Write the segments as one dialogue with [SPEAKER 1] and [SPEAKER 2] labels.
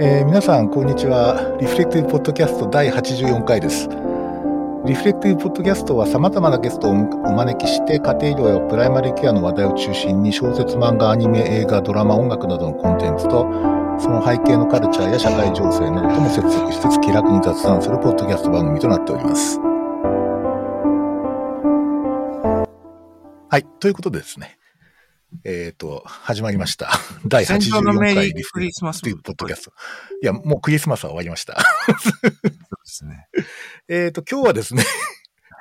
[SPEAKER 1] えー皆さんこんにちはリフレクティブポッドキャスト第84回ですリフレクティブポッドキャストは様々なゲストをお招きして家庭医療やプライマリーケアの話題を中心に小説漫画アニメ映画ドラマ音楽などのコンテンツとその背景のカルチャーや社会情勢などとも接続しつつ気楽に雑談するポッドキャスト番組となっておりますはいということでですねえっ、と始まりました第
[SPEAKER 2] 戦場の
[SPEAKER 1] 84
[SPEAKER 2] メ
[SPEAKER 1] 回
[SPEAKER 2] リー
[SPEAKER 1] リフ
[SPEAKER 2] ク
[SPEAKER 1] レ
[SPEAKER 2] リスマス
[SPEAKER 1] というポッドキャ
[SPEAKER 2] ス
[SPEAKER 1] スト。いや、もうクリスマスは終わりました。
[SPEAKER 2] トですね。
[SPEAKER 1] えっと、今日はですね、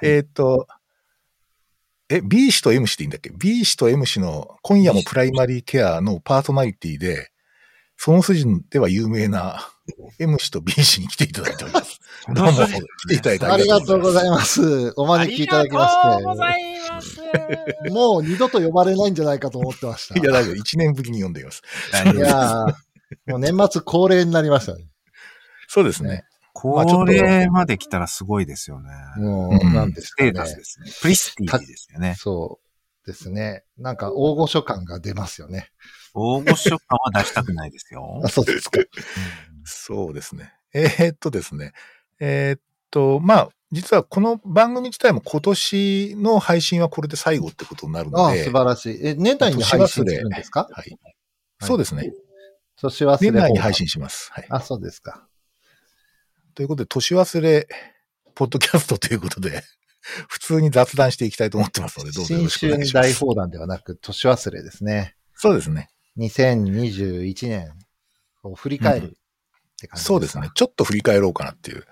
[SPEAKER 1] えっと、え、B 氏と M 氏でいいんだっけ ?B 氏と M 氏の今夜もプライマリーケアのパーソナリティで、その筋では有名な M 氏と B 氏に来ていただいております。 どうも、来ていただいて
[SPEAKER 3] ありがとうご ざ
[SPEAKER 1] ま
[SPEAKER 3] います。お招きいただきま
[SPEAKER 2] ありがとうござ
[SPEAKER 3] し
[SPEAKER 2] います。
[SPEAKER 3] て。もう二度と呼ばれないんじゃないかと思ってました。
[SPEAKER 1] いや、大丈夫。1年ぶりに読んでいます。
[SPEAKER 3] いやーもう年末恒例になりましたね。
[SPEAKER 1] そうですね。まあちょ
[SPEAKER 2] こ
[SPEAKER 1] っと
[SPEAKER 2] れまで来たらすごいですよね。
[SPEAKER 3] も
[SPEAKER 1] う
[SPEAKER 3] う、
[SPEAKER 1] ん
[SPEAKER 3] なんです
[SPEAKER 2] ス
[SPEAKER 3] か
[SPEAKER 2] テ
[SPEAKER 3] ね
[SPEAKER 2] ー。タスですね。プリスティですよね。
[SPEAKER 3] そうですね。なんか大御所感が出ますよね。
[SPEAKER 2] 大御所感は出したくないですよ
[SPEAKER 3] あ、。そうですか。
[SPEAKER 1] そうですね。えーっとですね。えーっと、まあ、実はこの番組自体も今年の配信はこれで最後ってことになるの
[SPEAKER 3] あ
[SPEAKER 1] で。
[SPEAKER 3] 素晴らしい。え、年内に配信するんですか
[SPEAKER 1] はい。そうですね。
[SPEAKER 3] 年忘
[SPEAKER 1] 年
[SPEAKER 3] れ放
[SPEAKER 1] 内
[SPEAKER 3] 送
[SPEAKER 1] に配信します。はい。
[SPEAKER 3] あ、そうですか。
[SPEAKER 1] ということで、年忘れ、ポッドキャストということで、 普通に雑談していきたいと思ってますので、どうぞよ
[SPEAKER 3] 新
[SPEAKER 1] ろしくお
[SPEAKER 3] 春
[SPEAKER 1] 願いしま
[SPEAKER 3] 大
[SPEAKER 1] す。
[SPEAKER 3] 放談ではなく、年忘れですね。
[SPEAKER 1] そうですね。
[SPEAKER 3] 2021年を振り返るって感じですか
[SPEAKER 1] そうですね。。ちょっと振り返ろうかなっていう。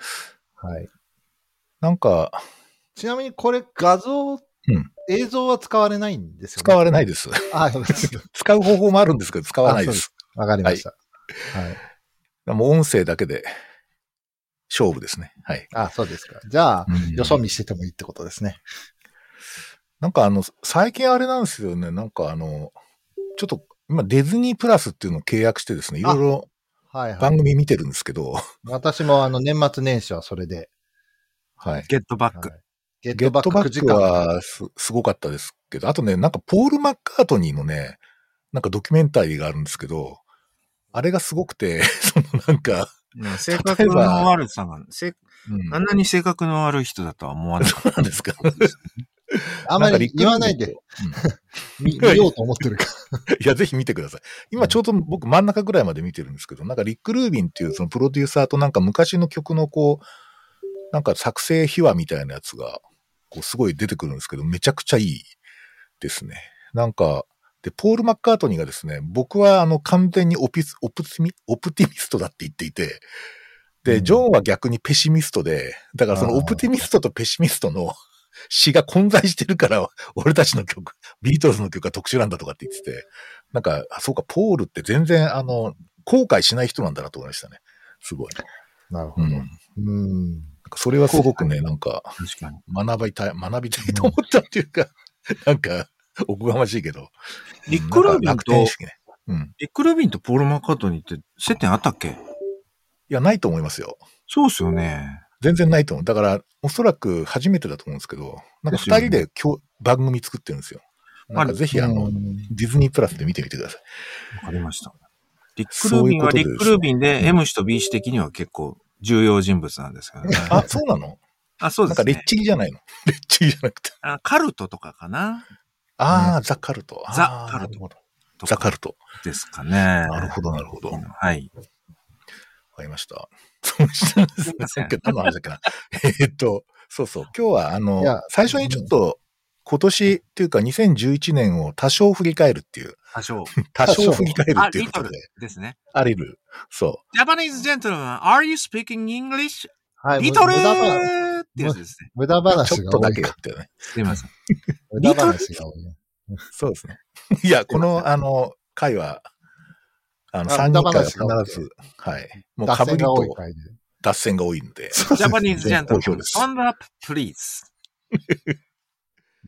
[SPEAKER 3] はい。
[SPEAKER 1] なんか、
[SPEAKER 3] ちなみにこれ画像、
[SPEAKER 1] ん
[SPEAKER 3] 映像は使われないんですよね。。
[SPEAKER 1] 使われないいです。
[SPEAKER 3] あ、そうです。
[SPEAKER 1] 使う方法もあるんですけど、使わないです。
[SPEAKER 3] わかりました。はい。
[SPEAKER 1] もう音声だけで、勝負ですね。はい。
[SPEAKER 3] あ、そうですか。じゃあ、
[SPEAKER 1] うん
[SPEAKER 3] よそ見しててもいいってことですね。
[SPEAKER 1] なんかあの、最近あれなんですよね。なんかあの、ちょっと、今ディズニープラスっていうのを契約してですね、いろいろ
[SPEAKER 3] はいはい。
[SPEAKER 1] 番組見てるんですけど、
[SPEAKER 3] 私もあの、年末年始はそれで。
[SPEAKER 1] はい。
[SPEAKER 2] ゲットバック
[SPEAKER 3] は。いゲ
[SPEAKER 1] ゲ
[SPEAKER 3] ッ
[SPEAKER 1] ッ
[SPEAKER 3] ト
[SPEAKER 1] ト
[SPEAKER 3] バ
[SPEAKER 1] バ
[SPEAKER 3] ック時
[SPEAKER 1] ック
[SPEAKER 3] 間。
[SPEAKER 1] はすすごかったですけど、あとね、なんかポール・マッカートニーのね、なんかドキュメンタリーがあるんですけど、あれがすごくて、 そのなんか、
[SPEAKER 2] うん性格の悪さが、せ
[SPEAKER 1] うん、
[SPEAKER 2] あんなに性格の悪い人だとは思わなか
[SPEAKER 1] そうな
[SPEAKER 2] った
[SPEAKER 1] んですか。
[SPEAKER 3] あまり言わないで、
[SPEAKER 1] うん。
[SPEAKER 3] 見見ようと思ってるから。
[SPEAKER 1] いや、ぜひ見てください。今ちょうど僕真ん中ぐらいまで見てるんですけど、なんかリック・ルービンっていうそのプロデューサーとなんか昔の曲のこう、なんか作成秘話みたいなやつが、こうすごい出てくるんですけど、めちゃくちゃいいですね。なんか、で、ポール・マッカートニーがですね、僕はあの完全にオピス、オプティミ、オプティミストだって言っていて、
[SPEAKER 3] う
[SPEAKER 1] で、
[SPEAKER 3] ん
[SPEAKER 1] ジョンは逆にペシミストで、だからその
[SPEAKER 3] あー
[SPEAKER 1] オプティミストとペシミストの 詩が混在してるから、 俺たちの曲、ビートルズの曲が特殊なんだとかって言ってて、なんか、あそうか、ポールって全然、あの、後悔しない人なんだなと思いましたね。すごい。
[SPEAKER 3] なる
[SPEAKER 1] う
[SPEAKER 3] ほ
[SPEAKER 1] ん。
[SPEAKER 3] ど。
[SPEAKER 1] なんか
[SPEAKER 3] うん。
[SPEAKER 1] それはすごくね、なんか、
[SPEAKER 2] 確かに。
[SPEAKER 1] 学びたい、学びたいと思ったっていうか、 なんか、おこがましいけど。
[SPEAKER 2] リック・ルービ
[SPEAKER 1] な
[SPEAKER 2] ン
[SPEAKER 1] んか楽天
[SPEAKER 2] と、
[SPEAKER 1] 式ね。うん。
[SPEAKER 2] リック・ルービンとポール・マッカートニーって接点あったっけ
[SPEAKER 1] いや、ないと思いますよ。
[SPEAKER 2] そうっすよね。
[SPEAKER 1] 全然ないと思う。だから、おそらく初めてだと思うんですけど、なんか
[SPEAKER 2] ですよ
[SPEAKER 1] 二
[SPEAKER 2] ね
[SPEAKER 1] 人で今日、番組作ってるんですよ。なんかぜひ、あの
[SPEAKER 3] う、ん
[SPEAKER 1] ディズニープラスで見てみてください。
[SPEAKER 2] わかりました。リック・ルービンは
[SPEAKER 1] そうい
[SPEAKER 2] リ
[SPEAKER 1] うことです
[SPEAKER 2] ック・ルービンで M 氏と B 氏的には結構重要人物なんですけどね。
[SPEAKER 1] あ、そうなの
[SPEAKER 2] あ、そう
[SPEAKER 1] なん
[SPEAKER 2] で
[SPEAKER 1] か、
[SPEAKER 2] す
[SPEAKER 1] レッ
[SPEAKER 2] ね。
[SPEAKER 1] チリじゃないの。レッチリじゃなくて。
[SPEAKER 2] あカルトとかかな
[SPEAKER 1] ああ、ザ・カルト。
[SPEAKER 2] ザ
[SPEAKER 1] あー
[SPEAKER 2] カル
[SPEAKER 1] な
[SPEAKER 2] ト
[SPEAKER 1] るほど
[SPEAKER 2] と
[SPEAKER 1] ザ・カ
[SPEAKER 2] か
[SPEAKER 1] ルト。
[SPEAKER 2] ですかね。な
[SPEAKER 1] なるほど、なるほど。わ
[SPEAKER 2] はい。
[SPEAKER 1] かりました。そうしたらです ね、さっき何の話だっけな。えーっと、そうそう、今日は、あの
[SPEAKER 3] いや、
[SPEAKER 1] 最初にちょっと、今年っていうか2011年を多少振り返るっていう、
[SPEAKER 2] 多少。
[SPEAKER 1] 多少振り返る
[SPEAKER 2] あ、
[SPEAKER 1] ってい
[SPEAKER 2] リ
[SPEAKER 1] う
[SPEAKER 2] ト
[SPEAKER 1] こと
[SPEAKER 2] ル
[SPEAKER 1] で、
[SPEAKER 2] ですね。
[SPEAKER 1] ありる。そ
[SPEAKER 2] Japanese gentleman, are you speaking English?
[SPEAKER 3] はい。
[SPEAKER 2] リトル
[SPEAKER 3] 無駄話
[SPEAKER 2] ってやつですね。
[SPEAKER 3] 無駄
[SPEAKER 1] う、ち
[SPEAKER 3] 話
[SPEAKER 1] ょっ
[SPEAKER 3] が
[SPEAKER 1] と
[SPEAKER 3] 多
[SPEAKER 1] だ
[SPEAKER 3] い
[SPEAKER 1] け
[SPEAKER 3] か。
[SPEAKER 1] ってね。
[SPEAKER 2] すいま せん。
[SPEAKER 3] 無駄話が多い。
[SPEAKER 1] そうですね。 いや、この、あの、回は、あの、
[SPEAKER 3] あ
[SPEAKER 1] 3人会は
[SPEAKER 3] 無駄話が多
[SPEAKER 1] 必
[SPEAKER 3] く
[SPEAKER 1] ず、はい。もう
[SPEAKER 3] 脱
[SPEAKER 1] かぶ
[SPEAKER 3] 線
[SPEAKER 1] り
[SPEAKER 3] が多い
[SPEAKER 1] と
[SPEAKER 3] 回で。
[SPEAKER 1] 脱線が多いんで、
[SPEAKER 2] Japanese
[SPEAKER 1] 好評
[SPEAKER 2] gentleman,
[SPEAKER 1] です。
[SPEAKER 2] stand up, please.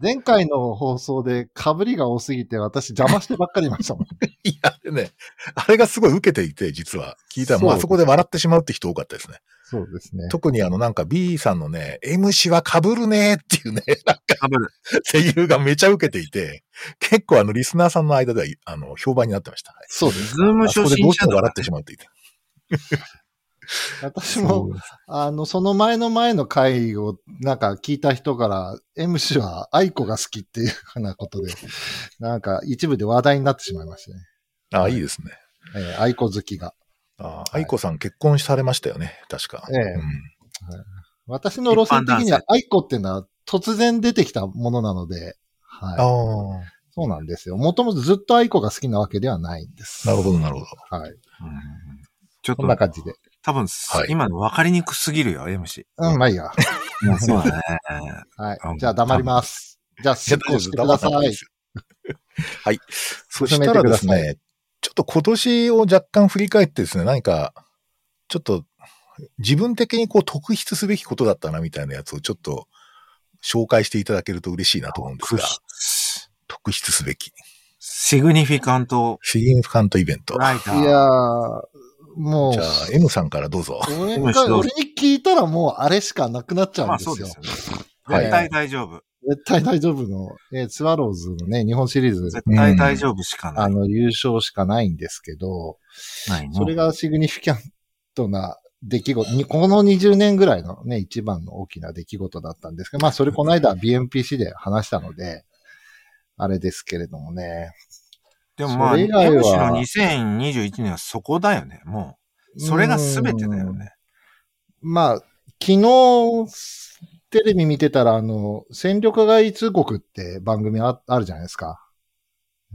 [SPEAKER 3] 前回の放送で被りが多すぎて私邪魔してばっかりいま したもん。
[SPEAKER 1] いや、あれね、あれがすごい受けていて、実は。聞いたら、もう
[SPEAKER 3] そう
[SPEAKER 1] あそこで笑ってしまうって人多かったですね。
[SPEAKER 3] そうですね。
[SPEAKER 1] 特にあの、なんか B さんのね、M 氏は被るねーっていうね、 なんか、
[SPEAKER 2] かぶる。
[SPEAKER 1] 声優がめちゃ受けていて、結構あの、リスナーさんの間では、あの、評判になってました。はい
[SPEAKER 3] そうです。
[SPEAKER 2] ズーム
[SPEAKER 1] あそ
[SPEAKER 2] 初
[SPEAKER 1] こでど
[SPEAKER 2] 心
[SPEAKER 1] うして
[SPEAKER 2] 者
[SPEAKER 1] も
[SPEAKER 2] だ
[SPEAKER 1] 笑
[SPEAKER 2] か
[SPEAKER 1] ってしまうって言って。
[SPEAKER 3] 私も、あの、その前の前の回をなんか聞いた人から、M 氏は愛子が好きっていうようなこ とで、なんか一部で話題になってしまいましたね。
[SPEAKER 1] ああ、いいですね。
[SPEAKER 3] ええ愛子好きが。
[SPEAKER 1] ああ、愛子さん結婚されましたよね、確か。
[SPEAKER 3] ええ
[SPEAKER 1] うん
[SPEAKER 3] 私の路線的には愛子っていうのは突然出てきたものなので、
[SPEAKER 1] あ
[SPEAKER 3] はい。
[SPEAKER 1] あ、
[SPEAKER 3] そうなんですよ。もともとずっと愛子が好きなわけではないんです。
[SPEAKER 1] なるほど、なるほど。
[SPEAKER 3] ど。はい。
[SPEAKER 2] うんちょっ
[SPEAKER 3] こんな
[SPEAKER 2] と、
[SPEAKER 3] 感じで。
[SPEAKER 2] 多分、
[SPEAKER 1] い
[SPEAKER 2] 今の分かりにくすぎるよ、MC。
[SPEAKER 3] うん、まあいいや。
[SPEAKER 2] うんそうだね。
[SPEAKER 3] はい
[SPEAKER 2] あ。
[SPEAKER 3] じゃあ黙ります。じゃあ、進行してくださ
[SPEAKER 1] いや大丈夫
[SPEAKER 3] い
[SPEAKER 1] です。はい。そしたらです
[SPEAKER 3] 進めてくだ
[SPEAKER 1] ね、ちょっと今年を若干振り返ってですね、何か、ちょっと自分的にこう特筆すべきことだったなみたいなやつをちょっと紹介していただけると嬉しいなと思うんですが、特筆すべき。
[SPEAKER 2] シグニフィカント
[SPEAKER 1] フィギンフカントイベント。
[SPEAKER 2] ライター。
[SPEAKER 3] いやー、もう
[SPEAKER 1] じゃあ、、M さんからどうぞ。
[SPEAKER 3] 俺
[SPEAKER 2] 今一
[SPEAKER 3] が
[SPEAKER 2] 度
[SPEAKER 3] 俺に聞いたらもうあれしかなくなっちゃう
[SPEAKER 2] ま
[SPEAKER 3] ん
[SPEAKER 2] あ
[SPEAKER 3] です
[SPEAKER 2] そ
[SPEAKER 3] よ。
[SPEAKER 2] うですよね。
[SPEAKER 1] はい
[SPEAKER 2] 絶対大丈夫。
[SPEAKER 3] 絶対大丈夫の、えースワローズのね、日本シリーズ
[SPEAKER 2] 絶、対大丈夫しかな
[SPEAKER 3] あ
[SPEAKER 2] い。
[SPEAKER 3] の、優勝しかないんですけど、
[SPEAKER 2] ないの
[SPEAKER 3] それがシグニフィキャントな出来事、にこの20年ぐらいのね、一番の大きな出来事だったんですけど、まあそれこの間 BMPC で話したので、あれですけれどもね。
[SPEAKER 2] でもまあ、
[SPEAKER 3] それ以外は
[SPEAKER 2] MC の2021年はそこだよね、もう。それが全てだよね。
[SPEAKER 3] まあ、昨日、テレビ見てたら、あの、戦力外通告って番組ああるじゃないですか。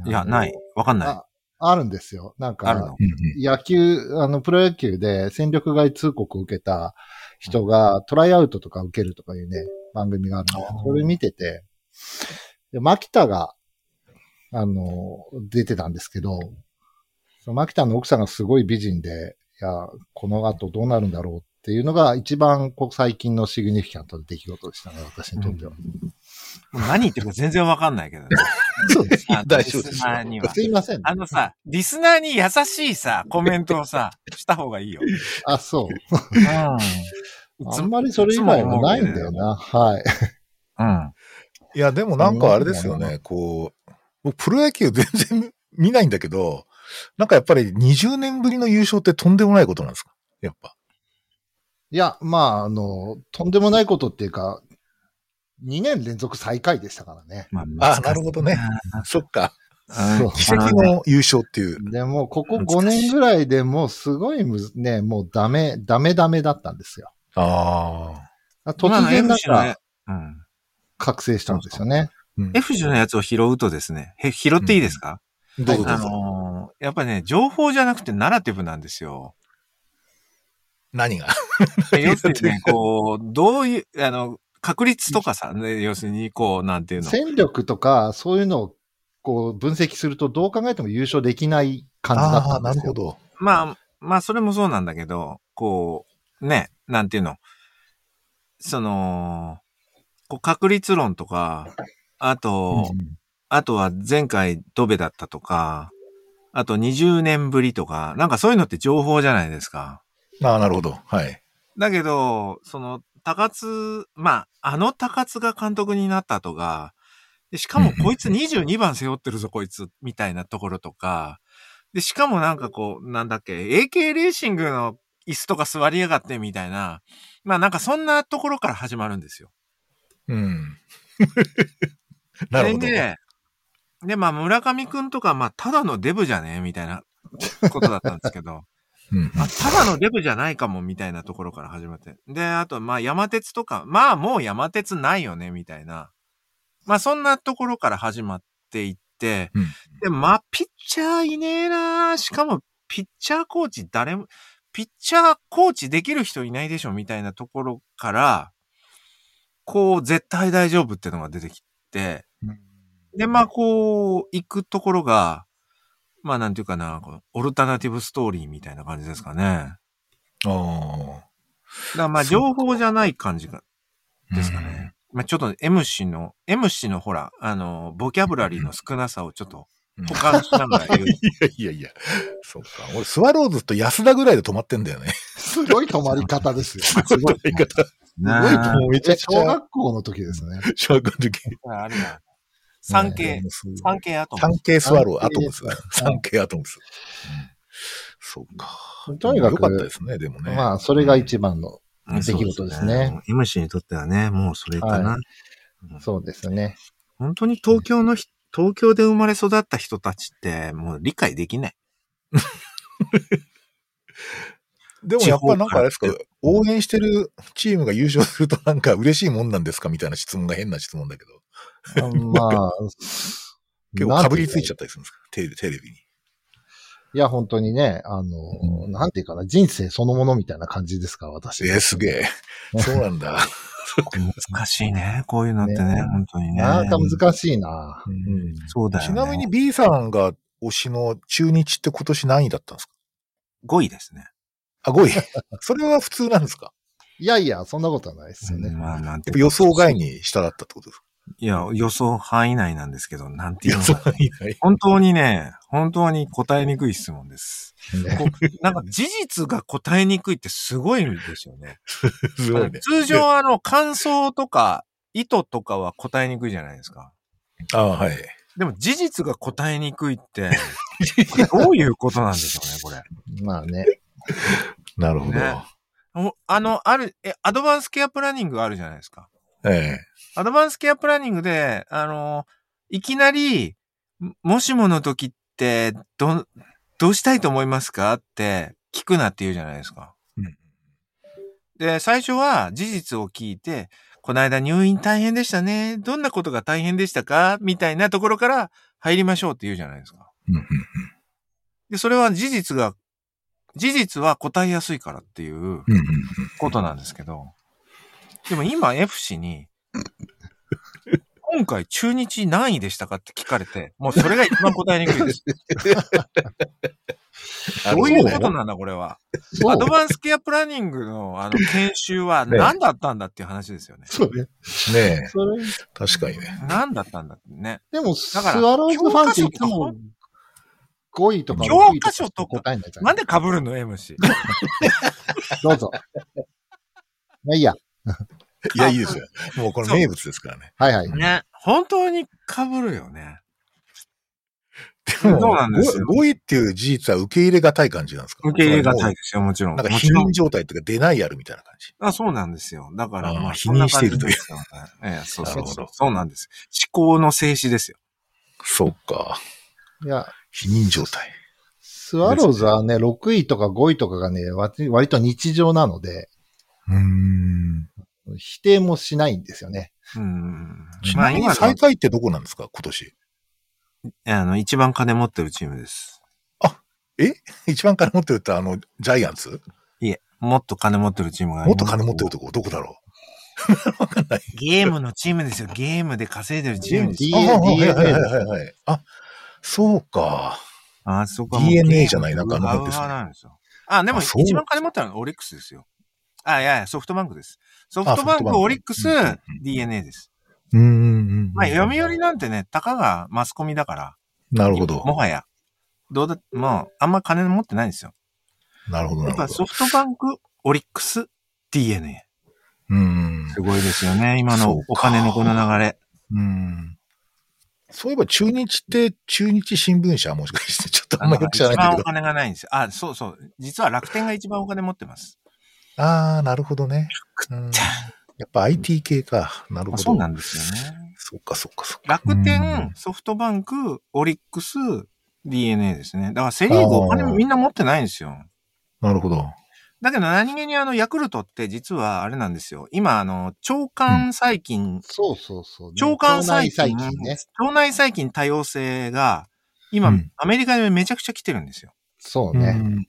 [SPEAKER 2] いや、ない。。わかんない。
[SPEAKER 3] ああるんですよ。なん
[SPEAKER 2] あるの
[SPEAKER 3] か、野球、あの、プロ野球で戦力外通告を受けた人がトライアウトとか受けるとかいうね、番組があるので
[SPEAKER 2] あー、
[SPEAKER 3] それ見てて、で、牧田が、あの、出てたんですけど、その牧田の奥さんがすごい美人で、いや、この後どうなるんだろうっていうのが一番こう最近のシグニフィキャントの出来事でしたね、私にとっては。
[SPEAKER 2] もう何言ってるか全然わかんないけどね。
[SPEAKER 3] そうです。
[SPEAKER 2] あの
[SPEAKER 1] 大丈夫ですよ
[SPEAKER 2] リスナーには
[SPEAKER 3] すいません。
[SPEAKER 2] あのさ、リスナーに優しいさ、コメントを さ、した方がいいよ。
[SPEAKER 3] あ、そう。
[SPEAKER 2] うん。
[SPEAKER 3] あんまりそれ以外はないんだよな。はい。
[SPEAKER 2] うん。
[SPEAKER 1] いや、でもなんかあれですよね、こう、僕プロ野球全然 見ないんだけど、なんかやっぱり20年ぶりの優勝ってとんでもないことなんですかやっぱ。
[SPEAKER 3] いや、まあ、あの、とんでもないことっていうか、2年連続最下位でしたからね。
[SPEAKER 2] ま
[SPEAKER 1] あ、なるほどね。そっか。
[SPEAKER 2] うん
[SPEAKER 1] 奇跡の優勝っていう。
[SPEAKER 3] でも、ここ5年ぐらいでもうすごいむず、ね、もうダメ、ダメダメだったんですよ。
[SPEAKER 1] ああ。
[SPEAKER 3] 突然
[SPEAKER 2] 今の
[SPEAKER 3] なん
[SPEAKER 2] MC のね
[SPEAKER 3] か
[SPEAKER 2] うん。
[SPEAKER 3] 覚醒したんですよね。
[SPEAKER 1] うん、
[SPEAKER 2] F10 のやつを拾うとですね、へ拾っていいですか、
[SPEAKER 1] どうぞど
[SPEAKER 2] あ
[SPEAKER 1] うぞ。
[SPEAKER 2] のーやっぱりね、情報じゃなくてナラティブなんです よ。
[SPEAKER 1] 何が
[SPEAKER 2] で要するにね、こう、どういう、あの、確率とかさ、ね、要するに、こう、なんていうの。
[SPEAKER 3] 戦力とか、そういうのをこう分析すると、どう考えても優勝できない感じだったんですよ。ど。
[SPEAKER 1] ど。
[SPEAKER 2] まあ、まあ、それもそうなんだけど、こう、ね、なんていうの。その、こう確率論とか、あと、あとは前回ドベだったとか、あと20年ぶりとか、なんかそういうのって情報じゃないですか。
[SPEAKER 1] ああ、なるほど。はい。
[SPEAKER 2] だけど、その、高津、まあ、あの高津が監督になったとか、でしかも
[SPEAKER 1] うんうん
[SPEAKER 2] こいつ22番背負ってるぞ、こいつ、みたいなところとか、で、しかもなんかこう、なんだっけ、AK レーシングの椅子とか座りやがってみたいな、まあなんかそんなところから始まるんですよ。
[SPEAKER 1] うん。 なるほど。
[SPEAKER 2] で、で、まあ村上くんとか、まあただのデブじゃねみたいなことだったんですけど、
[SPEAKER 1] うん
[SPEAKER 2] あ、ただのデブじゃないかも、みたいなところから始まって。で、あと、まあ、山鉄とか、まあ、もう山鉄ないよね、みたいな。まあ、そんなところから始まっていって、
[SPEAKER 1] うん
[SPEAKER 2] で、まあ、ピッチャーいねえなしかも、ピッチャーコーチ誰も、ピッチャーコーチできる人いないでしょ、みたいなところから、こう、絶対大丈夫ってのが出てきて、で、まあ、こう、行くところが、まあ、なんていうかな、このオルタナティブストーリーみたいな感じですかね。
[SPEAKER 1] あ
[SPEAKER 2] だからまあ、
[SPEAKER 1] そう
[SPEAKER 2] 情報じゃない感じが、
[SPEAKER 1] あ。
[SPEAKER 2] ですかね。まあ、ちょっと M 氏の、M 氏のほら、あの、ボキャブラリーの少なさをちょっと
[SPEAKER 1] うん。
[SPEAKER 2] 補完しながら言 う。
[SPEAKER 1] いやいやいや。そっか。俺、スワローズと安田ぐらいで止まってんだよね。
[SPEAKER 3] すごい止まり方 ですよ。す
[SPEAKER 1] すごい言い方。
[SPEAKER 2] な
[SPEAKER 1] もうめちゃくち
[SPEAKER 3] 小
[SPEAKER 1] ゃ、
[SPEAKER 3] 学校の時ですね。
[SPEAKER 1] 小学の時。
[SPEAKER 2] あ、あるな。産経、
[SPEAKER 1] うん
[SPEAKER 2] 産経アトム。
[SPEAKER 1] 産経スワロー、ア
[SPEAKER 3] 産
[SPEAKER 1] トム
[SPEAKER 3] 経で
[SPEAKER 1] ス
[SPEAKER 3] すね。
[SPEAKER 1] 産経アトムス。そうか。
[SPEAKER 3] とにかく
[SPEAKER 1] 良かったですね、でもね。
[SPEAKER 3] まあ、それが一番の、
[SPEAKER 2] うん
[SPEAKER 3] 出来事ですね。
[SPEAKER 2] そう M 氏にとってはね、もうそれかな。
[SPEAKER 3] はそうですね。
[SPEAKER 2] 本当に東京のひ、東京で生まれ育った人たちって、もう理解できない。
[SPEAKER 1] でもやっぱなんかあれですか、応援してるチームが優勝するとなんか嬉しいもんなんですかみたいな質問が変な質問だけど。
[SPEAKER 3] あまあ、
[SPEAKER 1] 結構かぶりついちゃったりするんですかテレビテレビに。
[SPEAKER 3] いや、本当にね、あの、
[SPEAKER 1] うん
[SPEAKER 3] なんていうかな、人生そのものみたいな感じですから、私。
[SPEAKER 1] えー、すげえ。 そうなんだ。
[SPEAKER 2] 難しいね。こういうのってね、
[SPEAKER 3] ね
[SPEAKER 2] 本当にね。
[SPEAKER 3] なかなか難しいな。
[SPEAKER 1] うん
[SPEAKER 2] そうだよ、
[SPEAKER 1] ち
[SPEAKER 2] ね。
[SPEAKER 1] なみに B さんが推しの中日って今年何位だったんですか
[SPEAKER 2] 5位ですね。
[SPEAKER 1] あ、5位。そ れは普通なんですか
[SPEAKER 3] いやいや、そんなことはないですよね。
[SPEAKER 2] まあなん
[SPEAKER 1] や
[SPEAKER 2] て
[SPEAKER 1] っぱ予想外に下だったってことですか
[SPEAKER 2] いや、予想範囲内なんですけど、なんていう
[SPEAKER 1] 予
[SPEAKER 2] の
[SPEAKER 1] 想
[SPEAKER 2] か
[SPEAKER 1] 外以内。
[SPEAKER 2] 本当にね、本当に答えにくい質問です。
[SPEAKER 3] ね
[SPEAKER 2] こうなんか事実が答えにくいってすごいんですよね。
[SPEAKER 1] すごいね。
[SPEAKER 2] 通常あの感想とか意図とかは答えにくいじゃないですか。
[SPEAKER 1] あはい。
[SPEAKER 2] でも事実が答えにくい って、これどういうことなんでしょうね、これ。
[SPEAKER 3] まあね。
[SPEAKER 1] なるほど。
[SPEAKER 2] ねおあの、ある、え、アドバンスケアプランニングあるじゃないですか。
[SPEAKER 1] ええ。
[SPEAKER 2] アドバンスケアプランニングで、あの、いきなり、ももしもの時って、ど、どうしたいと思いますかって聞くなって言うじゃないですか。
[SPEAKER 1] うん
[SPEAKER 2] で、最初は事実を聞いて、この間入院大変でしたね。どんなことが大変でしたかみたいなところから入りましょうって言うじゃないですか。
[SPEAKER 1] うんうん
[SPEAKER 2] で、それは事実が、事実は答えやすいからっていう
[SPEAKER 1] うんうん
[SPEAKER 2] ことなんですけど、でも今 F 氏に、今回中日何位でしたかって聞かれて、もうそれが一番答えにく いです。どういうことなんだこれは。
[SPEAKER 3] そ
[SPEAKER 2] アドバンスケアプランニングのあの研修は
[SPEAKER 1] ね
[SPEAKER 2] 何だったんだっていう話ですよね。
[SPEAKER 3] そうね。
[SPEAKER 1] ねえ。
[SPEAKER 3] それ、
[SPEAKER 1] 確かにね。
[SPEAKER 2] 何だったんだってね。
[SPEAKER 3] でも、ス
[SPEAKER 2] だ
[SPEAKER 3] ワ
[SPEAKER 2] から
[SPEAKER 3] ローズファンっていつも5位とか
[SPEAKER 2] 教
[SPEAKER 3] 6位
[SPEAKER 2] 科書と
[SPEAKER 3] と
[SPEAKER 2] か
[SPEAKER 3] か答えないじゃ。
[SPEAKER 2] なんんで被るの ?M 氏。
[SPEAKER 3] どうぞ。まあいいや。
[SPEAKER 1] いや、いいですよ。もうこれ名物ですからね。
[SPEAKER 3] はいはい。
[SPEAKER 2] ね。本当に被るよね。
[SPEAKER 1] でも
[SPEAKER 2] そうなんですよ
[SPEAKER 1] ご5位っていう事実は受け入れがたい感じなんですか
[SPEAKER 2] 受け入れがたい
[SPEAKER 1] い。
[SPEAKER 2] ですよ、もちろん。
[SPEAKER 1] なんか
[SPEAKER 2] も
[SPEAKER 1] 否
[SPEAKER 2] ちろん
[SPEAKER 1] 認状態っていうか、出ないやるみたいな感じ。
[SPEAKER 2] あそうなんですよ。だから、
[SPEAKER 1] あー
[SPEAKER 2] まあ、
[SPEAKER 1] 否認しているという
[SPEAKER 2] そんな感じですよね。ええ、そうそ
[SPEAKER 1] な
[SPEAKER 2] う
[SPEAKER 1] るほ
[SPEAKER 2] そう
[SPEAKER 1] ど。
[SPEAKER 2] そうなんです。思考の静止ですよ。
[SPEAKER 1] そうか。
[SPEAKER 3] いや、
[SPEAKER 1] 否認状態。
[SPEAKER 3] スワローズはね、6位とか5位とかがね、わり割と日常なので、
[SPEAKER 1] うーん。
[SPEAKER 3] 否定もしないんですよね。
[SPEAKER 2] うん。
[SPEAKER 1] ち
[SPEAKER 2] まあ、
[SPEAKER 1] なみに
[SPEAKER 2] 今
[SPEAKER 1] 最
[SPEAKER 2] の、
[SPEAKER 1] 下位ってどこなんですか今年。
[SPEAKER 2] あの、一番金持ってるチームです。
[SPEAKER 1] 一番金持ってるってあの、ジャイアンツ
[SPEAKER 2] いえ、もっと金持ってるチームが
[SPEAKER 1] もっと金持ってるとこどこだろ
[SPEAKER 2] ゲームのチームですよ。ゲームで稼いでる
[SPEAKER 1] う
[SPEAKER 2] チームですよ。
[SPEAKER 3] D-
[SPEAKER 1] ああはい
[SPEAKER 3] DNA
[SPEAKER 1] はいはいはいはい。あ、そうか。
[SPEAKER 2] ああ、そこ
[SPEAKER 1] DNA じゃないなんかあの
[SPEAKER 2] あ
[SPEAKER 1] 本ですね
[SPEAKER 2] なんですよ。あ、でも
[SPEAKER 1] あそう
[SPEAKER 2] 一番金持ってるのはオリックスですよ。あ、いやいや、ソフトバンクです。ソフ
[SPEAKER 1] あ
[SPEAKER 2] トバ
[SPEAKER 1] ソフ
[SPEAKER 2] ン
[SPEAKER 1] ト
[SPEAKER 2] ク、
[SPEAKER 1] バンク
[SPEAKER 2] オリックス
[SPEAKER 1] うんうんうん、
[SPEAKER 2] DNA です。
[SPEAKER 1] うーん。
[SPEAKER 2] まあ、読売なんてね、たかがマスコミだから、
[SPEAKER 1] なるほど。
[SPEAKER 2] もはや。どうだ、まあ、あんま金持ってないんですよ。
[SPEAKER 1] なるほど、
[SPEAKER 2] や
[SPEAKER 1] な
[SPEAKER 2] っ
[SPEAKER 1] るほ
[SPEAKER 2] ぱ
[SPEAKER 1] ど。
[SPEAKER 2] ソフトバンク、オリックス、DNA。
[SPEAKER 1] うーん。
[SPEAKER 2] すごいですよね。今
[SPEAKER 1] そ
[SPEAKER 2] の
[SPEAKER 1] うか
[SPEAKER 2] お金のこの流れ。
[SPEAKER 1] うんそういえば中日って中日新聞社もしかしてちょっとあんまよく知ら
[SPEAKER 2] 一
[SPEAKER 1] ない
[SPEAKER 2] 番
[SPEAKER 1] ん
[SPEAKER 2] お
[SPEAKER 1] だけ
[SPEAKER 2] 金がないんですよ。あ、そうそう。実は楽天が一番お金持ってます。
[SPEAKER 1] ど。ああ、なるほどね。うんやっぱ IT 系か。なるほ
[SPEAKER 2] あ
[SPEAKER 1] ど。
[SPEAKER 2] そうなんですよね。
[SPEAKER 1] そうか、そうか、そうか。
[SPEAKER 2] 楽
[SPEAKER 1] うん
[SPEAKER 2] 天、ソフトバンク、オリックス、DNA ですね。だからセリーグお金
[SPEAKER 1] あー
[SPEAKER 2] みんな持ってないんですよ。
[SPEAKER 1] なるほど。
[SPEAKER 2] だけど何気にあの、ヤクルトって実はあれなんですよ。今あの、腸管細菌
[SPEAKER 3] そうそうそう。
[SPEAKER 2] 腸管細
[SPEAKER 3] 腸内
[SPEAKER 2] 菌、
[SPEAKER 3] 細菌ね。
[SPEAKER 2] 腸内細菌多様性が、今、
[SPEAKER 1] うん
[SPEAKER 2] アメリカでめちゃくちゃ来てるんですよ。
[SPEAKER 3] そうね。
[SPEAKER 1] うん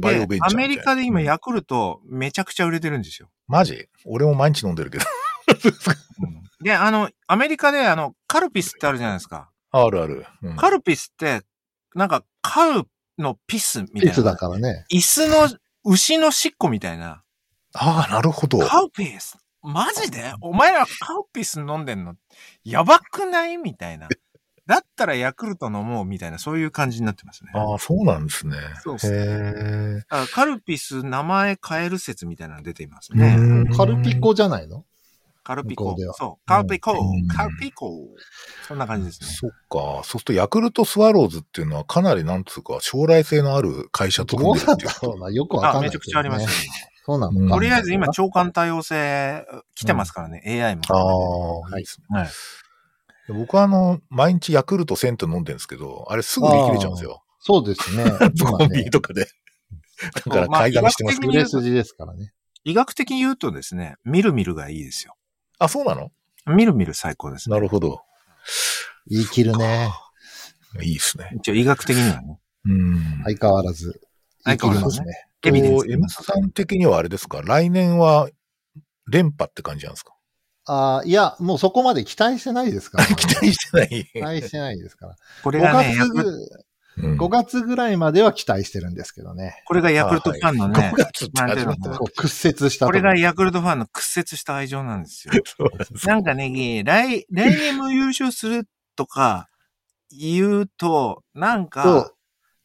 [SPEAKER 1] バイ
[SPEAKER 2] で
[SPEAKER 1] オベンチャーみたいな。
[SPEAKER 2] アメリカで今、
[SPEAKER 1] や
[SPEAKER 2] ヤクルトめちゃくちゃ売れてるんですよ。
[SPEAKER 1] マジ俺も毎日飲んでるけど。
[SPEAKER 2] で、あの、アメリカであの、カルピスってあるじゃないですか。
[SPEAKER 1] あるある。うん
[SPEAKER 2] カルピスって、なんか、カルのピスみ
[SPEAKER 3] い
[SPEAKER 2] たい
[SPEAKER 3] つだ
[SPEAKER 2] な。
[SPEAKER 3] からね。
[SPEAKER 2] 椅子の、牛のしっこみたいな。
[SPEAKER 1] ああ、なるほど。
[SPEAKER 2] カルピスマジでお前らカルピス飲んでんのやばくないみたいな。だったらヤクルト飲もうみたいな、そういう感じになってますね。
[SPEAKER 1] ああ、そうなんですね。
[SPEAKER 2] そうっす
[SPEAKER 1] へ
[SPEAKER 2] あカルピス名前変える説みたいなの出ています
[SPEAKER 1] え。
[SPEAKER 2] ね。
[SPEAKER 1] うん
[SPEAKER 3] カルピ。コじゃないの
[SPEAKER 2] カルピ
[SPEAKER 3] 向こ
[SPEAKER 2] コ
[SPEAKER 3] うで。は
[SPEAKER 2] そう。カルピコ
[SPEAKER 1] うん。
[SPEAKER 2] カルピコ。そんな感じですね。
[SPEAKER 1] そっか。そうすると、ヤクルトスワローズっていうのはかなりなんつうか、将来性のある会社と組
[SPEAKER 3] ど
[SPEAKER 1] ん
[SPEAKER 3] う
[SPEAKER 1] でる
[SPEAKER 3] な
[SPEAKER 1] っ
[SPEAKER 3] ん
[SPEAKER 1] て
[SPEAKER 3] だ
[SPEAKER 1] いう
[SPEAKER 3] ろうな。よくわか
[SPEAKER 2] あ、
[SPEAKER 3] んない、
[SPEAKER 2] めちゃくちゃありま。す。
[SPEAKER 3] そうなのか。
[SPEAKER 1] うん
[SPEAKER 2] とりあえず今、長官対応性来てますからね、AI も。
[SPEAKER 1] ああ、
[SPEAKER 3] い
[SPEAKER 1] いいですね。
[SPEAKER 2] はい。
[SPEAKER 1] 僕はあの、毎日ヤクルト1000って飲んでるんですけど、あれすぐ売り切れちゃうんですよ。
[SPEAKER 3] そうですね。
[SPEAKER 1] コンビ
[SPEAKER 3] ね
[SPEAKER 1] ニ、とかで。だから
[SPEAKER 2] まあ
[SPEAKER 1] 買いだめしてますけど。
[SPEAKER 3] 売れ筋ですからね。
[SPEAKER 2] 医学的に言うとですね、みるみるがいいですよ。
[SPEAKER 1] あ、そうなの
[SPEAKER 2] みるみる最高ですね。
[SPEAKER 1] なるほど。
[SPEAKER 3] 言い切るね。
[SPEAKER 1] いいですね。
[SPEAKER 2] 一応医学的にはね。
[SPEAKER 1] うん。
[SPEAKER 3] 相変わらず。言い切りますね。
[SPEAKER 1] と、
[SPEAKER 2] エビデンス
[SPEAKER 1] M さん的にはあれですか来年は連覇って感じなんですか
[SPEAKER 3] ああ、いや、もうそこまで期待してないですから、
[SPEAKER 1] 期待して
[SPEAKER 3] 期
[SPEAKER 1] ない。
[SPEAKER 3] 待してないですから。
[SPEAKER 2] これ
[SPEAKER 3] 5
[SPEAKER 2] がね、ヤ
[SPEAKER 3] 月
[SPEAKER 2] クル
[SPEAKER 3] ぐ、
[SPEAKER 1] うん
[SPEAKER 3] 5月ぐらいまでは期待してるんですけどね。
[SPEAKER 2] これがヤクルトファンのね
[SPEAKER 1] 5、月って始まっ
[SPEAKER 2] う
[SPEAKER 1] た
[SPEAKER 2] ん
[SPEAKER 3] こう屈折し
[SPEAKER 2] こ
[SPEAKER 3] たとこ
[SPEAKER 2] れがヤクルトファンの屈折した愛情なんです よ。
[SPEAKER 1] そうなんですか
[SPEAKER 2] なんかね、来、来年も優勝するとか言うと、なん
[SPEAKER 3] そ
[SPEAKER 2] か
[SPEAKER 3] う、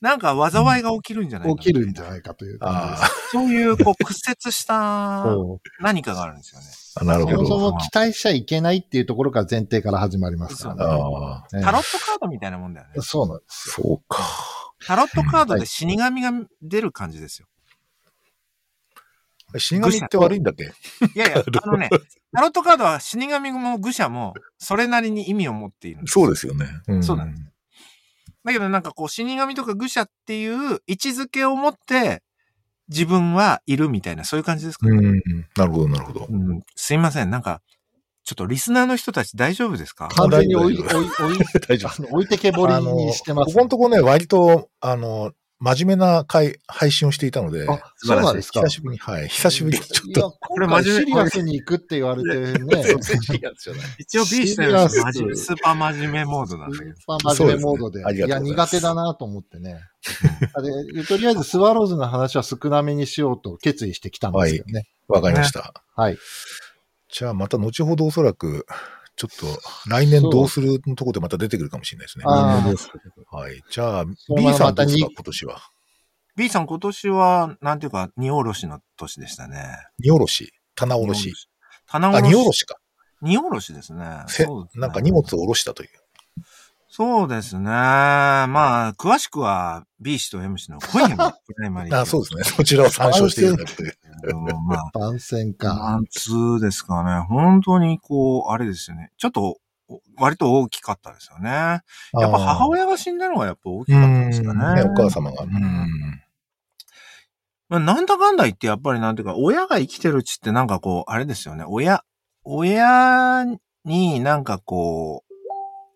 [SPEAKER 2] なんか災いが起きるんじゃないかな
[SPEAKER 3] 起きるんじゃないかという感じで
[SPEAKER 1] あ
[SPEAKER 3] す。
[SPEAKER 2] そういう、こう、屈折した
[SPEAKER 3] そ
[SPEAKER 2] 何かがあるんですよね。
[SPEAKER 1] あ、なる
[SPEAKER 3] うそ
[SPEAKER 1] ほ
[SPEAKER 3] もそ
[SPEAKER 1] ど。
[SPEAKER 3] も期待しちゃいけないっていうところから前提から始まりますからね。
[SPEAKER 1] ああ、
[SPEAKER 2] タロットカードみたいなもんだよね
[SPEAKER 3] ええ。そうなんです。
[SPEAKER 1] そうか。
[SPEAKER 2] タロットカードで死神が出る感じです よ。
[SPEAKER 1] 死神って悪いんだっけ
[SPEAKER 2] いやいや、あのね、タロットカードは死神も愚者もそれなりに意味を持っているんです
[SPEAKER 1] そうですよね。ん
[SPEAKER 2] そうなんでだけどなんかこう死神とか愚者っていう位置づけを持って自分はいるみたいな、そういう感じですか
[SPEAKER 1] う
[SPEAKER 2] ね。
[SPEAKER 1] ん。なるほど、なるほど。
[SPEAKER 2] うんすいません、なんか、ちょっとリスナーの人たち大丈夫ですか
[SPEAKER 3] 完全に置い、
[SPEAKER 1] 大
[SPEAKER 3] 置い、置い、
[SPEAKER 1] 大丈夫
[SPEAKER 3] あの置いてけぼりにして
[SPEAKER 1] あの
[SPEAKER 3] ます。
[SPEAKER 1] ここのとこね、割と、あの、真面目な回、配信をしていたので、
[SPEAKER 3] あ、そうなんですか。
[SPEAKER 1] 久しぶりに、はい、久しぶりにちょっと。
[SPEAKER 3] いや、これマジシリアスに行くって言われてね。
[SPEAKER 2] 一応 B してるんですよマジスーパー真面目モードなんだけど。
[SPEAKER 3] まあ、真面目モードで。
[SPEAKER 1] そうですねありが
[SPEAKER 3] い
[SPEAKER 1] と
[SPEAKER 3] や、
[SPEAKER 1] うござい
[SPEAKER 3] 苦
[SPEAKER 1] ます
[SPEAKER 3] 手だなと思ってね。でとりあえず、スワローズの話は少なめにしようと決意してきたんですよね。
[SPEAKER 1] わかりました。
[SPEAKER 3] はい。
[SPEAKER 1] じゃあ、また後ほどおそらく、ちょっと、来年どうするのとこでまた出てくるかもしれないですね。
[SPEAKER 3] ああ
[SPEAKER 1] はい。じゃあ、B
[SPEAKER 3] そのまま
[SPEAKER 1] さ
[SPEAKER 3] ま
[SPEAKER 1] んど
[SPEAKER 3] た
[SPEAKER 1] うですか、
[SPEAKER 3] に
[SPEAKER 1] 今年は。
[SPEAKER 2] B さん今年は、なんていうか、荷下ろしの年でしたね。
[SPEAKER 1] 荷下ろし、棚下ろし。。
[SPEAKER 2] 棚
[SPEAKER 1] あ、荷
[SPEAKER 2] 卸し。
[SPEAKER 1] 下ろしか。
[SPEAKER 2] 荷下ろしですね。
[SPEAKER 1] せ
[SPEAKER 2] そうですね
[SPEAKER 1] なんか荷物を下ろしたという。
[SPEAKER 2] そうですね。まあ、詳しくは B 氏と M 氏の今夜のプライマリー。
[SPEAKER 1] あそうですね。 そちらを参照していただくという。
[SPEAKER 2] け ど。まあ、
[SPEAKER 3] 番宣か。
[SPEAKER 2] なんつーですかね。本当にこう、あれですよね。ちょっと、お割と大きかったですよね。やっ
[SPEAKER 1] や
[SPEAKER 2] ぱ母親が死んだのがやっぱ大きかったですよね。
[SPEAKER 1] ね、お母様が。う
[SPEAKER 2] うん
[SPEAKER 1] ん。
[SPEAKER 2] まあ、なんだかんだ言ってやっぱりなんていうか、親が生きてるうちってなんかこう、あれですよね。親、親になんかこう、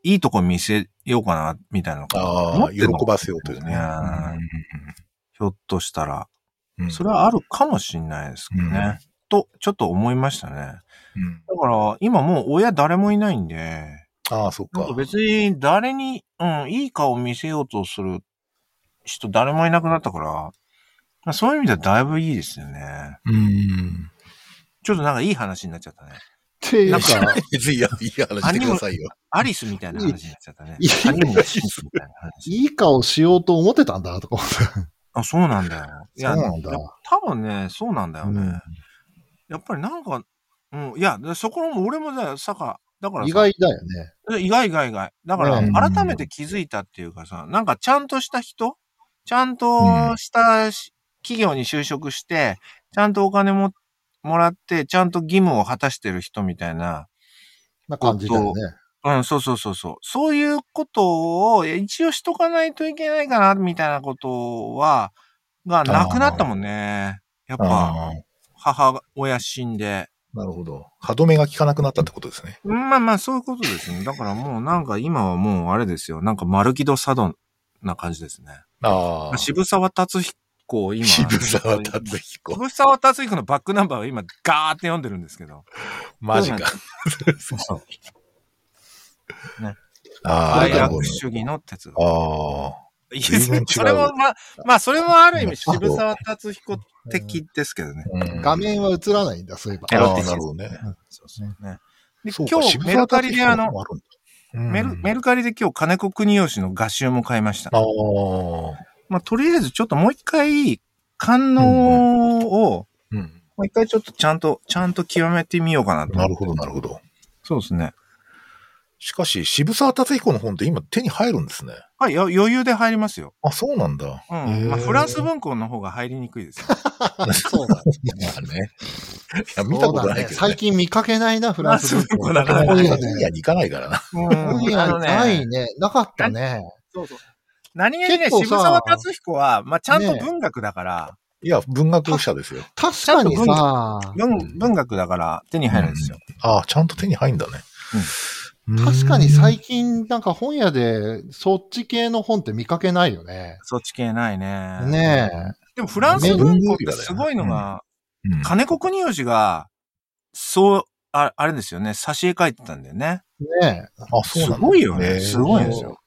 [SPEAKER 2] いいとこ見せようかな、みたいなのか。
[SPEAKER 1] あ
[SPEAKER 2] 持っ
[SPEAKER 1] あ、
[SPEAKER 2] てん
[SPEAKER 1] 喜
[SPEAKER 2] の
[SPEAKER 1] ばせようというね。
[SPEAKER 2] ひょっとしたら。
[SPEAKER 1] うん
[SPEAKER 2] それはあるかもしれないですけどね。
[SPEAKER 1] うん
[SPEAKER 2] と、ちょっと思いましたね。だ
[SPEAKER 1] うん
[SPEAKER 2] から、今もう親誰もいないんで、
[SPEAKER 1] ああ、そっ
[SPEAKER 2] なん
[SPEAKER 1] か
[SPEAKER 2] か。別に誰に、うん、いい顔見せようとする人誰もいなくなったから、まあそういう意味ではだいぶいいですよね。
[SPEAKER 1] うん。
[SPEAKER 2] ちょっとなんかいい話になっちゃったね。
[SPEAKER 3] っていう
[SPEAKER 2] なん
[SPEAKER 3] か、
[SPEAKER 1] 別にいや、いい話してくださいよ。
[SPEAKER 2] アリスみたいな話になっちゃったね。
[SPEAKER 3] いい
[SPEAKER 2] アニメのシンクみたいな話。
[SPEAKER 3] いい顔しようと思ってたんだなとか思って。
[SPEAKER 2] あ、そうなんだよ。い
[SPEAKER 3] そうなんだ
[SPEAKER 2] や多分ね、そうなんだよね。
[SPEAKER 3] うん
[SPEAKER 2] やっぱりなんか、うん、いや、そこも俺もね、さか、だからさ
[SPEAKER 3] 意外だよね。
[SPEAKER 2] 意外意外意外。だから
[SPEAKER 3] うん、
[SPEAKER 2] 改めて気づいたっていうかさ、なんかちゃんとした人ちゃんとしたし企業に就職して、ちゃんとお金ももらって、ちゃんと義務を果たしてる人みたいな。
[SPEAKER 3] な感じだよね。
[SPEAKER 2] うん、そうそうそうそう。そういうことを一応しとかないといけないかな、みたいなことは、がなくなったもんね。やっぱ、
[SPEAKER 1] ああ、
[SPEAKER 2] 母親死んで。
[SPEAKER 1] なるほど。歯止めが効かなくなったってことですね。
[SPEAKER 2] まあまあ、そういうことですね。だからもうなんか今はもうあれですよ。なんか丸木戸サドンな感じですね。
[SPEAKER 1] ああ。
[SPEAKER 2] 渋沢達彦を今。
[SPEAKER 1] 渋沢達彦。
[SPEAKER 2] 渋沢達彦のバックナンバーを今ガーって読んでるんですけど。
[SPEAKER 1] マジ
[SPEAKER 2] そ
[SPEAKER 1] か。
[SPEAKER 2] そうそう。
[SPEAKER 1] ああ、
[SPEAKER 2] 愛
[SPEAKER 1] なるほ
[SPEAKER 2] 楽
[SPEAKER 1] ど。
[SPEAKER 2] 主義の哲学。
[SPEAKER 1] ああ。
[SPEAKER 2] いいで
[SPEAKER 1] 随
[SPEAKER 2] す
[SPEAKER 1] 分違
[SPEAKER 2] ね
[SPEAKER 1] う。
[SPEAKER 2] それもまあ、まあそれもある意味
[SPEAKER 1] そう
[SPEAKER 2] 渋沢達彦的ですけどね。
[SPEAKER 1] うん
[SPEAKER 3] 画面は映らないんだ、そういえば。
[SPEAKER 2] エロ
[SPEAKER 1] あ
[SPEAKER 2] テ
[SPEAKER 1] あ、
[SPEAKER 2] ィシズ
[SPEAKER 1] な
[SPEAKER 2] ム
[SPEAKER 1] るほどね。
[SPEAKER 2] そうそうね。で、
[SPEAKER 1] そうか
[SPEAKER 2] 今日
[SPEAKER 1] 渋
[SPEAKER 2] メル
[SPEAKER 1] 沢
[SPEAKER 2] カ
[SPEAKER 1] 達
[SPEAKER 2] リ
[SPEAKER 1] 彦
[SPEAKER 2] であの、
[SPEAKER 1] もあるんだ
[SPEAKER 2] メルメルカリで今日金子国吉の画集も買いました。
[SPEAKER 1] ああ。
[SPEAKER 2] まあ、とりあえずちょっともう一回、観音を
[SPEAKER 1] うん。
[SPEAKER 2] もう一回ちょっとちゃんと、ちゃんと極めてみようかなと。
[SPEAKER 1] なるほど、なるほど。
[SPEAKER 2] そうですね。
[SPEAKER 1] しかし、渋沢達彦の本って今手に入るんですね。
[SPEAKER 2] はい、よ余裕で入りますよ。
[SPEAKER 1] あ、そうなんだ。
[SPEAKER 2] う
[SPEAKER 3] へー
[SPEAKER 2] ん。まあ、フランス文庫の方が入りにくいです。
[SPEAKER 3] そうなんですね。
[SPEAKER 1] まあね。いや、見たことないけど、
[SPEAKER 3] 最
[SPEAKER 1] ね。
[SPEAKER 3] 近見かけないな、フランス文庫。
[SPEAKER 2] フランス文庫だ
[SPEAKER 3] 本
[SPEAKER 1] 本
[SPEAKER 3] 屋
[SPEAKER 1] 屋
[SPEAKER 3] ね
[SPEAKER 1] 本屋に行かないからな。
[SPEAKER 2] うん
[SPEAKER 3] 本屋ないね。なかったね。
[SPEAKER 2] 何気にね、
[SPEAKER 3] 結構さ
[SPEAKER 2] 渋沢達彦は、まあ、ちゃんと
[SPEAKER 3] ねえ
[SPEAKER 2] 文学だから、
[SPEAKER 1] いや、文学者ですよ。
[SPEAKER 3] 確かにさ、
[SPEAKER 2] 文文学だから手に入るんですよ。
[SPEAKER 1] ああ、ちゃんと手に入るんだね。うん
[SPEAKER 3] 確かに最近なんか本屋でそっち系の本って見かけないよね。
[SPEAKER 2] そっち系ないね。
[SPEAKER 3] ね
[SPEAKER 2] でもフランス文庫ってすごいのが、
[SPEAKER 1] うん
[SPEAKER 2] 金子国義が、そう、ああれですよね、挿絵描いてたんだよね。
[SPEAKER 3] え。ね
[SPEAKER 1] あ、そうなん
[SPEAKER 2] す
[SPEAKER 1] だ
[SPEAKER 2] ごいよね。
[SPEAKER 1] へー
[SPEAKER 2] すごいんですよ。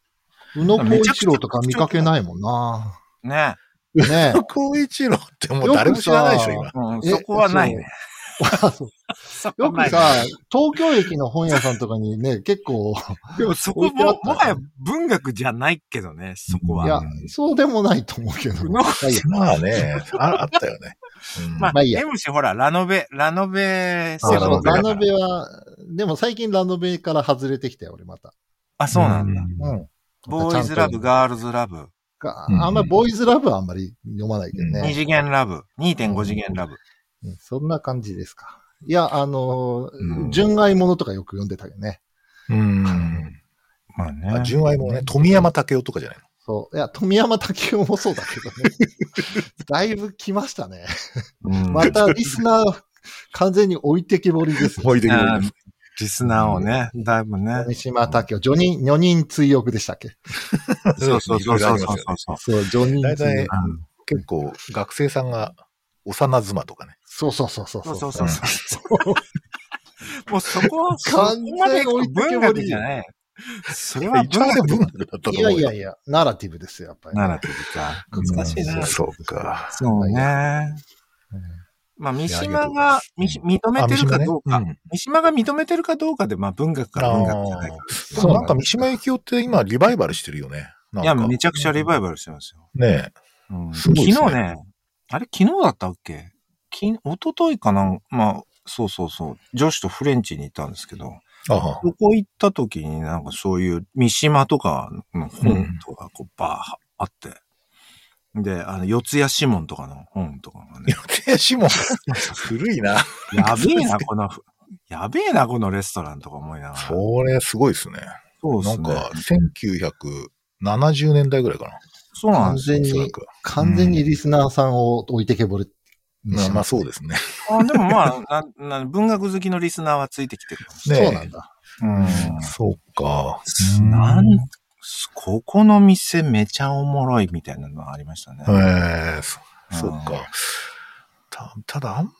[SPEAKER 3] え。宇野幸一郎とか見かけないもんな。
[SPEAKER 2] ね。
[SPEAKER 3] ねえ。
[SPEAKER 1] 光一郎ってもう誰も知らないでしょ、
[SPEAKER 3] よく
[SPEAKER 1] 今。
[SPEAKER 2] うん、
[SPEAKER 3] え
[SPEAKER 2] そこはないね。そこ
[SPEAKER 3] よ
[SPEAKER 2] はな
[SPEAKER 3] く
[SPEAKER 2] い
[SPEAKER 3] さ、東京駅の本屋さんとかにね、結構、
[SPEAKER 2] でもそ
[SPEAKER 3] 置
[SPEAKER 2] こ
[SPEAKER 3] いてあっ
[SPEAKER 2] も、
[SPEAKER 3] た
[SPEAKER 2] もはや文学じゃないけどね、そこ
[SPEAKER 1] うん
[SPEAKER 3] い
[SPEAKER 2] は。
[SPEAKER 3] や、そうでもないと思うけど。
[SPEAKER 2] 宇
[SPEAKER 3] ま
[SPEAKER 2] 野
[SPEAKER 3] あいいや
[SPEAKER 1] まあね、ああったよね。うん
[SPEAKER 2] まあ、
[SPEAKER 3] まあいいや
[SPEAKER 2] M 氏ほら、ラノベ、ラノベ
[SPEAKER 1] あ
[SPEAKER 2] 専
[SPEAKER 1] ラノ
[SPEAKER 3] そ
[SPEAKER 2] 門
[SPEAKER 3] う
[SPEAKER 1] ベ
[SPEAKER 2] だ
[SPEAKER 3] ラ
[SPEAKER 2] から
[SPEAKER 3] ノベは、でも最近ラノベから外れてきたよ、俺また。
[SPEAKER 2] あ、そうなんだ。
[SPEAKER 1] う
[SPEAKER 3] うん。
[SPEAKER 2] ボーイズラブ、ガールズラブ、
[SPEAKER 3] が
[SPEAKER 1] うん
[SPEAKER 3] あんまりボーイズラブはあんまり読まないけど
[SPEAKER 2] 2
[SPEAKER 3] ね。
[SPEAKER 2] 次元ラブ、2.5次元ラブ。
[SPEAKER 3] うんそんな感じですか。いや、あのー
[SPEAKER 1] うん
[SPEAKER 3] 純愛ものとかよく読んでたよね。
[SPEAKER 1] うん。
[SPEAKER 2] まあ
[SPEAKER 1] あ
[SPEAKER 2] ね。
[SPEAKER 1] 純愛もね、富山武雄とかじゃないの
[SPEAKER 3] そう。いや、富山滝雄もそうだけど ね。だいぶ来ましたね。
[SPEAKER 2] うん
[SPEAKER 3] またリスナー、完全に置いてきぼりですよ。
[SPEAKER 1] 思い出に
[SPEAKER 2] あーリスナーをね、だいぶね。
[SPEAKER 3] 三島滝雄、ジョニー、女人追憶でしたっけ
[SPEAKER 2] そうそうそ
[SPEAKER 1] いろい
[SPEAKER 2] うそう
[SPEAKER 1] ろあり
[SPEAKER 2] そ
[SPEAKER 1] ま
[SPEAKER 2] う
[SPEAKER 1] すよね
[SPEAKER 2] そう。
[SPEAKER 3] そう、ジョニー
[SPEAKER 1] 大
[SPEAKER 3] 追
[SPEAKER 1] 体
[SPEAKER 3] 憶。
[SPEAKER 1] 結構学生さんが幼妻とかね。
[SPEAKER 3] そうそうそうそう。
[SPEAKER 2] そうそう
[SPEAKER 1] そ
[SPEAKER 2] そうう
[SPEAKER 1] そ
[SPEAKER 2] もうそこは、そこ
[SPEAKER 3] 完
[SPEAKER 2] まで
[SPEAKER 3] 全に置いてけぼり
[SPEAKER 2] 文学じゃない。それは
[SPEAKER 1] 一
[SPEAKER 2] 文
[SPEAKER 1] 番
[SPEAKER 2] 学
[SPEAKER 1] 文学だったと
[SPEAKER 3] い
[SPEAKER 1] 思
[SPEAKER 3] や
[SPEAKER 1] うよ。
[SPEAKER 3] いやいや、ナラティブですよ、やっぱり。
[SPEAKER 2] ならというか。難しいな。
[SPEAKER 1] そうか。
[SPEAKER 2] そうね。
[SPEAKER 3] うん
[SPEAKER 2] まあ、三
[SPEAKER 1] いやあ
[SPEAKER 2] 島
[SPEAKER 1] りが
[SPEAKER 2] がみ認めてるかどう
[SPEAKER 1] あ
[SPEAKER 2] か
[SPEAKER 1] 三島ね。
[SPEAKER 2] 三島が認めてるかどうかで、まあ、文学から文学じゃないか。
[SPEAKER 1] うんでもなんか三島由紀夫って今リバイバルしてるよね。なん
[SPEAKER 2] いや、
[SPEAKER 1] か
[SPEAKER 2] めちゃくちゃリバイバルしてますよ。
[SPEAKER 1] ねえ
[SPEAKER 2] うん
[SPEAKER 1] すご
[SPEAKER 2] 昨
[SPEAKER 1] いですね
[SPEAKER 2] 日ね、あれ昨日だったっけき一昨日かなまあ、そうそうそう。女子とフレンチに行ったんですけど、
[SPEAKER 1] あは
[SPEAKER 2] ここ行った時になんかそういう三島とかの本とかこうバーあって、で、あの、四谷指紋とかの本とかがね、
[SPEAKER 1] 予定しも 古いな。
[SPEAKER 2] やべえな、この、やべえな、このレストランとか思いながら。そう
[SPEAKER 1] それすごいですね。
[SPEAKER 2] で
[SPEAKER 1] な
[SPEAKER 2] す
[SPEAKER 1] ん
[SPEAKER 2] ね。
[SPEAKER 1] か1970年代ぐらいかな。
[SPEAKER 2] そうなん
[SPEAKER 3] 完
[SPEAKER 2] です
[SPEAKER 3] 全
[SPEAKER 1] おそら
[SPEAKER 3] に、
[SPEAKER 1] く。
[SPEAKER 3] 完全にリスナーさんを置いてけぼりに
[SPEAKER 1] まあ
[SPEAKER 3] し
[SPEAKER 1] まあ
[SPEAKER 3] ます。
[SPEAKER 1] そうですね。
[SPEAKER 2] あでもまあなな、文学好きのリスナーはついてきてるかもしれ
[SPEAKER 1] ね
[SPEAKER 3] そうなんだ。
[SPEAKER 2] ない。うん
[SPEAKER 1] そうか。
[SPEAKER 2] なん、ここの店めちゃおもろいみたいなのがありましたね。
[SPEAKER 1] ええそそうか。た、ただあんまりなん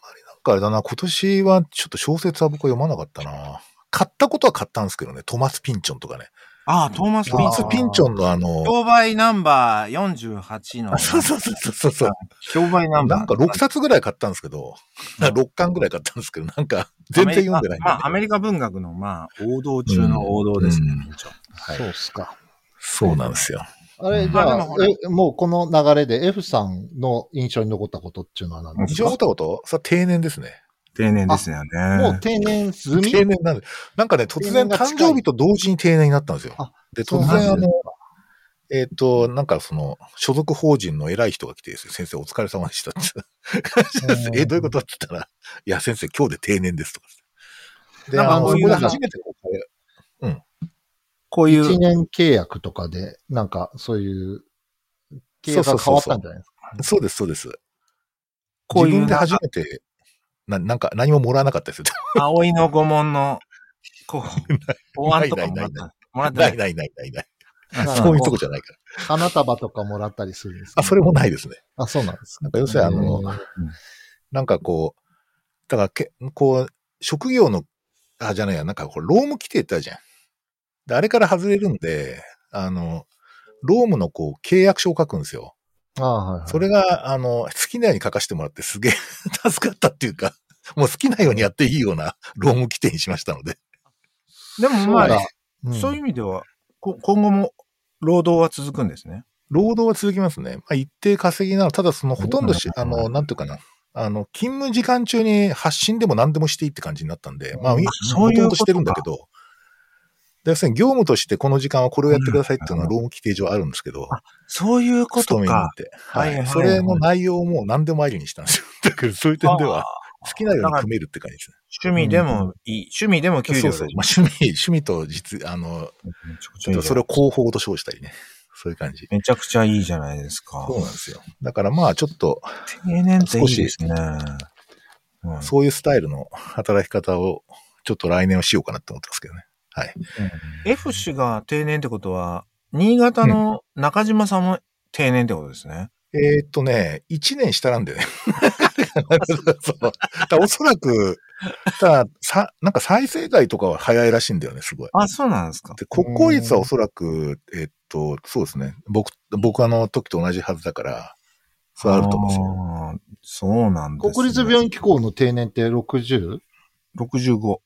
[SPEAKER 1] かあれだな、今年はちょっと小説は僕は読まなかったな。買ったことは買ったんですけどね、トマス・ピンチョンとかね。
[SPEAKER 2] ああ、トーマス・
[SPEAKER 1] ト
[SPEAKER 2] ピン
[SPEAKER 1] マ
[SPEAKER 2] チ
[SPEAKER 1] ス
[SPEAKER 2] ョ・ン。
[SPEAKER 1] ピンチョンのあの、
[SPEAKER 2] 競売ナンバー48の
[SPEAKER 1] あ、そうそうそうそうそう。
[SPEAKER 2] 競売ナンバー。
[SPEAKER 1] なんか6冊ぐらい買ったんですけど、6巻ぐらい買ったんですけど、なんか全然読んでないんだよね、
[SPEAKER 2] まあ、アメリカ文学の、まあ、王道中の王道ですね、
[SPEAKER 1] うん
[SPEAKER 2] ピンチョン。
[SPEAKER 3] そうっすか。
[SPEAKER 1] そうなんですよ。
[SPEAKER 3] あれ、
[SPEAKER 2] うん
[SPEAKER 3] じ
[SPEAKER 2] ま
[SPEAKER 3] ゃ
[SPEAKER 2] あで
[SPEAKER 3] あ
[SPEAKER 2] もほら、
[SPEAKER 3] えもうこの流れで F さんの印象に残ったことっていうのは何です
[SPEAKER 1] 一応
[SPEAKER 3] か
[SPEAKER 1] 思ったことさ、定年ですね。
[SPEAKER 2] 定年ですよ
[SPEAKER 3] もう
[SPEAKER 2] ね。
[SPEAKER 3] 定年済み
[SPEAKER 1] 定年なんで、なんかね、突然
[SPEAKER 3] 定年が
[SPEAKER 1] 誕
[SPEAKER 3] 近い
[SPEAKER 1] 生日と同時に定年になったんですよ
[SPEAKER 3] あ。
[SPEAKER 1] で、
[SPEAKER 3] そう
[SPEAKER 1] 突
[SPEAKER 3] なんです
[SPEAKER 1] 然
[SPEAKER 3] ね
[SPEAKER 1] あの、えっ、と、なんかその、所属法人の偉い人が来てですね、先生お疲れ様でしたって。 え、どういうことって言ったら、いや、先生今日で定年ですとかって。で、
[SPEAKER 2] なんか
[SPEAKER 1] あの、
[SPEAKER 2] こ
[SPEAKER 1] そう
[SPEAKER 2] い
[SPEAKER 1] こ
[SPEAKER 2] う
[SPEAKER 1] で
[SPEAKER 2] なんか
[SPEAKER 1] 初めてこう
[SPEAKER 2] こうい
[SPEAKER 3] 一
[SPEAKER 2] う、
[SPEAKER 3] 年契約とかで、なんかそういう契約が変わったんじゃないですか。
[SPEAKER 1] そうです、そうです。
[SPEAKER 2] こうい
[SPEAKER 1] 自
[SPEAKER 2] う
[SPEAKER 1] 分で
[SPEAKER 2] なん
[SPEAKER 1] 初
[SPEAKER 2] か、
[SPEAKER 1] めて、ななんか何ももらわなかったです よ。
[SPEAKER 2] 葵の御門の、こう、お椀とかもらった。もらってな
[SPEAKER 1] ないいないないないない。
[SPEAKER 3] なんか
[SPEAKER 1] そういうとこじゃないから。
[SPEAKER 3] 花束とかもらったりするんですか
[SPEAKER 1] あ、それもないですね。
[SPEAKER 3] あ、そうなんですか。
[SPEAKER 1] なんか要するにあの、
[SPEAKER 3] うん
[SPEAKER 1] なんかこう、だからけ、こう、職業の、あ、じゃないや、なんかこれ、労務規定ってあるじゃん。で、あれから外れるんで、あの、労務のこう、契約書を書くんですよ。
[SPEAKER 3] あはいはい。
[SPEAKER 1] それが、あの、好きなように書かせてもらってすげえ 助かったっていうか、もう好きなようにやっていいような労務規定にしましたので。
[SPEAKER 2] でもま
[SPEAKER 3] そうだ
[SPEAKER 2] あ、そういう意味では、こ今後も労働は続くんですね。
[SPEAKER 1] 労働は続きますね。まあ、一定稼ぎなの、ただそのほとんどし、
[SPEAKER 2] う
[SPEAKER 1] あ
[SPEAKER 2] ん
[SPEAKER 1] の、なんていうかな、あの、勤務時間中に発信でも何でもしていいって感じになったんで、まあ、
[SPEAKER 3] あ
[SPEAKER 2] そういう
[SPEAKER 1] もとも
[SPEAKER 2] ことか
[SPEAKER 1] としてるんだけど、で要するに業務としてこの時間はこれをやってくださいっていうのは労務規定上あるんですけど、
[SPEAKER 2] そういうこと
[SPEAKER 1] 勤めにな
[SPEAKER 2] か
[SPEAKER 1] っ。て。
[SPEAKER 2] はいはいはい
[SPEAKER 1] それの内容をもう何でもありにしたんですよ。 だからそういう点では、好きなように組めるって感じですね。
[SPEAKER 2] 趣味でもいい。趣味でも給料
[SPEAKER 1] そう
[SPEAKER 2] が
[SPEAKER 1] そう。
[SPEAKER 2] め
[SPEAKER 1] まあ、趣味、趣味と実、あの、
[SPEAKER 2] ちゃく
[SPEAKER 1] ち
[SPEAKER 2] ち
[SPEAKER 1] ょ
[SPEAKER 2] ゃ
[SPEAKER 1] っ
[SPEAKER 2] いい
[SPEAKER 1] と
[SPEAKER 2] じゃ
[SPEAKER 1] そ
[SPEAKER 2] な
[SPEAKER 1] れ
[SPEAKER 2] い
[SPEAKER 1] を広報と称したりね。そういう感じ。
[SPEAKER 2] めちゃくちゃいいじゃないですか
[SPEAKER 1] そ。うなんですよ。だからまあちょっと、
[SPEAKER 2] 定年っていいですね。うん
[SPEAKER 1] そういうスタイルの働き方を、ちょっと来年はしようかなって思ってますけどね。はい。
[SPEAKER 2] F 氏が定年ってことは、新潟の中島さんも定年ってことですね。
[SPEAKER 1] えーっとね、1年下なんだよね。 そうだからおそらく、たださ、なんか再生回とかは早いらしいんだよね、すごい。
[SPEAKER 2] あ、そうなんですか。
[SPEAKER 1] で、国公立はおそらく、えっと、そうですね。僕、僕あの時と同じはずだから、そうあると思うんですよ。
[SPEAKER 2] あーそうなんです、ね。
[SPEAKER 3] 国立病院機構の定年って 60?65
[SPEAKER 2] 65。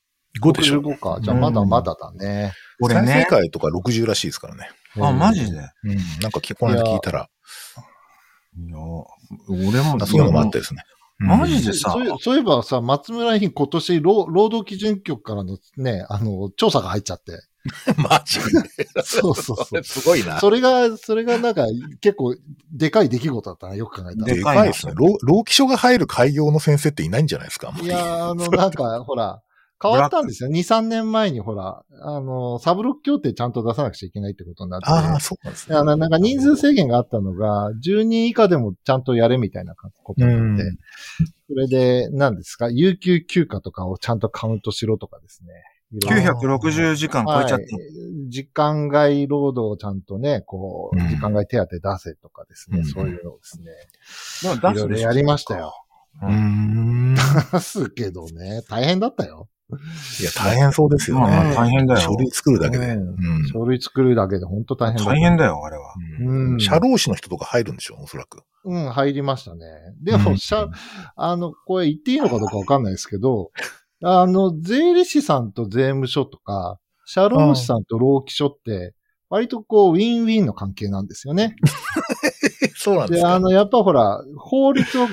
[SPEAKER 1] 5でしょ。
[SPEAKER 3] か。じゃあまだまだだね。
[SPEAKER 2] 俺
[SPEAKER 1] 再生
[SPEAKER 2] ね。
[SPEAKER 1] 回とか60らしいですからね。
[SPEAKER 2] あ、マジで。い
[SPEAKER 1] うん。なんかき、この間聞いたら、
[SPEAKER 2] や、俺も
[SPEAKER 1] そういうのもあったですね。うん
[SPEAKER 2] マジでさ
[SPEAKER 3] そういえそういえばさ、松村委員今年労、労働基準局からのね、あの、調査が入っちゃって。
[SPEAKER 1] マジで。
[SPEAKER 3] そうそうそう
[SPEAKER 1] すごいな。
[SPEAKER 3] それが、それがなんか、結構、でかい出来事だったな、よく考えたら。
[SPEAKER 1] でかいですね。老老基礎が入る開業の先生っていないんじゃないですか。
[SPEAKER 3] いやー、あの、なんか、ほら、変わったんですよ。2、3年前にほら、あの、サブロック協定ちゃんと出さなくちゃいけないってことになっ て。
[SPEAKER 1] ああ、そうなんですね。
[SPEAKER 3] あのなんか人数制限があったのが、10人以下でもちゃんとやれみたいなことになって、
[SPEAKER 1] うん
[SPEAKER 3] それで、何ですか、有給休暇とかをちゃんとカウントしろとかですね。いろいろ
[SPEAKER 2] 960時間超えちゃっ
[SPEAKER 3] はい時間外労働をちゃんとね、こ
[SPEAKER 1] う
[SPEAKER 3] う、
[SPEAKER 1] ん
[SPEAKER 3] 時間外手当出せとかですね、
[SPEAKER 1] うん
[SPEAKER 3] そういうのをですね、
[SPEAKER 2] た。でも出
[SPEAKER 3] いろ
[SPEAKER 2] す
[SPEAKER 3] い
[SPEAKER 2] で
[SPEAKER 3] ろ
[SPEAKER 2] しょ
[SPEAKER 3] やりましたよ。
[SPEAKER 1] うーん。
[SPEAKER 3] 出すけどね、大変だったよ。
[SPEAKER 1] いや、大変そうですよ
[SPEAKER 2] まあまあ
[SPEAKER 1] ね。
[SPEAKER 2] 大変だ
[SPEAKER 1] 書
[SPEAKER 2] よ。
[SPEAKER 1] 類作るだけで。
[SPEAKER 3] うん
[SPEAKER 1] うん
[SPEAKER 3] 書類作るだけで本当大変だった
[SPEAKER 2] 大変だよ、あれは。
[SPEAKER 3] うん
[SPEAKER 1] 社労士の人とか入るんでしょ、おそらく。
[SPEAKER 3] うん、入りましたね。でも、しゃ、あの、これ言っていいのかどうかわかんないですけど、 あの、税理士さんと税務署とか、社労士さんと労基署って、割とこう、ウィンウィンの関係なんですよね。
[SPEAKER 1] そうなんです
[SPEAKER 3] で、
[SPEAKER 1] か。
[SPEAKER 3] あの、やっぱほら、法律を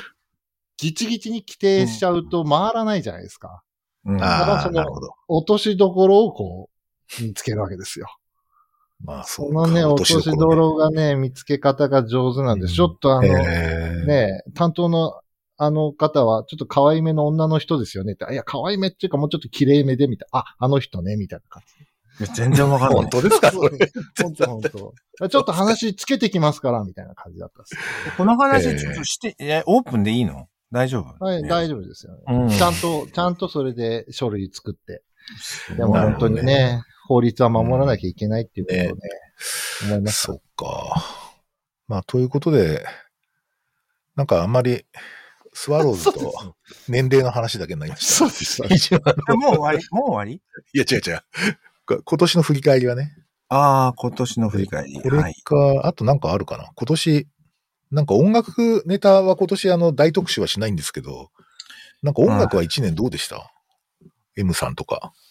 [SPEAKER 3] ギチギチに規定しちゃうと回らないじゃないですか。
[SPEAKER 2] うん
[SPEAKER 3] だ
[SPEAKER 1] あ
[SPEAKER 3] か
[SPEAKER 1] あ、
[SPEAKER 3] らその
[SPEAKER 1] なるほど。
[SPEAKER 3] 落としどころをこう、見つけるわけですよ。
[SPEAKER 1] まあ、そ
[SPEAKER 3] そうの
[SPEAKER 1] か
[SPEAKER 3] ね、落としどこ
[SPEAKER 1] ね
[SPEAKER 3] ろがね、見つけ方が上手なんで、
[SPEAKER 1] うん
[SPEAKER 3] ちょっとあの、
[SPEAKER 1] へー
[SPEAKER 3] ねえ、担当のあの方は、ちょっと可愛めの女の人ですよねって。あいや、可愛めっていうか、もうちょっと綺麗めで、みたいな。あ、あの人ね、みたいな感じ。
[SPEAKER 2] いや全然わかんない
[SPEAKER 1] 本。当ですか、それ。
[SPEAKER 3] 本当本当。ちょっと話つけてきますから、みたいな感じだったんですよ。
[SPEAKER 2] この話ちょっとして、えオープンでいいの大丈夫
[SPEAKER 3] はい、大
[SPEAKER 2] 丈
[SPEAKER 3] 丈夫ですよね。
[SPEAKER 2] 夫。うん。
[SPEAKER 3] ちゃんと、ちゃんとそれで書類作って。でも
[SPEAKER 1] なる
[SPEAKER 3] 本
[SPEAKER 1] ほ
[SPEAKER 3] 当
[SPEAKER 1] ど
[SPEAKER 3] に
[SPEAKER 1] ね
[SPEAKER 3] ね、法律は守らなきゃいけないっていうことをね、
[SPEAKER 1] ね
[SPEAKER 3] 思いました。
[SPEAKER 1] そっか。まあ、ということで、なんかあんまり、スワロー ズと年齢の話だけになりました。
[SPEAKER 3] です
[SPEAKER 1] 一応あの
[SPEAKER 2] えもう終わりもう終わり
[SPEAKER 1] いや、違う違う。こ今年の振り返りはね、
[SPEAKER 2] ああ、今年の振り返り。
[SPEAKER 1] これ
[SPEAKER 2] はい。
[SPEAKER 1] か、あとなんかあるかな。今年、なんか音楽ネタは今年あの大特集はしないんですけど、なんか音楽は1年どうでした、?M さんとか。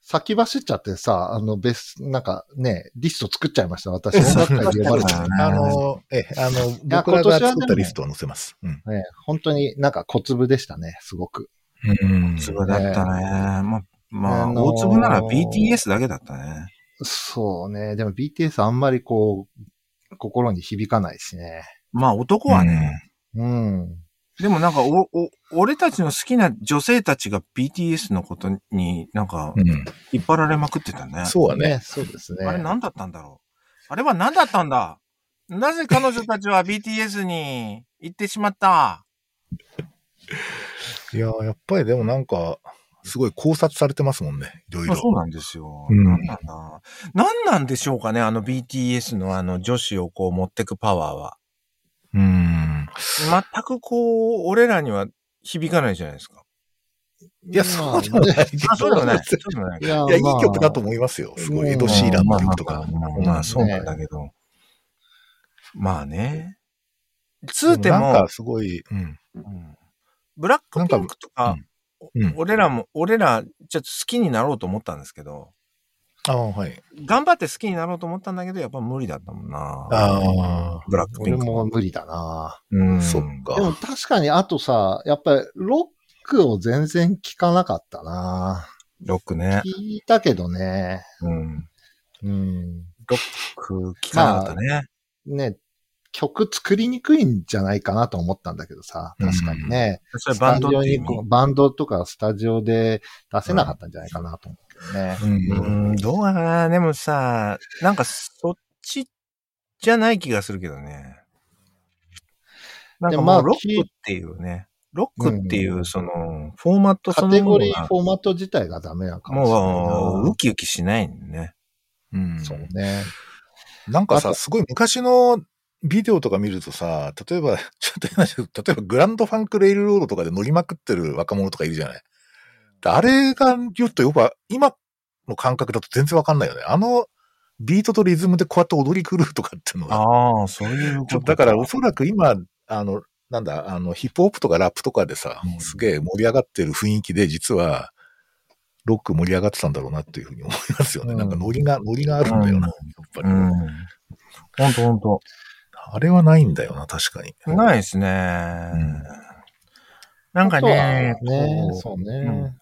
[SPEAKER 3] 先走っちゃってさ、あの、別、なんかね、リスト作っちゃいました。私、
[SPEAKER 1] え
[SPEAKER 3] 音楽会で呼ばれちゃ
[SPEAKER 2] そ
[SPEAKER 3] った
[SPEAKER 2] う。
[SPEAKER 1] あの、え、あの、
[SPEAKER 3] や
[SPEAKER 1] 僕らが作
[SPEAKER 3] 今年は
[SPEAKER 1] っ
[SPEAKER 3] で
[SPEAKER 1] た
[SPEAKER 3] も
[SPEAKER 1] リストは載せます。うん。
[SPEAKER 3] ね、本当になんか小粒でしたね、すごく。
[SPEAKER 1] うん
[SPEAKER 2] 粒だったね。まあ、ま
[SPEAKER 3] あ
[SPEAKER 2] あ、
[SPEAKER 3] のー
[SPEAKER 2] 大粒なら BTS だけだったね。
[SPEAKER 3] そうね。でも BTS あんまりこう、心に響かないしね。
[SPEAKER 2] まあ、男はね。
[SPEAKER 3] うん。
[SPEAKER 2] でもなんかお、お、俺たちの好きな女性たちが BTS のことになんか
[SPEAKER 1] うん。うん
[SPEAKER 2] 引っ張られまくってたね。
[SPEAKER 1] そうだね。
[SPEAKER 3] そうですね。
[SPEAKER 2] あれ何だったんだろうあれは何だったんだなぜ彼女たちは BTS に行ってしまった
[SPEAKER 1] いやー、やっぱりでもなんか、すごい考察されてますもんね。いろいろ。
[SPEAKER 2] そうなんですよ。
[SPEAKER 1] うん
[SPEAKER 2] 何なんだ何なんでしょうかねあの BTS のあの女子をこう持ってくパワーは。
[SPEAKER 1] うん。
[SPEAKER 2] 全くこう、俺らには響かないじゃないですか。
[SPEAKER 1] いや、そうでもないけど。
[SPEAKER 2] あ、そうでもない。そ
[SPEAKER 1] いう
[SPEAKER 2] でもない。
[SPEAKER 3] や
[SPEAKER 1] や、いい曲だと思いますよ。すごい。エド・シーランの曲と
[SPEAKER 2] ま
[SPEAKER 1] か
[SPEAKER 2] あ。まあまあまあまあ、そうなんだけど。まあね。つうて
[SPEAKER 1] なん
[SPEAKER 2] も
[SPEAKER 1] か、すごい、うん。
[SPEAKER 2] うんブラックピンクと
[SPEAKER 1] う
[SPEAKER 2] か、
[SPEAKER 1] んうん
[SPEAKER 2] 俺らも、俺ら、ちょっと好きになろうと思ったんですけど、
[SPEAKER 1] ああ、はい。
[SPEAKER 2] 頑張って好きになろうと思ったんだけど、やっぱ無理だったもんな。
[SPEAKER 1] ああ、
[SPEAKER 2] ブラックピ
[SPEAKER 3] 俺
[SPEAKER 2] ンク。
[SPEAKER 3] も無理だな
[SPEAKER 2] うん。
[SPEAKER 1] そっか
[SPEAKER 3] で。も確かに、あとさ、やっぱりロックを全然聞かなかったな
[SPEAKER 2] ロックね。
[SPEAKER 3] 聞いたけどね。
[SPEAKER 2] うん。
[SPEAKER 3] うん。
[SPEAKER 2] 空気感だったね。
[SPEAKER 3] ね、曲作りにくいんじゃないかなと思ったんだけどさ、確かにね。
[SPEAKER 2] それ
[SPEAKER 3] ス
[SPEAKER 2] バ
[SPEAKER 3] タ
[SPEAKER 2] ン
[SPEAKER 3] ジ
[SPEAKER 2] ドっ
[SPEAKER 3] オ
[SPEAKER 2] ていう
[SPEAKER 3] にこ
[SPEAKER 2] の
[SPEAKER 3] うバンドとかスタジオで出せなかったんじゃないかなと思うけどね。
[SPEAKER 1] うん
[SPEAKER 2] う
[SPEAKER 1] うん
[SPEAKER 2] ん、どうかなでもさ、なんかそっちじゃない気がするけどね。なんか
[SPEAKER 3] でま
[SPEAKER 2] も
[SPEAKER 3] あ
[SPEAKER 2] うロックっていうね。ロックっていうう、
[SPEAKER 3] ん
[SPEAKER 2] その、フォーマットそ
[SPEAKER 3] カ
[SPEAKER 2] の
[SPEAKER 3] テゴ
[SPEAKER 2] もの
[SPEAKER 3] リー、
[SPEAKER 2] が、
[SPEAKER 3] フォーマット自体がダメなかもしれないな。
[SPEAKER 2] もう、ウキウキしないんね。
[SPEAKER 1] うん
[SPEAKER 3] そうね。
[SPEAKER 1] なんか
[SPEAKER 3] あ
[SPEAKER 1] さ、
[SPEAKER 3] と
[SPEAKER 1] すごい昔のビデオとか見るとさ、例えば、 ちょっと変な話だけど例えばグランドファンクレイルロードとかで乗りまくってる若者とかいるじゃない。あれが言うとよく、今の感覚だと全然わかんないよね。あのビートとリズムでこうやって踊り狂うとかっていうのは。
[SPEAKER 2] ああ、そういうこ
[SPEAKER 1] ちょ
[SPEAKER 2] と。
[SPEAKER 1] っとだからおそらく今、あの、なんだ、あの、ヒップホップとかラップとかでさ、
[SPEAKER 2] うん
[SPEAKER 1] すげえ盛り上がってる雰囲気で、実は、ロック盛り上がってたんだろうなっていうふうに思いますよね。
[SPEAKER 3] うん
[SPEAKER 1] なんかノリが、ノリがあるんだよな、
[SPEAKER 2] うん
[SPEAKER 1] やっぱ
[SPEAKER 2] う
[SPEAKER 1] り。
[SPEAKER 2] ん。ほんとほんと。
[SPEAKER 1] あれはないんだよな、確かに。
[SPEAKER 2] ないですね。なんかね
[SPEAKER 3] あ、とはね
[SPEAKER 2] こう
[SPEAKER 3] そう
[SPEAKER 2] うん
[SPEAKER 3] ね。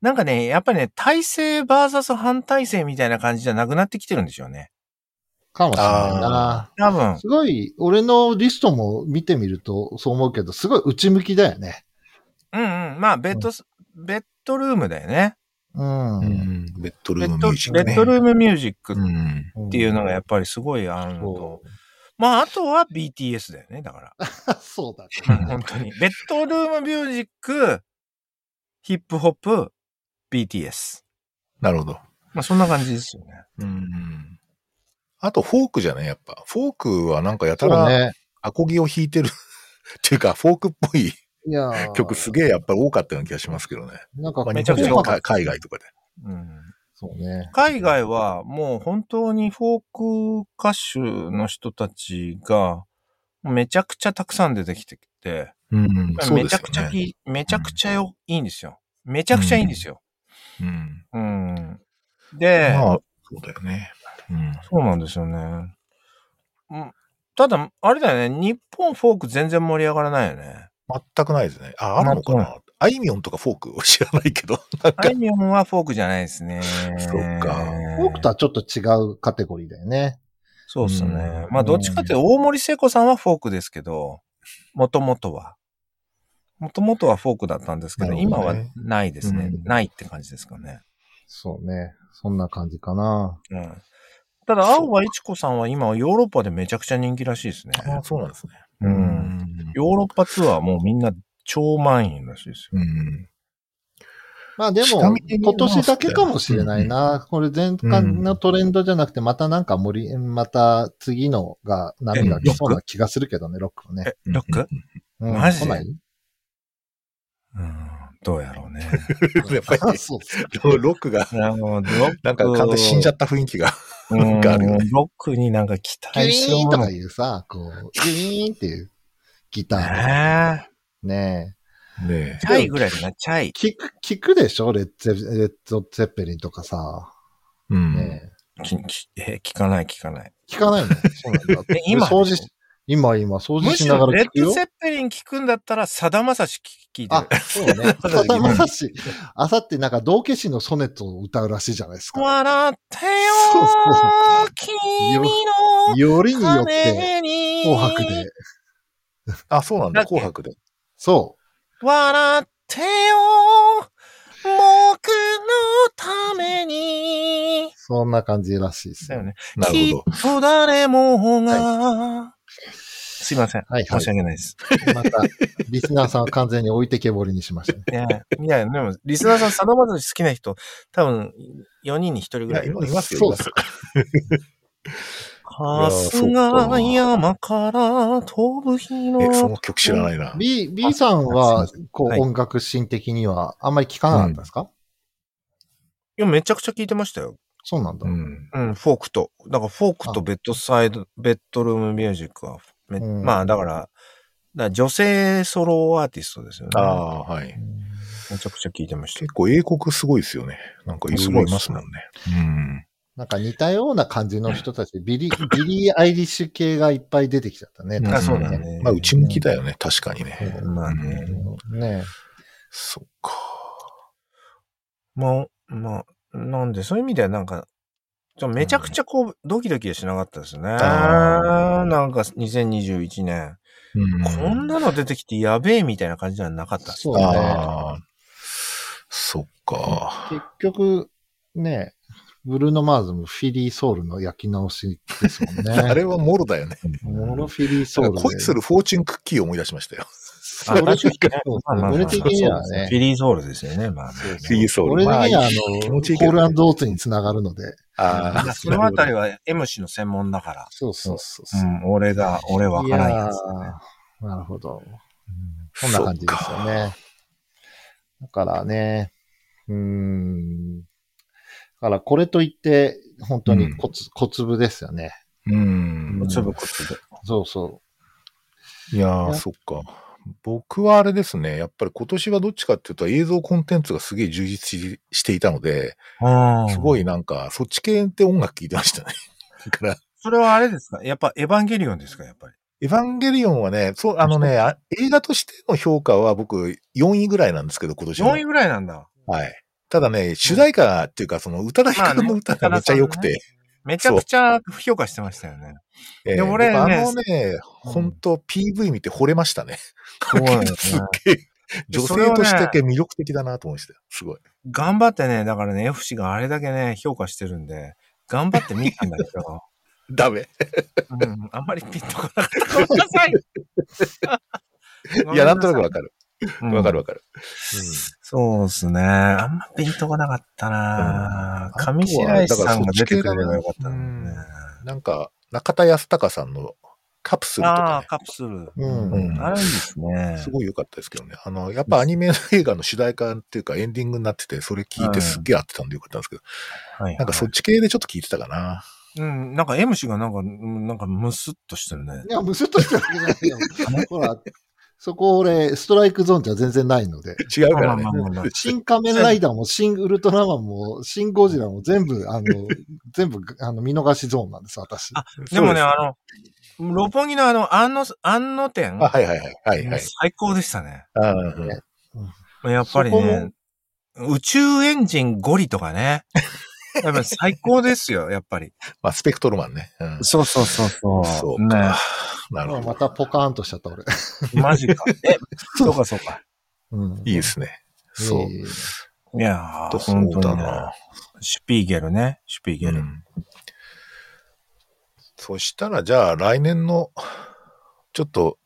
[SPEAKER 2] なんかね、やっぱね、体制バーサス反体制みたいな感じじゃなくなってきてるんでしょうね。
[SPEAKER 3] かもしれないな。
[SPEAKER 2] 多分。
[SPEAKER 3] すごい、俺のリストも見てみるとそう思うけど、すごい内向きだよね。
[SPEAKER 2] うんうん。まあ、ベッドス、ベッドルームだよね。
[SPEAKER 3] うん。
[SPEAKER 1] うん。ベッドル
[SPEAKER 2] ベ
[SPEAKER 1] ーム
[SPEAKER 2] ッ
[SPEAKER 1] ミ
[SPEAKER 2] ド
[SPEAKER 1] ュージックね。
[SPEAKER 2] ベッドルームミュージック
[SPEAKER 1] う
[SPEAKER 2] っ
[SPEAKER 1] ん。
[SPEAKER 3] って
[SPEAKER 2] いうのがや
[SPEAKER 3] や
[SPEAKER 2] っぱりすごいあるのと
[SPEAKER 3] そ。
[SPEAKER 2] まあ、あとは BTS だよね、だか
[SPEAKER 3] う そうだ
[SPEAKER 2] ら。
[SPEAKER 3] ね。
[SPEAKER 2] 本当に。ベッドルームミュージック、ヒップホップ、BTS。
[SPEAKER 1] なるほど。
[SPEAKER 2] まあ、そんな感じですよね。
[SPEAKER 1] うん。あと、フォークじゃないやっぱ。フォークはなんかやた
[SPEAKER 3] そう
[SPEAKER 1] ら、
[SPEAKER 3] ね。
[SPEAKER 1] アコギを弾いてる。 っていうか、フォークっぽい
[SPEAKER 3] いやー
[SPEAKER 1] 曲すげえやっぱり多かったような気がしますけどね。
[SPEAKER 3] なんか
[SPEAKER 1] まあ、
[SPEAKER 2] め
[SPEAKER 1] 日
[SPEAKER 2] ちゃ
[SPEAKER 1] 本
[SPEAKER 2] くちゃ
[SPEAKER 1] で
[SPEAKER 2] 多
[SPEAKER 1] も
[SPEAKER 2] か
[SPEAKER 1] か海外とかで。
[SPEAKER 2] うん。
[SPEAKER 3] そうね。
[SPEAKER 2] 海外はもう本当にフォーク歌手の人たちがめちゃくちゃたくさん出てきてきて、
[SPEAKER 1] うんそう
[SPEAKER 2] め
[SPEAKER 1] です
[SPEAKER 2] ちゃくちゃ
[SPEAKER 1] よね。
[SPEAKER 2] き、めちゃくちゃよ、いいんですよ。めちゃくちゃいいんですよ。
[SPEAKER 1] うん。
[SPEAKER 2] うん。で、
[SPEAKER 1] まあ、そうだよね。うん。
[SPEAKER 2] そうなんですよね。うん、ただ、あれだよね。日本フォーク全然盛り上がらないよね。
[SPEAKER 1] 全くないですね。あ、あるのか
[SPEAKER 2] 全く
[SPEAKER 1] なあいみょんとかフォークを知らないけど。 なん
[SPEAKER 2] あ
[SPEAKER 1] か
[SPEAKER 2] い、みょんはフォークじゃないですね。
[SPEAKER 1] そっか
[SPEAKER 3] フォークとはちょっと違うカテゴリーだよね。
[SPEAKER 2] そうですね。
[SPEAKER 1] うん
[SPEAKER 2] まあ、どっちかっていうと大森聖子さんはフォークですけど、もともとは。もともとはフォークだったんですけど、
[SPEAKER 1] なるほ
[SPEAKER 2] 今
[SPEAKER 1] ど
[SPEAKER 2] は
[SPEAKER 1] ね
[SPEAKER 2] ないですね、
[SPEAKER 1] うん
[SPEAKER 2] ないって感じですかね。
[SPEAKER 3] そうね。そんな感じかな。
[SPEAKER 2] うん。ただ、
[SPEAKER 1] そう
[SPEAKER 2] 青葉一子さんは今、ヨーロッパでめちゃくちゃ人気らしいですね。
[SPEAKER 1] あそうなんですね。
[SPEAKER 2] うん。ヨーロッパツアーもうみんな超満員らしいですよ。
[SPEAKER 1] うん。
[SPEAKER 3] まあで
[SPEAKER 1] ちな
[SPEAKER 3] も
[SPEAKER 1] み、に
[SPEAKER 3] 今年だけかもしれないな。これ前回のトレンドじゃなくて、またなんか盛り、また次のが波が来そうな気がするけどね、ロックもね。
[SPEAKER 2] え、ロック、
[SPEAKER 3] うん
[SPEAKER 2] マジ
[SPEAKER 3] 来ない
[SPEAKER 2] うん、どうやろう ね。
[SPEAKER 1] やっぱり
[SPEAKER 3] あ そうっすか
[SPEAKER 1] ロロックが、
[SPEAKER 2] あのロック
[SPEAKER 1] なんか完全に死んじゃった雰囲気が。
[SPEAKER 2] うん
[SPEAKER 1] があるよね
[SPEAKER 2] ロックになんか期
[SPEAKER 3] ギュ
[SPEAKER 2] 待する
[SPEAKER 3] イーン
[SPEAKER 2] も
[SPEAKER 3] と
[SPEAKER 2] の。
[SPEAKER 3] か
[SPEAKER 2] ね
[SPEAKER 3] いうさ、こう、ギュイーンっていうギター。
[SPEAKER 2] え
[SPEAKER 3] ねえ。
[SPEAKER 1] ね
[SPEAKER 2] チャイぐらいかな、チャイ。
[SPEAKER 3] 聞く、聞くでしょレッツェレッドゼッペリンとかさ。
[SPEAKER 1] え。うん。
[SPEAKER 3] ねえ。
[SPEAKER 2] ききえー聞かない、聞かない。
[SPEAKER 3] 聞かないのそうなんだ
[SPEAKER 2] え。今
[SPEAKER 3] 掃除し、今、今、掃除
[SPEAKER 2] む
[SPEAKER 3] し
[SPEAKER 2] し
[SPEAKER 3] な
[SPEAKER 2] ろ、
[SPEAKER 3] がら
[SPEAKER 2] レッ
[SPEAKER 3] 聞く
[SPEAKER 2] ド・
[SPEAKER 3] よ
[SPEAKER 2] セ。ッペリン聞くんだったら、さだまさし聞いて
[SPEAKER 3] あ
[SPEAKER 2] る。、
[SPEAKER 3] そ うね。さだまさし、あさってなんか道化師のソネットを歌うらしいじゃないですか。
[SPEAKER 2] 笑ってよ
[SPEAKER 3] そう
[SPEAKER 2] ー君
[SPEAKER 3] よりによ
[SPEAKER 2] の
[SPEAKER 3] って、
[SPEAKER 2] 金に
[SPEAKER 3] 紅白で。
[SPEAKER 1] あ、そうなん
[SPEAKER 2] だっ
[SPEAKER 1] だ。
[SPEAKER 2] け
[SPEAKER 1] 紅白で。
[SPEAKER 3] そ
[SPEAKER 2] 笑ってよー僕のために
[SPEAKER 3] う。。そんな感じらしいです
[SPEAKER 2] だよ
[SPEAKER 3] よ。
[SPEAKER 2] ね。
[SPEAKER 1] な
[SPEAKER 2] き
[SPEAKER 1] る
[SPEAKER 2] っ
[SPEAKER 1] ほど。
[SPEAKER 2] と誰もが、すいません。
[SPEAKER 3] はいは
[SPEAKER 2] 申し訳ないです。
[SPEAKER 3] い。また、リスナーさんを完全に置いてけぼりにし ましたね。
[SPEAKER 2] いや、いや、でも、リスナーさん、さだまさし好きな人、多分、4人に1人ぐ
[SPEAKER 1] い
[SPEAKER 2] ら
[SPEAKER 1] や、
[SPEAKER 2] いいる
[SPEAKER 1] 今いますよ。
[SPEAKER 3] そうっす
[SPEAKER 2] 春日山から飛ぶ日
[SPEAKER 1] え、その
[SPEAKER 2] の。
[SPEAKER 1] 曲知らないな。
[SPEAKER 3] B、B さんは
[SPEAKER 1] す、
[SPEAKER 3] こ、
[SPEAKER 2] はいう
[SPEAKER 3] 音楽心的には、あんまり聞かなかったんですか、
[SPEAKER 2] いや、めちゃくちゃ聞いてましたよ。
[SPEAKER 3] そうなんだ。
[SPEAKER 1] うん。
[SPEAKER 2] うん、フォークと。だから、フォークと
[SPEAKER 3] あ
[SPEAKER 2] ベッドサイド、ベッドルームミュージックは、め
[SPEAKER 3] うん
[SPEAKER 2] まあ、だから、だから女性ソロアーティストですよね。
[SPEAKER 1] ああ、はい。
[SPEAKER 2] めちゃくちゃ聞いてました。
[SPEAKER 1] 結構英国すごいですよね。なんかいろいろいますもんね。
[SPEAKER 3] なんか似たような感じの人たち、ビリ、ビリー・アイリッシュ系がいっぱい出てきちゃったね。
[SPEAKER 1] うん
[SPEAKER 2] あ、
[SPEAKER 3] 確か
[SPEAKER 2] そう
[SPEAKER 3] に
[SPEAKER 2] だね。
[SPEAKER 1] まあ、内向きだよね、確かにね。
[SPEAKER 2] まあね。
[SPEAKER 3] ね
[SPEAKER 1] そっか。
[SPEAKER 2] まあ、まあ、なんで、そういう意味ではなんか、ちょめちゃくちゃこう、ドキドキはしなかったですね。
[SPEAKER 1] あー
[SPEAKER 2] なんか、2021年、
[SPEAKER 1] うん
[SPEAKER 2] こんなの出てきてやべえみたいな感じではなかった。
[SPEAKER 3] そうね。
[SPEAKER 1] ああ。そっか。
[SPEAKER 3] 結局、ねブルーノ・マーズもフィリー・ソウルの焼き直しで すもんね。
[SPEAKER 1] あれはモロだよね。
[SPEAKER 3] モロフィリー・ソウルで。
[SPEAKER 1] 恋するフォーチュンクッキーを思い出しましたよ。
[SPEAKER 2] あ
[SPEAKER 3] 俺的に
[SPEAKER 2] まあまあま
[SPEAKER 3] は
[SPEAKER 2] あ
[SPEAKER 3] 俺的には
[SPEAKER 2] フ
[SPEAKER 3] ね。
[SPEAKER 2] ィリーソウルですよね、まあ、ね。
[SPEAKER 1] フィリーソウル。
[SPEAKER 3] 俺的には、あ
[SPEAKER 1] 気
[SPEAKER 3] の、
[SPEAKER 1] 持ちいい
[SPEAKER 3] コ
[SPEAKER 1] け
[SPEAKER 3] ー
[SPEAKER 1] どね
[SPEAKER 3] ルオーツにつながるので。
[SPEAKER 1] あ
[SPEAKER 2] ま
[SPEAKER 1] あ、
[SPEAKER 2] あそのあたり
[SPEAKER 1] は。
[SPEAKER 2] は M 氏の専門だから。
[SPEAKER 3] そうそうそう
[SPEAKER 2] う、
[SPEAKER 3] そうん
[SPEAKER 2] 俺だ、俺わからんやつ。
[SPEAKER 3] いやーなるほど。こんな感じですよね。だからね、うーん。だからこれといって、本当に小,、つ小粒ですよね。
[SPEAKER 1] うん。
[SPEAKER 2] つぶこつぶ。
[SPEAKER 3] そうそ
[SPEAKER 1] いやー、そっか。僕はあれですね。やっぱり今年はどっちかっていうと映像コンテンツがすげえ充実ししていたので、
[SPEAKER 2] うん。
[SPEAKER 1] すご
[SPEAKER 2] い。
[SPEAKER 1] いなんか、そっち系って音楽聴いてま したね。だから、
[SPEAKER 2] それはあれですかやっぱエヴァンゲリオンですかやっぱり。
[SPEAKER 1] エヴァンゲリオンはね、そう、あのね、あ映画としての評価は僕4位ぐらいなんですけど、今年の
[SPEAKER 2] 4位ぐらいなんだ。
[SPEAKER 1] はい。ただね、主題歌っていうか、その宇多田ヒカルの歌がめっちゃ良くて。
[SPEAKER 2] めちゃくちゃ評価してましたよね。
[SPEAKER 1] え
[SPEAKER 2] で
[SPEAKER 1] ー
[SPEAKER 2] も俺ね
[SPEAKER 1] 僕あのね、本当 PV 見て惚れましたね。
[SPEAKER 2] そうだよね
[SPEAKER 1] すっげえ。女性としてだけ魅力的だなと思いましたよ。すごい。
[SPEAKER 2] 頑張ってね、だからね、FC があれだけね、評価してるんで、頑張って見たん だけど、
[SPEAKER 1] ダメ。
[SPEAKER 2] うん、あんまりピンとこなかった。ごめんなさい
[SPEAKER 1] いや、なんとなくわかる。
[SPEAKER 2] る
[SPEAKER 1] わかるわかる。
[SPEAKER 2] そうですね。あんまピンとこなかったな、
[SPEAKER 1] うん
[SPEAKER 2] 上白石さんが出てくれればよかったのにね。
[SPEAKER 1] なんか、中田康隆さんのカプセルと
[SPEAKER 2] ああ
[SPEAKER 1] か
[SPEAKER 2] ー、カプセル。
[SPEAKER 3] う。う
[SPEAKER 1] ね、
[SPEAKER 3] ん。
[SPEAKER 1] うん
[SPEAKER 2] あれいいですね。
[SPEAKER 1] すごい良かったですけどね。あの、やっぱアニメの映画の主題歌っていうかエンディングになってて、それ聞いてすっげえ合ってたんでよかったんですけど、
[SPEAKER 2] はい
[SPEAKER 1] なんかそっち系でちょっと聞いてたかな。
[SPEAKER 2] うん、なんか M 氏がなんか、うんなんかムスッとしてるね
[SPEAKER 3] い。や、むすっとしてるわけじゃないよ。ほら、そこ俺、ストライクゾーンじゃ全然ないので。
[SPEAKER 1] 違うからね
[SPEAKER 2] まあまあまあまあ。
[SPEAKER 3] 新仮面ライダーも、新ウルトラマンも、新ゴジラも全部、あの、全部、あの、見逃しゾーンなんです、私。
[SPEAKER 2] あでもね、あの、六本木のあの、安野、安野店、
[SPEAKER 1] あ、はいはいはい。はいはい。
[SPEAKER 2] 最高でしたね。
[SPEAKER 1] あうん
[SPEAKER 2] やっぱりね
[SPEAKER 3] そ、
[SPEAKER 2] 宇宙エンジンゴリとかね。やっぱり最高ですよ、やっぱり。
[SPEAKER 1] まあ、スペクトルマンね。うん、
[SPEAKER 2] そうそうそうそ
[SPEAKER 1] そう
[SPEAKER 2] ね
[SPEAKER 1] か。なる
[SPEAKER 3] まあ
[SPEAKER 1] ほ
[SPEAKER 3] ま
[SPEAKER 1] ど。
[SPEAKER 3] たポカーンとしちゃった、俺。
[SPEAKER 2] マジか。え、そうかそうか。
[SPEAKER 3] うん。
[SPEAKER 1] いいですね。そう。
[SPEAKER 3] いい
[SPEAKER 2] いやー、
[SPEAKER 1] とそ
[SPEAKER 2] 本当
[SPEAKER 1] う
[SPEAKER 2] に
[SPEAKER 1] だ
[SPEAKER 2] ね、
[SPEAKER 1] な。
[SPEAKER 2] シュピーゲルね、シュピーゲ
[SPEAKER 1] う
[SPEAKER 2] ル。
[SPEAKER 1] ん。そしたら、じゃあ、来年の、ちょっと、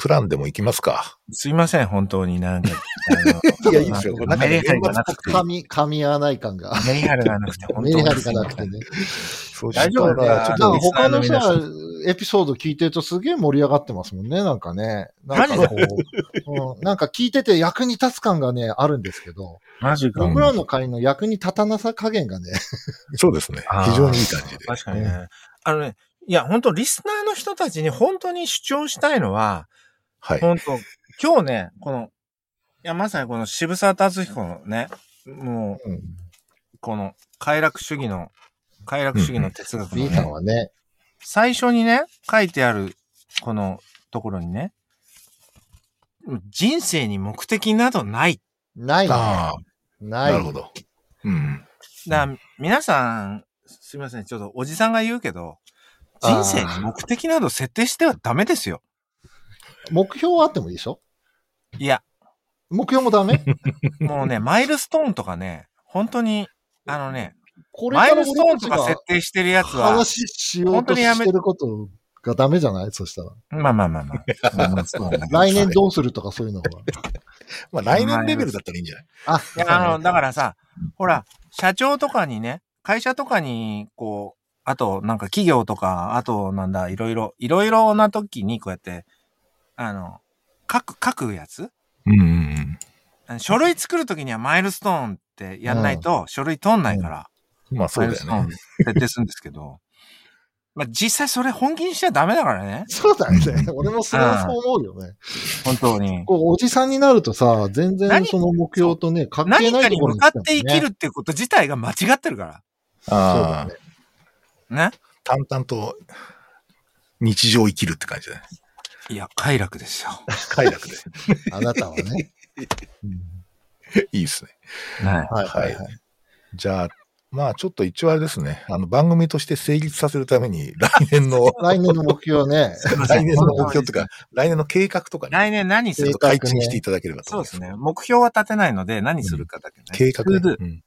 [SPEAKER 1] プランでも行きますか。
[SPEAKER 2] すいません、本当になんか。
[SPEAKER 1] いやいいですよ
[SPEAKER 2] あのメリハリがなくて。
[SPEAKER 3] 神、神合わない感が。
[SPEAKER 2] メリハリがなくて、本当
[SPEAKER 3] メ
[SPEAKER 2] に
[SPEAKER 3] リハリがなくてね。
[SPEAKER 1] そした
[SPEAKER 2] 大丈夫だ
[SPEAKER 1] ら、
[SPEAKER 2] よ
[SPEAKER 1] ちょっ
[SPEAKER 3] な
[SPEAKER 1] と
[SPEAKER 3] んか
[SPEAKER 2] リスナー
[SPEAKER 3] 他
[SPEAKER 2] の
[SPEAKER 3] の
[SPEAKER 2] 皆
[SPEAKER 3] さ
[SPEAKER 2] さん、
[SPEAKER 3] エピソード聞いてるとすげえ盛り上がってますもんね、なんかね。なんかこう、うん、なんか聞いてて役に立つ感がね、あるんですけど、
[SPEAKER 2] マジか。
[SPEAKER 3] 僕らの会の役に立たなさ加減がね、
[SPEAKER 1] そうですね。
[SPEAKER 2] あー
[SPEAKER 1] 非常にいい感じで。
[SPEAKER 2] 確かにね。あのね、いや、本当リスナーの人たちに本当に主張したいのは、
[SPEAKER 1] はい。
[SPEAKER 2] 本当今日ね、この、いや、まさにこの渋沢達彦のね、も
[SPEAKER 3] うん、
[SPEAKER 2] う、この、快楽主義の、快楽主義の哲学のね、
[SPEAKER 3] B さんはね、
[SPEAKER 2] 最初にね、書いてある、このところにね、人生に目的などない。
[SPEAKER 3] ないね。
[SPEAKER 1] ああ、
[SPEAKER 3] ない。
[SPEAKER 1] なるほど。うん。
[SPEAKER 2] だから皆さん、すいません、ちょっとおじさんが言うけど、人生に目的など設定してはダメですよ。
[SPEAKER 3] 目標はあってもいいでしょ
[SPEAKER 2] いや、
[SPEAKER 3] 目標もダメ
[SPEAKER 2] も うね、マイルストーンとかね、本当に、あのね、
[SPEAKER 3] これ
[SPEAKER 2] マ
[SPEAKER 3] か
[SPEAKER 2] イ
[SPEAKER 3] ら
[SPEAKER 2] ルストーンとか
[SPEAKER 3] 俺
[SPEAKER 2] 設
[SPEAKER 3] た
[SPEAKER 2] 定してるや
[SPEAKER 3] ち
[SPEAKER 2] つ
[SPEAKER 3] が
[SPEAKER 2] は、
[SPEAKER 3] 話しようとしてることがダメじゃないそしたら。
[SPEAKER 2] まあまあ まあまあまあ。そうね
[SPEAKER 3] 来年どうするとかそういうのは。
[SPEAKER 1] まあ、来年レベルだったらいいんじゃない
[SPEAKER 3] あ、
[SPEAKER 2] いやあの、だからさ、ほら、社長とかにね、会社とかに、こう、あと、なんか企業とか、あと、なんだ、いろいろ、いろいろな時に、こうやって、あの、書く、書くやつ
[SPEAKER 1] うんうん
[SPEAKER 2] あの書類作る時にはマイルストーンってやんないと、書類通んないから、
[SPEAKER 1] うん。まあ、そ
[SPEAKER 2] マ
[SPEAKER 1] う
[SPEAKER 2] イル
[SPEAKER 1] だ
[SPEAKER 2] ス
[SPEAKER 1] よ
[SPEAKER 2] トーン
[SPEAKER 1] ね。
[SPEAKER 2] 設定するんですけど、 まあ、実際それ本気にしちゃダメだからね、
[SPEAKER 3] そうだよね。俺もそれはそう思うよね。
[SPEAKER 2] 本当 に。
[SPEAKER 3] こう、おじさんになるとさ、全然
[SPEAKER 2] 何
[SPEAKER 3] その目標とね、関係
[SPEAKER 2] 何
[SPEAKER 3] な
[SPEAKER 2] か
[SPEAKER 3] いと
[SPEAKER 2] に
[SPEAKER 3] こ
[SPEAKER 2] 向
[SPEAKER 3] ろに
[SPEAKER 2] か
[SPEAKER 3] 来
[SPEAKER 2] った
[SPEAKER 3] もんね
[SPEAKER 2] て生きるってこと自体が間違ってるから。
[SPEAKER 3] そう
[SPEAKER 1] あ
[SPEAKER 3] だ
[SPEAKER 1] あ
[SPEAKER 3] ね。
[SPEAKER 2] ね。
[SPEAKER 1] 淡々と日常を生きるって感じだね。
[SPEAKER 2] いや、快楽ですよ。
[SPEAKER 1] 快楽で。
[SPEAKER 3] あなたはね。うん
[SPEAKER 1] いいですね。
[SPEAKER 2] はい。
[SPEAKER 3] はいはいはい。
[SPEAKER 1] じゃあ、まあちょっと一応あれですね。あの番組として成立させるために来年の、
[SPEAKER 3] 来年の目標ね。
[SPEAKER 1] 来年の目標とか、来年の計画とかね、
[SPEAKER 2] 来年何す
[SPEAKER 1] ちょっ
[SPEAKER 2] る
[SPEAKER 1] と改陳していただければと
[SPEAKER 2] そう
[SPEAKER 1] 思い
[SPEAKER 2] で
[SPEAKER 1] ます。
[SPEAKER 2] すね。目標は立てないので、何するかだけね。
[SPEAKER 1] 計画ね、
[SPEAKER 2] トゥードゥ
[SPEAKER 1] うん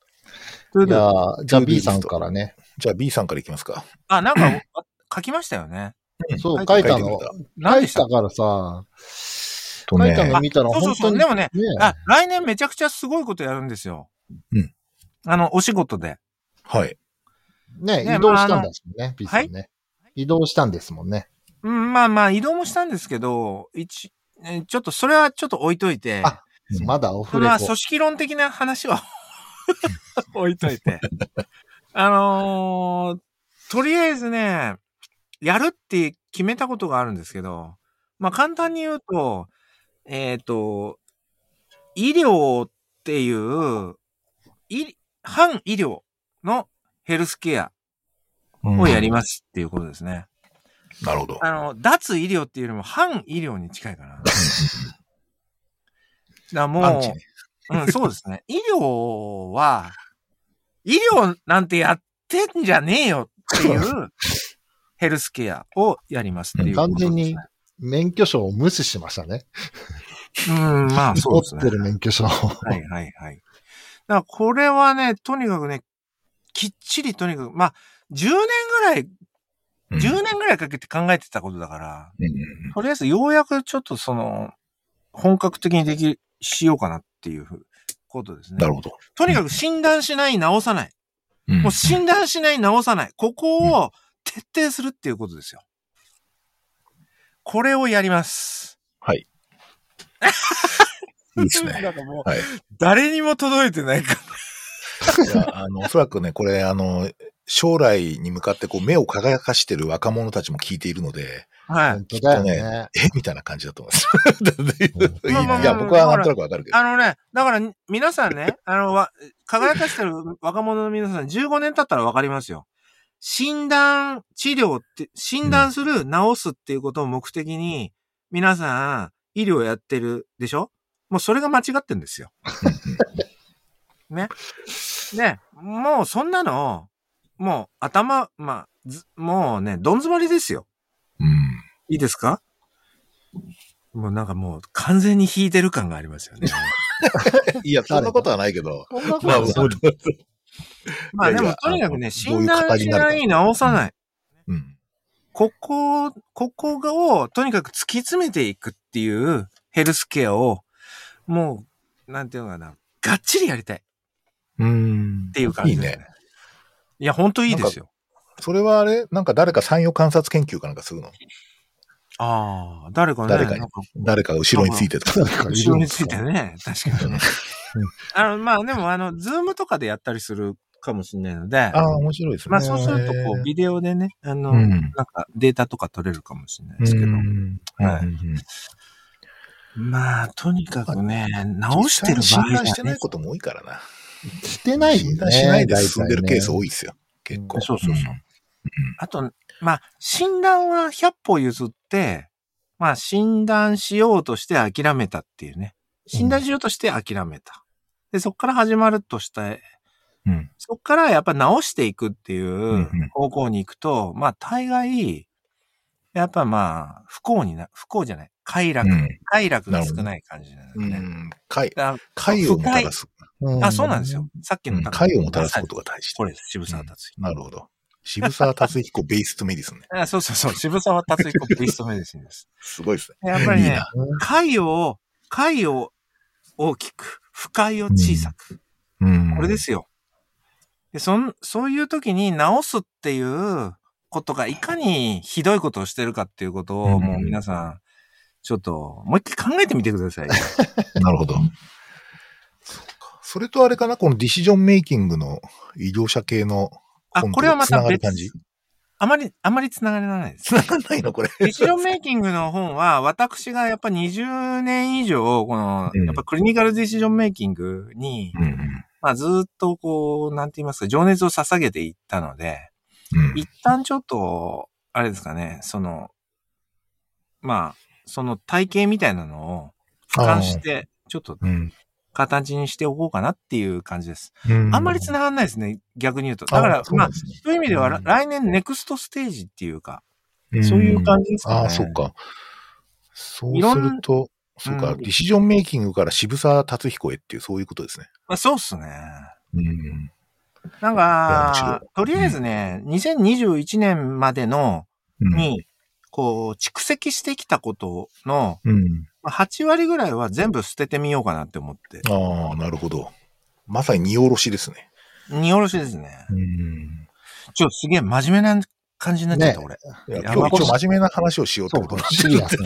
[SPEAKER 2] トゥー
[SPEAKER 3] い
[SPEAKER 2] ドゥ
[SPEAKER 3] やーじゃあ B さんからね。
[SPEAKER 1] じゃあ B さんからいきますか。
[SPEAKER 2] あ、なんか、あ書きましたよね。
[SPEAKER 3] そう、書いた
[SPEAKER 1] 書いて
[SPEAKER 3] の
[SPEAKER 1] くれ。
[SPEAKER 3] 書
[SPEAKER 2] 何
[SPEAKER 3] い
[SPEAKER 2] でした
[SPEAKER 3] たからさ、
[SPEAKER 1] と
[SPEAKER 3] 書いた
[SPEAKER 1] ね
[SPEAKER 3] の見たら
[SPEAKER 2] そうそ
[SPEAKER 3] 本
[SPEAKER 2] うそ
[SPEAKER 3] 当
[SPEAKER 2] う。
[SPEAKER 3] に
[SPEAKER 2] で
[SPEAKER 3] ね。
[SPEAKER 2] もね、あ、来年めちゃくちゃすごいことやるんですよ。
[SPEAKER 1] うん。
[SPEAKER 2] あの、お仕事で。
[SPEAKER 1] はい。
[SPEAKER 3] ね、
[SPEAKER 2] ね
[SPEAKER 3] 移動したんだしね、B
[SPEAKER 2] あ
[SPEAKER 3] さんね。移動したんですもんね。
[SPEAKER 2] うん、まあまあ、移動もしたんですけど、一、えちょっと、それはちょっと置いといて、
[SPEAKER 3] あ
[SPEAKER 1] うん
[SPEAKER 3] まだオフレ
[SPEAKER 2] まあ、
[SPEAKER 3] コ
[SPEAKER 2] 組。織論的な話は置いといて。あのーとりあえずね、やるって決めたことがあるんですけど、まあ簡単に言うと、えっ、と、医療っていう、い反医療のヘルスケアをやりますっていうことですね。
[SPEAKER 1] なるほど。
[SPEAKER 2] あの、脱医療っていうよりも反医療に近いかな。だからもう、
[SPEAKER 1] アンチね。
[SPEAKER 2] うん、そうですね。医 療は、医療なんてやってんじゃねえよっていう、ヘルスケアをやりますっていう、
[SPEAKER 3] 完全に。免許証を無視しましたね。
[SPEAKER 2] うん、まあそうです
[SPEAKER 3] 持って
[SPEAKER 2] ね。
[SPEAKER 3] る免許証を。
[SPEAKER 2] はいはいはい。だからこれはね、とにかくね、きっちりとにかく、まあ、10年ぐらい、
[SPEAKER 1] うん
[SPEAKER 2] 10年ぐらいかけて考えてたことだから、
[SPEAKER 1] うんうん
[SPEAKER 2] とりあえずようやくちょっとその、本格的にでき、しようかなっていうことですね。
[SPEAKER 1] なるほど。
[SPEAKER 2] とにかく診断しない、治さない。
[SPEAKER 1] うん
[SPEAKER 2] もう診断しない、治さない。ここを徹底するっていうことですよ。これをやります。
[SPEAKER 1] はい。いいですね。
[SPEAKER 2] なんかもう
[SPEAKER 1] はい。
[SPEAKER 2] 誰にも届いてないか
[SPEAKER 1] いやあの、おそらくね、これ、あの、将来に向かってこう目を輝かしてる若者たちも聞いているので、
[SPEAKER 2] ら。は
[SPEAKER 3] 本
[SPEAKER 2] い。
[SPEAKER 3] 当だよね。
[SPEAKER 1] えみたいな感じだと思います。 い
[SPEAKER 2] まあまあまあ
[SPEAKER 1] や、僕はなんとなくわかるけど。
[SPEAKER 2] あのね、だから皆さんね、あの、わ輝かしてる若者の皆さん、15年経ったらわかりますよ。診断、治療って、診断する、治すっていうことを目的に、皆さん、医療やってるでしょもうそれが間違ってんですよ。ね、もうそんなの、もう頭、まあ、ずもうね、どん詰まりですよ。
[SPEAKER 1] うん
[SPEAKER 2] いいですかもうなんかもう完全に引いてる感がありますよね。
[SPEAKER 1] いや、そんなことはないけど。
[SPEAKER 3] こんなこと
[SPEAKER 1] まあ、
[SPEAKER 3] は
[SPEAKER 1] そう
[SPEAKER 2] まあ
[SPEAKER 1] いやい
[SPEAKER 2] で
[SPEAKER 1] や
[SPEAKER 2] もとにか
[SPEAKER 1] あ
[SPEAKER 2] く
[SPEAKER 1] の
[SPEAKER 2] ね、診断し
[SPEAKER 1] どう
[SPEAKER 2] ないい、治さない。
[SPEAKER 1] うん。
[SPEAKER 2] ここ、ここをとにかく突き詰めていくっていうヘルスケアを、もう、なんていうのかな、がっちりやりたいっ
[SPEAKER 1] うん
[SPEAKER 2] ていう感じですね。
[SPEAKER 1] いいね。
[SPEAKER 2] いや、本当いいですよ。
[SPEAKER 1] それはあれなんか誰か産業観察研究かなんかするの
[SPEAKER 2] ああ、誰かね、
[SPEAKER 1] 誰かに
[SPEAKER 2] なんか
[SPEAKER 1] 誰かが後ろについてとか。
[SPEAKER 3] なんかい
[SPEAKER 2] 後
[SPEAKER 3] る
[SPEAKER 2] ろ
[SPEAKER 3] ん
[SPEAKER 2] に
[SPEAKER 3] で
[SPEAKER 2] つ
[SPEAKER 3] す
[SPEAKER 2] い
[SPEAKER 3] か
[SPEAKER 2] てね、確かにね
[SPEAKER 3] うん。
[SPEAKER 2] あの、まあでも、あの、ズームとかでやったりするかもしれないので、
[SPEAKER 1] ああ、面白いですね。
[SPEAKER 2] まあそうすると、こう、ビデオでね、あの、
[SPEAKER 1] うん
[SPEAKER 2] なんかデータとか取れるかもしれないですけど、
[SPEAKER 1] うん
[SPEAKER 2] はい
[SPEAKER 1] うん
[SPEAKER 2] まあ、とにかくね、直してる場
[SPEAKER 1] 診
[SPEAKER 2] 合
[SPEAKER 1] 断
[SPEAKER 2] じ
[SPEAKER 1] して
[SPEAKER 2] ゃな
[SPEAKER 1] ないい。ことも多いからな。
[SPEAKER 3] してないよ
[SPEAKER 1] 診
[SPEAKER 3] ね。
[SPEAKER 1] 断しないで進んでるケース
[SPEAKER 3] い。
[SPEAKER 1] 多いですよ。結構。
[SPEAKER 2] そうそうそう
[SPEAKER 1] うん。
[SPEAKER 2] あと、まあ、診断は100歩譲って、まあ、診断しようとして諦めたっていうね。診断しようとして諦めた。で、そこから始まるとした
[SPEAKER 1] うん。
[SPEAKER 2] そこからやっぱ直していくってい
[SPEAKER 1] んうん
[SPEAKER 2] う方向に行くと、まあ大概、やっぱまあ不幸にな、不幸じゃない。快楽、
[SPEAKER 1] うん
[SPEAKER 2] 快楽が少ない感じなんです
[SPEAKER 1] う
[SPEAKER 2] ね。
[SPEAKER 1] ん。快、
[SPEAKER 2] だから
[SPEAKER 1] 快をもたらす。
[SPEAKER 3] う
[SPEAKER 2] あ、そうなんですよ。。さっき
[SPEAKER 1] うん
[SPEAKER 2] の。
[SPEAKER 1] 快をもたらすことが大事
[SPEAKER 2] こ。れです、渋沢達
[SPEAKER 1] なるほど。渋沢達彦ベースとメディスンね。
[SPEAKER 2] 彦。あそうそうそう、渋沢達彦ベストメディシンです。
[SPEAKER 1] すごいですね。
[SPEAKER 2] やっぱり
[SPEAKER 1] いい
[SPEAKER 2] ね
[SPEAKER 1] な、
[SPEAKER 2] 快を、快を大きく、不快を小さく。
[SPEAKER 1] うん
[SPEAKER 2] これですよ。で、そん、そういう時に直すっていうことがいかにひどいことをしてるかっていうこと
[SPEAKER 1] うんう
[SPEAKER 2] を、
[SPEAKER 1] ん
[SPEAKER 2] もう皆さん、ちょっと、もう一回考えてみてください。
[SPEAKER 1] なるほど。そうかそれとあれかな、このディシジョンメイキングの医療者系の
[SPEAKER 2] あ、
[SPEAKER 1] 本と
[SPEAKER 2] これはまた
[SPEAKER 1] 繋がる
[SPEAKER 2] 別
[SPEAKER 1] 感じ。
[SPEAKER 2] あまり、あまり繋がらない です。
[SPEAKER 1] 繋がんないの、これ。
[SPEAKER 2] ディシジョンメイキングの本は、私がやっぱ20年以上、この、
[SPEAKER 1] うん
[SPEAKER 2] やっぱクリニカルディシジョンメイキングに、
[SPEAKER 1] うんうん
[SPEAKER 2] まあずっとこう、なんて言いますか、情熱を捧げていったので、
[SPEAKER 1] うん。
[SPEAKER 2] 一旦ちょっと、あれですかね、その、まあ、その体型みたいなのを俯瞰して、ちょっと
[SPEAKER 1] あーうん。
[SPEAKER 2] 形にしておこうかなっていう感じです。
[SPEAKER 1] うん
[SPEAKER 2] あんまり繋がんないですね、逆に言うと。だから、
[SPEAKER 1] そうな
[SPEAKER 2] まあ
[SPEAKER 1] ん、ですね
[SPEAKER 2] そういう意味では、
[SPEAKER 1] うん
[SPEAKER 2] 来年ネクストステージっていうか、
[SPEAKER 1] ん
[SPEAKER 2] そういう感じですかね。
[SPEAKER 1] ああ、そっ。か。そ
[SPEAKER 2] いうろ
[SPEAKER 1] す
[SPEAKER 2] ん
[SPEAKER 1] ると、そうか、
[SPEAKER 2] うん
[SPEAKER 1] ディシジョンメイキングから渋沢達彦へっていう、そういうことですね。
[SPEAKER 2] まあ、そうっすね。
[SPEAKER 1] うん。
[SPEAKER 2] なん
[SPEAKER 1] いや
[SPEAKER 2] か
[SPEAKER 1] むし、
[SPEAKER 2] とりあえずね、2021年までの、
[SPEAKER 1] うん
[SPEAKER 2] に、こう、蓄積してきたことの、
[SPEAKER 1] うん。
[SPEAKER 2] まあ8割ぐらいは全部捨ててみようかなって思って。
[SPEAKER 1] ああ、なるほど。まさに荷下ろしですね。
[SPEAKER 2] 荷下ろしですね。
[SPEAKER 1] うん。
[SPEAKER 2] ちょっとすげえ真面目な感じになっちゃった、
[SPEAKER 3] ね
[SPEAKER 2] 俺。
[SPEAKER 1] いや
[SPEAKER 2] い
[SPEAKER 1] 今
[SPEAKER 2] や
[SPEAKER 1] 日
[SPEAKER 2] まあ
[SPEAKER 1] 一応真面目な話をしようって
[SPEAKER 3] そ
[SPEAKER 1] こと
[SPEAKER 3] う か
[SPEAKER 1] なん、
[SPEAKER 3] シリアスな。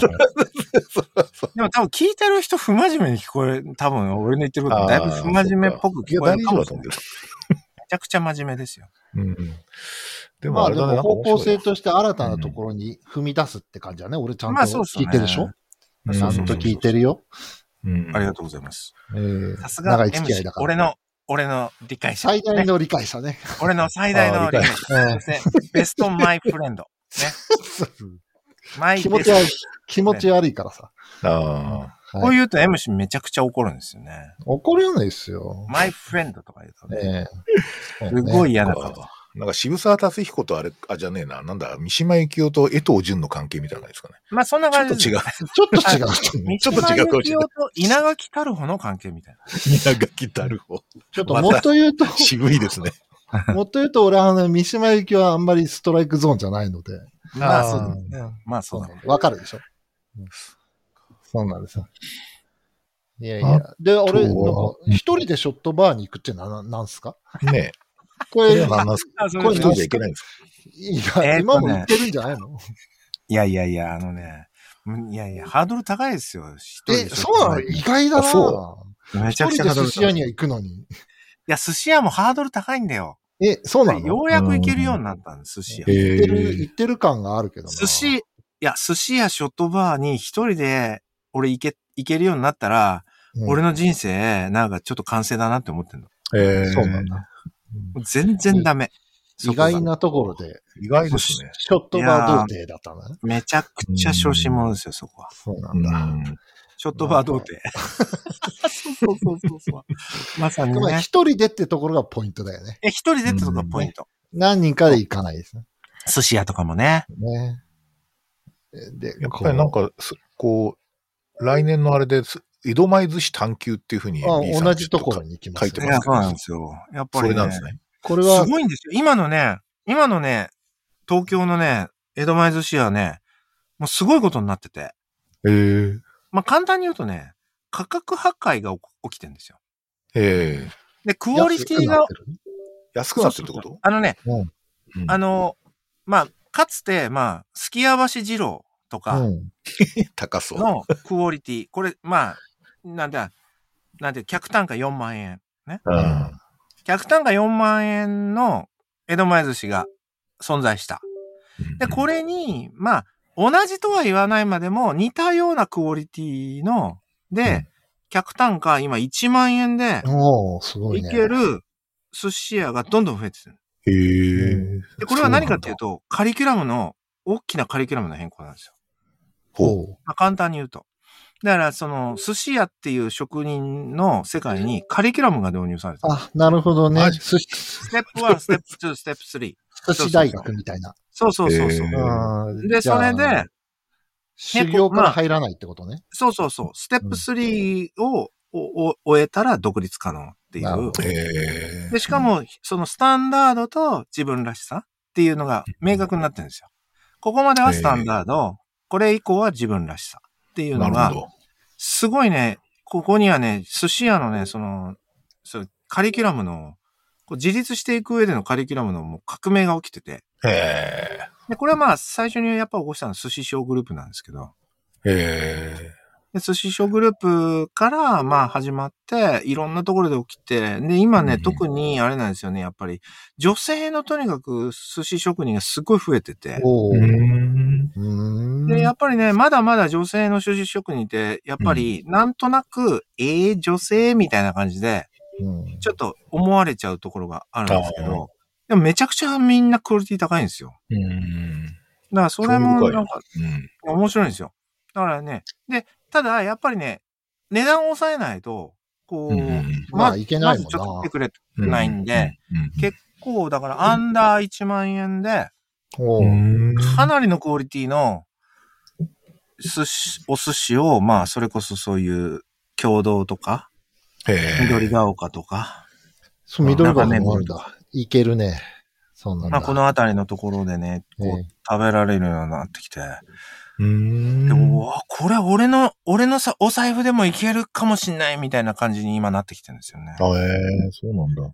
[SPEAKER 2] でも多分聞いてる人不真面目に聞こえ、多分俺の言ってることだいぶ不真面目っぽく
[SPEAKER 1] いや、
[SPEAKER 2] 聞こえ
[SPEAKER 1] 大
[SPEAKER 2] る
[SPEAKER 1] 丈
[SPEAKER 2] か
[SPEAKER 1] 夫だと思
[SPEAKER 2] もしれないう
[SPEAKER 1] けど。
[SPEAKER 2] めちゃくちゃ真面目ですよ。
[SPEAKER 1] うん。で
[SPEAKER 3] ま
[SPEAKER 1] もあ
[SPEAKER 3] あ
[SPEAKER 1] れ
[SPEAKER 3] で
[SPEAKER 1] だね、
[SPEAKER 3] も
[SPEAKER 1] なんか
[SPEAKER 3] 方
[SPEAKER 1] 面
[SPEAKER 3] 向
[SPEAKER 1] 白い
[SPEAKER 3] 性として新たなところに踏み出すって感じだね。俺ちゃんと
[SPEAKER 2] まあそうっすね
[SPEAKER 3] 聞いてるでしょ
[SPEAKER 1] な。
[SPEAKER 3] ちゃんと聞いてるよ。
[SPEAKER 1] うん。
[SPEAKER 2] ありがとうございます。
[SPEAKER 3] ええ
[SPEAKER 2] さすが
[SPEAKER 3] 長い付き合い
[SPEAKER 2] MC
[SPEAKER 3] だか、ら。
[SPEAKER 2] 俺の、俺の理解者、
[SPEAKER 3] 最大
[SPEAKER 2] ね。
[SPEAKER 3] の理解者ね。
[SPEAKER 2] 俺の最大の理解
[SPEAKER 3] うん
[SPEAKER 2] 者。ねベストマイフレン ド。マイ
[SPEAKER 3] 気
[SPEAKER 2] ベス
[SPEAKER 3] 持ち
[SPEAKER 2] ト。
[SPEAKER 3] 悪い、気持ち悪いからさ。
[SPEAKER 1] ああ。
[SPEAKER 2] こう
[SPEAKER 3] はい
[SPEAKER 2] いうと MC めちゃくちゃ怒るんですよね。
[SPEAKER 3] 怒るよないですよ。
[SPEAKER 2] マイフレンドとか言うとね、
[SPEAKER 3] ええ
[SPEAKER 2] すごい。嫌な
[SPEAKER 1] な
[SPEAKER 2] こ
[SPEAKER 1] ことと。なんか渋沢達彦とあれ、あ、じゃねえな、なんだ、三島由紀夫と江藤淳の関係みたいなのないですかね。
[SPEAKER 2] まあそんな
[SPEAKER 1] ちょ
[SPEAKER 2] 感
[SPEAKER 1] っと
[SPEAKER 2] じです
[SPEAKER 1] 違う。
[SPEAKER 3] ちょっと違 う。
[SPEAKER 2] 三
[SPEAKER 1] ちょっと違うかもしれな
[SPEAKER 2] 島由紀夫と稲垣太郎の関係みたいな。
[SPEAKER 1] 稲垣太郎。
[SPEAKER 3] ちょっともっと言う と、
[SPEAKER 1] 渋いですね。
[SPEAKER 3] もっと言うと俺はあの、三島由紀夫はあんまりストライクゾーンじゃないので。
[SPEAKER 2] まあそう
[SPEAKER 1] あ
[SPEAKER 2] だ
[SPEAKER 1] ー
[SPEAKER 2] ね。うんまあそうだね。
[SPEAKER 3] わかるでしょ、そうなんですよ。いやいや。で、俺、
[SPEAKER 1] あ
[SPEAKER 3] なん
[SPEAKER 1] とは
[SPEAKER 3] か一人でショットバーに行くってなななんすか
[SPEAKER 1] ね
[SPEAKER 3] こ
[SPEAKER 1] え。こ
[SPEAKER 3] れ、
[SPEAKER 1] れ
[SPEAKER 3] い
[SPEAKER 1] は何なんすか
[SPEAKER 2] あそ
[SPEAKER 1] これ
[SPEAKER 2] う
[SPEAKER 1] 一人
[SPEAKER 2] だね
[SPEAKER 1] じゃいけないんですか
[SPEAKER 3] や
[SPEAKER 2] えーっとね
[SPEAKER 3] 今も言ってるんじゃないの
[SPEAKER 2] いやいやいや、あのね、うんいやいや、ハードル高いですよ。一人
[SPEAKER 3] え、
[SPEAKER 2] で
[SPEAKER 3] そうなの意外だ
[SPEAKER 1] あ
[SPEAKER 3] な
[SPEAKER 1] そ。
[SPEAKER 2] めちゃくち
[SPEAKER 3] 一
[SPEAKER 2] ゃ
[SPEAKER 3] 人で
[SPEAKER 2] ハード
[SPEAKER 3] 寿
[SPEAKER 2] ル
[SPEAKER 3] 司屋
[SPEAKER 2] 高い。い
[SPEAKER 3] には行くのに。
[SPEAKER 2] や、寿司屋もハードル高いんだよ。
[SPEAKER 3] え、そうなの
[SPEAKER 2] よ
[SPEAKER 3] 行
[SPEAKER 2] うやく行けるようになったんです、寿司屋。
[SPEAKER 1] へ
[SPEAKER 3] ってる、行ってる感があるけどな。
[SPEAKER 2] 寿司、いや、寿司屋ショットバーに一人で俺行け、行けるようになったら、
[SPEAKER 3] うん
[SPEAKER 2] 俺の人生、なんかちょっと完成だなって思ってんの。
[SPEAKER 1] え
[SPEAKER 3] そうなんだ。うん
[SPEAKER 2] 全然ダメ。
[SPEAKER 3] 意外
[SPEAKER 2] そこが
[SPEAKER 3] なところで、
[SPEAKER 1] 意外ですね。
[SPEAKER 3] ショットバー童貞だったな。
[SPEAKER 2] めちゃくちゃ小心者ですよ、そこは。
[SPEAKER 3] そうな
[SPEAKER 1] うん
[SPEAKER 3] だ。
[SPEAKER 1] ん。
[SPEAKER 2] ショットバー童貞。そうそうそうそうそう。まさに
[SPEAKER 3] まあ
[SPEAKER 2] ね。
[SPEAKER 3] 一人でってところがポイントだよね。
[SPEAKER 2] え、一人でってとこがポイント。
[SPEAKER 3] 何人かで行かないですね。
[SPEAKER 2] 寿司屋とかもね。
[SPEAKER 3] ね。で、
[SPEAKER 1] やっぱりなんか、すこう、来年のあれです、江戸前寿司探求っていうふうに
[SPEAKER 3] こ
[SPEAKER 1] B
[SPEAKER 3] う、
[SPEAKER 1] さ
[SPEAKER 3] あ
[SPEAKER 1] ん
[SPEAKER 3] 同じところ
[SPEAKER 1] ちょっ
[SPEAKER 3] に行きま
[SPEAKER 1] 書
[SPEAKER 3] す
[SPEAKER 1] い
[SPEAKER 3] ね、
[SPEAKER 1] て
[SPEAKER 2] い
[SPEAKER 1] ます
[SPEAKER 2] や、
[SPEAKER 1] け
[SPEAKER 2] そ
[SPEAKER 1] ど
[SPEAKER 2] うなんですよ。や
[SPEAKER 1] と
[SPEAKER 2] っぱ
[SPEAKER 1] そ
[SPEAKER 2] り、
[SPEAKER 1] れ
[SPEAKER 2] ね。
[SPEAKER 1] なんですね。
[SPEAKER 3] これは
[SPEAKER 2] す、ごいんですよ。今のね、今のね、東京のね、江戸前寿司屋はね、もうすごいことになってて。
[SPEAKER 1] え
[SPEAKER 2] まあ、簡単に言うとね、価格破壊が起こ起きてるんですよ。
[SPEAKER 1] え。ええ。
[SPEAKER 2] で、クオリティが
[SPEAKER 3] 安くなってるね
[SPEAKER 1] 安くなってるってこと
[SPEAKER 2] あのね、
[SPEAKER 3] うん
[SPEAKER 1] うん
[SPEAKER 2] あの、まあ、かつて、まあ、すきやばし二郎とか
[SPEAKER 3] うん。
[SPEAKER 1] 高そう。
[SPEAKER 2] のクオリティ。これ、まあ、なんだ、なんで、客単価4万円。
[SPEAKER 1] うん。
[SPEAKER 2] 客単価4万円の江戸前寿司が存在した。で、これに、まあ、同じとは言わないまでも、似たようなクオリティの、
[SPEAKER 1] う
[SPEAKER 2] で
[SPEAKER 1] ん、
[SPEAKER 2] 客単価今1万円で、
[SPEAKER 3] おーすごい
[SPEAKER 2] い
[SPEAKER 3] ね。
[SPEAKER 2] ける寿司屋がどんどん増えてる。
[SPEAKER 1] へえ。
[SPEAKER 2] で、これは何かっていうと、カリキュラムの、大きなカリキュラムの変更なんですよ。
[SPEAKER 1] ほう。
[SPEAKER 3] ほ
[SPEAKER 2] まあ、簡単に言うと。だから、その、寿司屋っていう職人の世界にカリキュラムが導入され
[SPEAKER 3] う。
[SPEAKER 2] た。
[SPEAKER 3] あ、なるほどね
[SPEAKER 1] マ。ジ
[SPEAKER 3] 寿司、
[SPEAKER 2] ステップ1、ステップ2、ステップ3。
[SPEAKER 3] 寿司大学みたいな。
[SPEAKER 2] そうそうそうそう。
[SPEAKER 1] へ
[SPEAKER 3] うん
[SPEAKER 2] で、
[SPEAKER 3] じゃ
[SPEAKER 2] そ
[SPEAKER 3] あ
[SPEAKER 2] れで、
[SPEAKER 3] 修行から入らないってことね。
[SPEAKER 2] そうそうそう、ステップ3を、おお終えたら独立可能ってい
[SPEAKER 3] なるほ
[SPEAKER 2] う。
[SPEAKER 3] ど
[SPEAKER 1] ええ。
[SPEAKER 2] で、しか、も、そのスタンダードと自分らしさっていうのが明確になってるんですよ。ここまではスタンダード、これ以降は自分らしさっていう
[SPEAKER 1] な
[SPEAKER 2] の
[SPEAKER 1] る
[SPEAKER 2] が
[SPEAKER 1] ほ、ど。
[SPEAKER 2] すごいね、ここにはね、寿司屋のね、その、そうカリキュラムの、こう自立していく上でのカリキュラムのもう革命が起きてて、
[SPEAKER 1] へえ。
[SPEAKER 2] で、これはまあ、最初にやっぱ起こしたのは寿司ショーグループなんですけど、
[SPEAKER 1] ええ。
[SPEAKER 2] で、寿司ショーグループから、まあ、始まって、いろんなところで起きて、で、今
[SPEAKER 1] うん
[SPEAKER 2] ね、
[SPEAKER 1] うん
[SPEAKER 2] 特に、あれなんですよね、やっぱり、女性のとにかく寿司職人がすごい増えてて、
[SPEAKER 3] お
[SPEAKER 1] う
[SPEAKER 3] ー
[SPEAKER 1] ん。
[SPEAKER 3] うーん。
[SPEAKER 2] で、やっぱりね、まだまだ女性の寿司職人って、やっぱり、なんとなく、ええ女性みたいな感じで、
[SPEAKER 3] うん
[SPEAKER 2] ちょっと思われちゃうところがあるんですけ
[SPEAKER 1] あ
[SPEAKER 2] ど、ででもめちゃくちゃみんなクオリティ高いんですよ。
[SPEAKER 3] う。
[SPEAKER 1] うんん。
[SPEAKER 2] だからそれもなんか
[SPEAKER 1] うん。
[SPEAKER 2] 面白いんですよ。だからね。で、ただやっぱりね、値段を抑えないと、こう、
[SPEAKER 1] うんうんうん
[SPEAKER 3] まあいけない
[SPEAKER 2] まず
[SPEAKER 3] もんな
[SPEAKER 2] ちょっと来てくれと。
[SPEAKER 1] うん
[SPEAKER 2] ないんで、
[SPEAKER 1] うん
[SPEAKER 2] 結構、だからアンダー1万円で、
[SPEAKER 3] お
[SPEAKER 1] う。
[SPEAKER 3] うん
[SPEAKER 2] かなりのクオリティの寿司、お寿司を、まあ、それこそそういう、共同とか、
[SPEAKER 1] へえ
[SPEAKER 2] 緑が丘とか、
[SPEAKER 3] そう、緑川もあるんだ。いけるね。そうなん
[SPEAKER 2] ま
[SPEAKER 3] だ。
[SPEAKER 2] あ、この辺りのところでね、こ
[SPEAKER 3] え
[SPEAKER 2] う
[SPEAKER 3] え、
[SPEAKER 2] 食べられるようになってきて、
[SPEAKER 1] うーん。
[SPEAKER 2] でも、うわこれ俺の、俺のさ、お財布でもいけるかもしんないみたいな感じに今なってきてるんですよね。
[SPEAKER 1] あ、ええそうなんだ。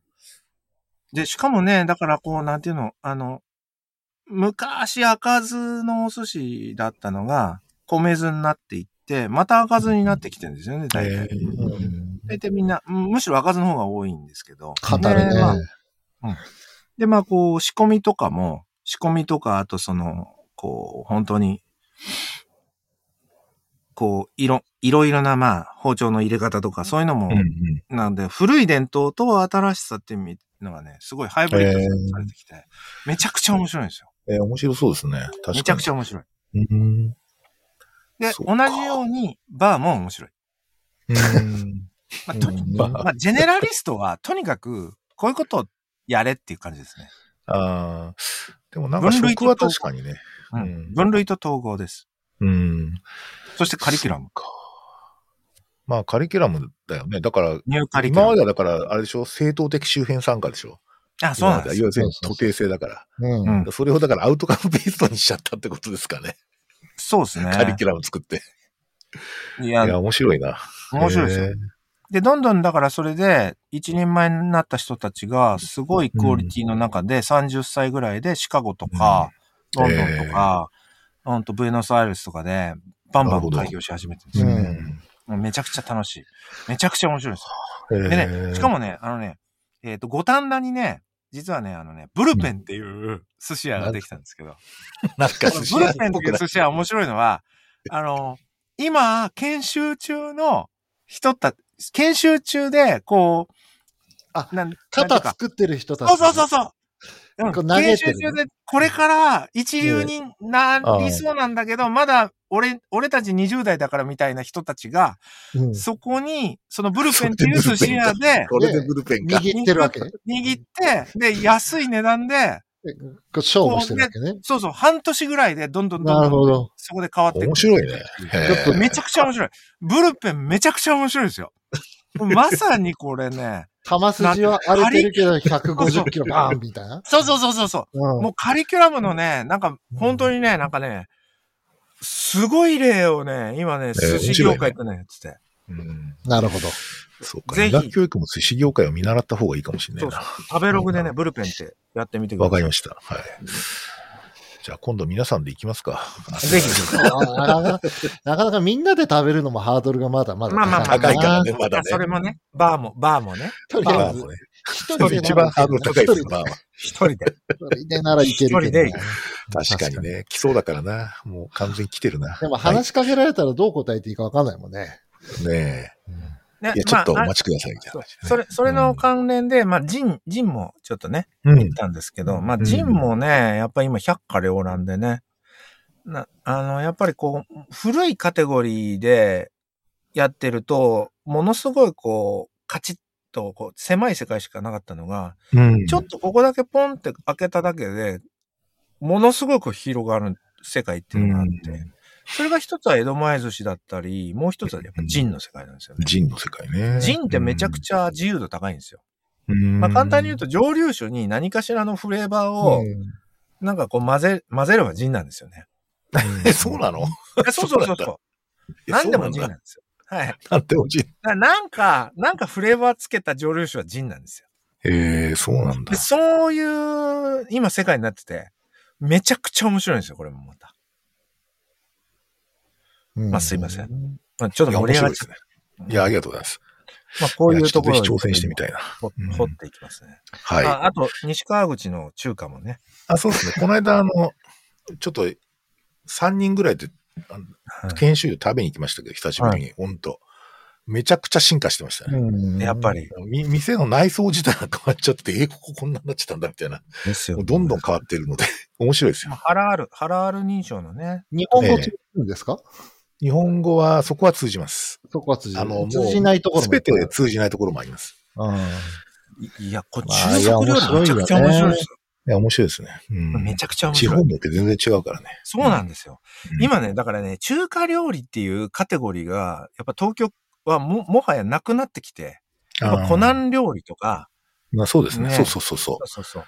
[SPEAKER 2] で、しかもね、だからこう、なんていうの、あの、昔開かずのお寿司だったのが、米酢になっていって、また開かずになってきてるんですよね、大体。
[SPEAKER 1] ええ
[SPEAKER 3] うん
[SPEAKER 2] 大体みんな、うんむしろ開かずの方が多いんですけど。
[SPEAKER 3] 語るね
[SPEAKER 2] で。まあで、まあ、こう、仕込みとかも、仕込みとか、あとその、こう、本当に、こう、いろ、いろいろな、まあ、包丁の入れ方とか、そういうのも
[SPEAKER 1] うん、うん。
[SPEAKER 2] なんで、古い伝統と新しさっていうのがね、すごいハイブリッドされてきて、めちゃくちゃ面白いんですよ。
[SPEAKER 1] ええ面白そうですね。確かに。
[SPEAKER 2] めちゃくち
[SPEAKER 1] ゃ。
[SPEAKER 2] ゃ面白い。
[SPEAKER 1] うん。
[SPEAKER 2] で、
[SPEAKER 1] そっ
[SPEAKER 2] 同
[SPEAKER 1] か
[SPEAKER 2] じように、バーも面白い。
[SPEAKER 1] うん。
[SPEAKER 2] まあ、と
[SPEAKER 3] うん
[SPEAKER 1] まあ
[SPEAKER 2] まあ、ジェネラリストは、とにかく、こういうことをやれっていう感じですね。
[SPEAKER 1] ああ。でもなんか
[SPEAKER 2] 分類
[SPEAKER 1] 食
[SPEAKER 2] と
[SPEAKER 1] は確かにね。
[SPEAKER 2] うん。
[SPEAKER 1] うん
[SPEAKER 2] 分類と統合です。
[SPEAKER 1] うん。
[SPEAKER 2] そしてカリキュラム。
[SPEAKER 1] まあ、カリキュラムだよね。だから、
[SPEAKER 2] ニューカリキ
[SPEAKER 1] 今
[SPEAKER 2] ュラ
[SPEAKER 1] ま
[SPEAKER 2] ム。
[SPEAKER 1] ではだから、あれでしょ、正当的周辺参加でしょ。
[SPEAKER 2] あ、そうなん
[SPEAKER 1] 今ま
[SPEAKER 2] で
[SPEAKER 1] はい
[SPEAKER 2] す
[SPEAKER 1] わゆる
[SPEAKER 2] よ。
[SPEAKER 3] そうそうそう
[SPEAKER 1] 徒弟制だから。
[SPEAKER 3] うん
[SPEAKER 2] う。ん
[SPEAKER 1] それをだからアウトカムベーストにしちゃったってことですかね。
[SPEAKER 2] そうですね。
[SPEAKER 1] カリキュラム作って。
[SPEAKER 2] い
[SPEAKER 1] い
[SPEAKER 2] や、
[SPEAKER 1] や、面白いな。
[SPEAKER 2] 面白いです
[SPEAKER 1] へ
[SPEAKER 2] よ
[SPEAKER 1] え。
[SPEAKER 2] で、どんどんだからそれで、一人前になった人たちが、すごいクオリティの中で、30歳ぐらいでシカゴとか、
[SPEAKER 1] うん
[SPEAKER 2] ロンドンとか、うんとブエノスアイレスとかで、バンバン開業し始めてるんです
[SPEAKER 1] う
[SPEAKER 2] よ
[SPEAKER 3] なる
[SPEAKER 1] ん
[SPEAKER 3] ほ
[SPEAKER 2] うんめちゃくちゃ楽しい。めちゃくちゃ面白いです。
[SPEAKER 1] へえ
[SPEAKER 2] でね、しかもね、あのね、えっ、と、五反田にね、実はね、あのね、ブルペンっていう寿司屋ができたんですけど、
[SPEAKER 1] なん か
[SPEAKER 2] この
[SPEAKER 1] 寿司
[SPEAKER 2] ブ
[SPEAKER 1] 屋
[SPEAKER 2] ル
[SPEAKER 1] っ
[SPEAKER 2] ペン
[SPEAKER 1] ぽ
[SPEAKER 2] っ
[SPEAKER 1] く
[SPEAKER 2] て
[SPEAKER 1] な
[SPEAKER 2] いう
[SPEAKER 1] い
[SPEAKER 2] 寿司屋面白いのは、あの、今、研修中の人た、研修中で、こう、
[SPEAKER 3] あ
[SPEAKER 2] なん、
[SPEAKER 3] 肩
[SPEAKER 2] なんていうか
[SPEAKER 3] 作ってる人たち。
[SPEAKER 2] そうそうそうそう。うん
[SPEAKER 3] こう投げて
[SPEAKER 2] 研
[SPEAKER 3] る
[SPEAKER 2] 修中で、これから一流になりそうなんだけど、まだ俺、俺たち20代だからみたいな人たちが、
[SPEAKER 3] うん。
[SPEAKER 2] そこに、そのブルペンっていう寿司屋で、
[SPEAKER 1] これでブルペンか。
[SPEAKER 3] 握ってるわけ
[SPEAKER 2] 握って、で、安い値段で、
[SPEAKER 3] こう勝負してるわけね。
[SPEAKER 2] そうそう、半年ぐらいでどんどんど
[SPEAKER 3] なんる
[SPEAKER 2] どん
[SPEAKER 3] ほど。
[SPEAKER 2] そこで変わってくる
[SPEAKER 1] 面白いね。へえ
[SPEAKER 3] ちょっと
[SPEAKER 2] めちゃくちゃ面白い。ブルペンめちゃくちゃ面白いですよ。まさにこれね。
[SPEAKER 3] 球筋は荒れてるけど、150キロバーンみたいな。
[SPEAKER 2] そうそうそうそうそうう。
[SPEAKER 3] ん。
[SPEAKER 2] もうカリキュラムのね、なんか本当にね、なんかね、すごい例をね、今ね、寿司業界ってね、つって。
[SPEAKER 1] うん
[SPEAKER 3] なるほど。
[SPEAKER 1] そうか。
[SPEAKER 2] ぜひ
[SPEAKER 1] 医学教育も寿司業界を見習った方がいいかもしれない
[SPEAKER 2] そうそ
[SPEAKER 1] な
[SPEAKER 2] う。。食べログでね、ブルペンってやってみてくだ
[SPEAKER 1] わ
[SPEAKER 2] さ
[SPEAKER 1] か
[SPEAKER 2] い。
[SPEAKER 1] りました。はい。じゃあ今度皆さんで行きますか。
[SPEAKER 2] ぜひ。
[SPEAKER 3] なかなか、 なかなかみんなで食べるのもハードルがまだまだ
[SPEAKER 2] まあまあまあ。
[SPEAKER 1] 高いからね
[SPEAKER 2] まあ
[SPEAKER 1] まだね
[SPEAKER 2] それもね、バーも、バーもね、
[SPEAKER 3] とり
[SPEAKER 1] ま
[SPEAKER 3] あ
[SPEAKER 1] あ
[SPEAKER 3] えず
[SPEAKER 1] も、うね
[SPEAKER 3] 一人で
[SPEAKER 1] 一番ハードル高いです、まあ。
[SPEAKER 2] 一人で。
[SPEAKER 3] 一人でならいけるけど
[SPEAKER 2] 一人で
[SPEAKER 3] ね。
[SPEAKER 1] 確かにね。来そうだからな。もう完全に来てるな。
[SPEAKER 3] でも話しかけられたらどう答えていいかわかんないもんね。
[SPEAKER 1] ね
[SPEAKER 2] ね
[SPEAKER 1] え。いや、ちょっとお
[SPEAKER 2] まあ
[SPEAKER 1] 待ちください、みたい
[SPEAKER 2] そう
[SPEAKER 1] な。
[SPEAKER 2] それ、それの関連で、まあ、ジン、ジンもちょっとね、
[SPEAKER 1] うん
[SPEAKER 2] 行っ。たんですけど、まあ、
[SPEAKER 1] うん
[SPEAKER 2] ジンもね、やっぱ今百花繚乱でね、な、あの、やっぱりこう、古いカテゴリーでやってると、ものすごいこう、カチッと、こう、狭い世界しかなかったのが、
[SPEAKER 1] うん
[SPEAKER 2] ちょっとここだけポンって開けただけで、ものすごく広がる世界っていうのがあって、
[SPEAKER 1] うん
[SPEAKER 2] それが一つは江戸前寿司だったり、もう一つはやっぱジンの世界なんですよね。
[SPEAKER 1] ジンの世界ね。
[SPEAKER 2] ジンってめちゃくちゃ自由度高いんですよ。
[SPEAKER 1] うん。
[SPEAKER 2] まあ、簡単に言
[SPEAKER 1] う
[SPEAKER 2] うと蒸留酒に何かしらのフレーバーを、なんかこう混ぜ、混ぜればジンなんです よね。
[SPEAKER 1] ん。え、そうなの
[SPEAKER 2] えそうそうそう
[SPEAKER 1] そう
[SPEAKER 2] そう。
[SPEAKER 1] え
[SPEAKER 2] 何でも
[SPEAKER 1] そう
[SPEAKER 2] ジン
[SPEAKER 1] な
[SPEAKER 2] なんん
[SPEAKER 1] だ
[SPEAKER 2] ですよ。はい。だか
[SPEAKER 1] なんでもジン。
[SPEAKER 2] らなんか、なんかフレーバーつけた蒸留酒はジンなんですよ。
[SPEAKER 1] ええ、そうなんだ
[SPEAKER 2] で、。そういう、今世界になってて、めちゃくちゃ面白いんですよ、これもまた。
[SPEAKER 3] うん
[SPEAKER 2] まあすいません。
[SPEAKER 3] うん
[SPEAKER 2] まあ、ちょっ
[SPEAKER 1] い
[SPEAKER 2] と
[SPEAKER 1] や、
[SPEAKER 2] 盛
[SPEAKER 1] 面
[SPEAKER 2] り上
[SPEAKER 1] 白
[SPEAKER 2] が
[SPEAKER 1] い
[SPEAKER 2] っ
[SPEAKER 1] で
[SPEAKER 2] ちゃ
[SPEAKER 1] す
[SPEAKER 2] っ
[SPEAKER 1] ね。
[SPEAKER 2] た。
[SPEAKER 1] いや、ありがとうございます。
[SPEAKER 2] まあ、こう
[SPEAKER 1] い
[SPEAKER 2] い
[SPEAKER 1] や
[SPEAKER 2] う
[SPEAKER 1] ちょ
[SPEAKER 2] と
[SPEAKER 1] っ
[SPEAKER 2] ころ
[SPEAKER 1] ぜ
[SPEAKER 2] を
[SPEAKER 1] ひ挑戦してみたいな。
[SPEAKER 2] ほ
[SPEAKER 1] うん
[SPEAKER 2] 掘っていきますね。
[SPEAKER 1] はい。
[SPEAKER 2] ああと、西川口の中華もね。
[SPEAKER 1] あ、そうですね。 この間、あの、ちょっと、3人ぐらいで、
[SPEAKER 2] はい
[SPEAKER 1] 研修で食べに行きましたけど、久しぶりに、ほんと。めちゃくちゃ進化してましたね。
[SPEAKER 3] うん
[SPEAKER 2] やっぱ。り。
[SPEAKER 1] み店の内装自体が変わっちゃって、 え、こここんなになっちゃったんだみたいな。
[SPEAKER 2] ですよ
[SPEAKER 1] もうどんどん変わってるので、面白いですよ。
[SPEAKER 2] ハラール、ハラール認証のね。
[SPEAKER 3] 日本語通じるんですか、
[SPEAKER 1] 日本語は、そこは通じます。
[SPEAKER 3] そこは通じる
[SPEAKER 1] あのもう
[SPEAKER 3] 通じないところ
[SPEAKER 1] す
[SPEAKER 3] も
[SPEAKER 1] べ
[SPEAKER 3] いっぱいあ
[SPEAKER 1] て
[SPEAKER 3] る。
[SPEAKER 1] 通じないところもあります。
[SPEAKER 2] いいや、こっ
[SPEAKER 3] ま
[SPEAKER 2] ち
[SPEAKER 3] あ
[SPEAKER 2] 中国料理めちゃくちゃ面白いです
[SPEAKER 1] いや、面白いですね。う
[SPEAKER 2] よ。め
[SPEAKER 1] ん。
[SPEAKER 2] ちゃくちゃ面
[SPEAKER 1] 地
[SPEAKER 2] 白
[SPEAKER 1] 方
[SPEAKER 2] い。
[SPEAKER 1] によって全然違うからね。
[SPEAKER 2] そうなんですよ。
[SPEAKER 1] うん
[SPEAKER 2] 今ね、だからね、中華料理っていうカテゴリーが、やっぱ東京はも、もはやなくなってきて、やっぱ
[SPEAKER 1] あー
[SPEAKER 2] 湖南料理とか、
[SPEAKER 1] まあ、そうですね。
[SPEAKER 2] ね
[SPEAKER 1] そうそうそうそ
[SPEAKER 2] そうそうそう。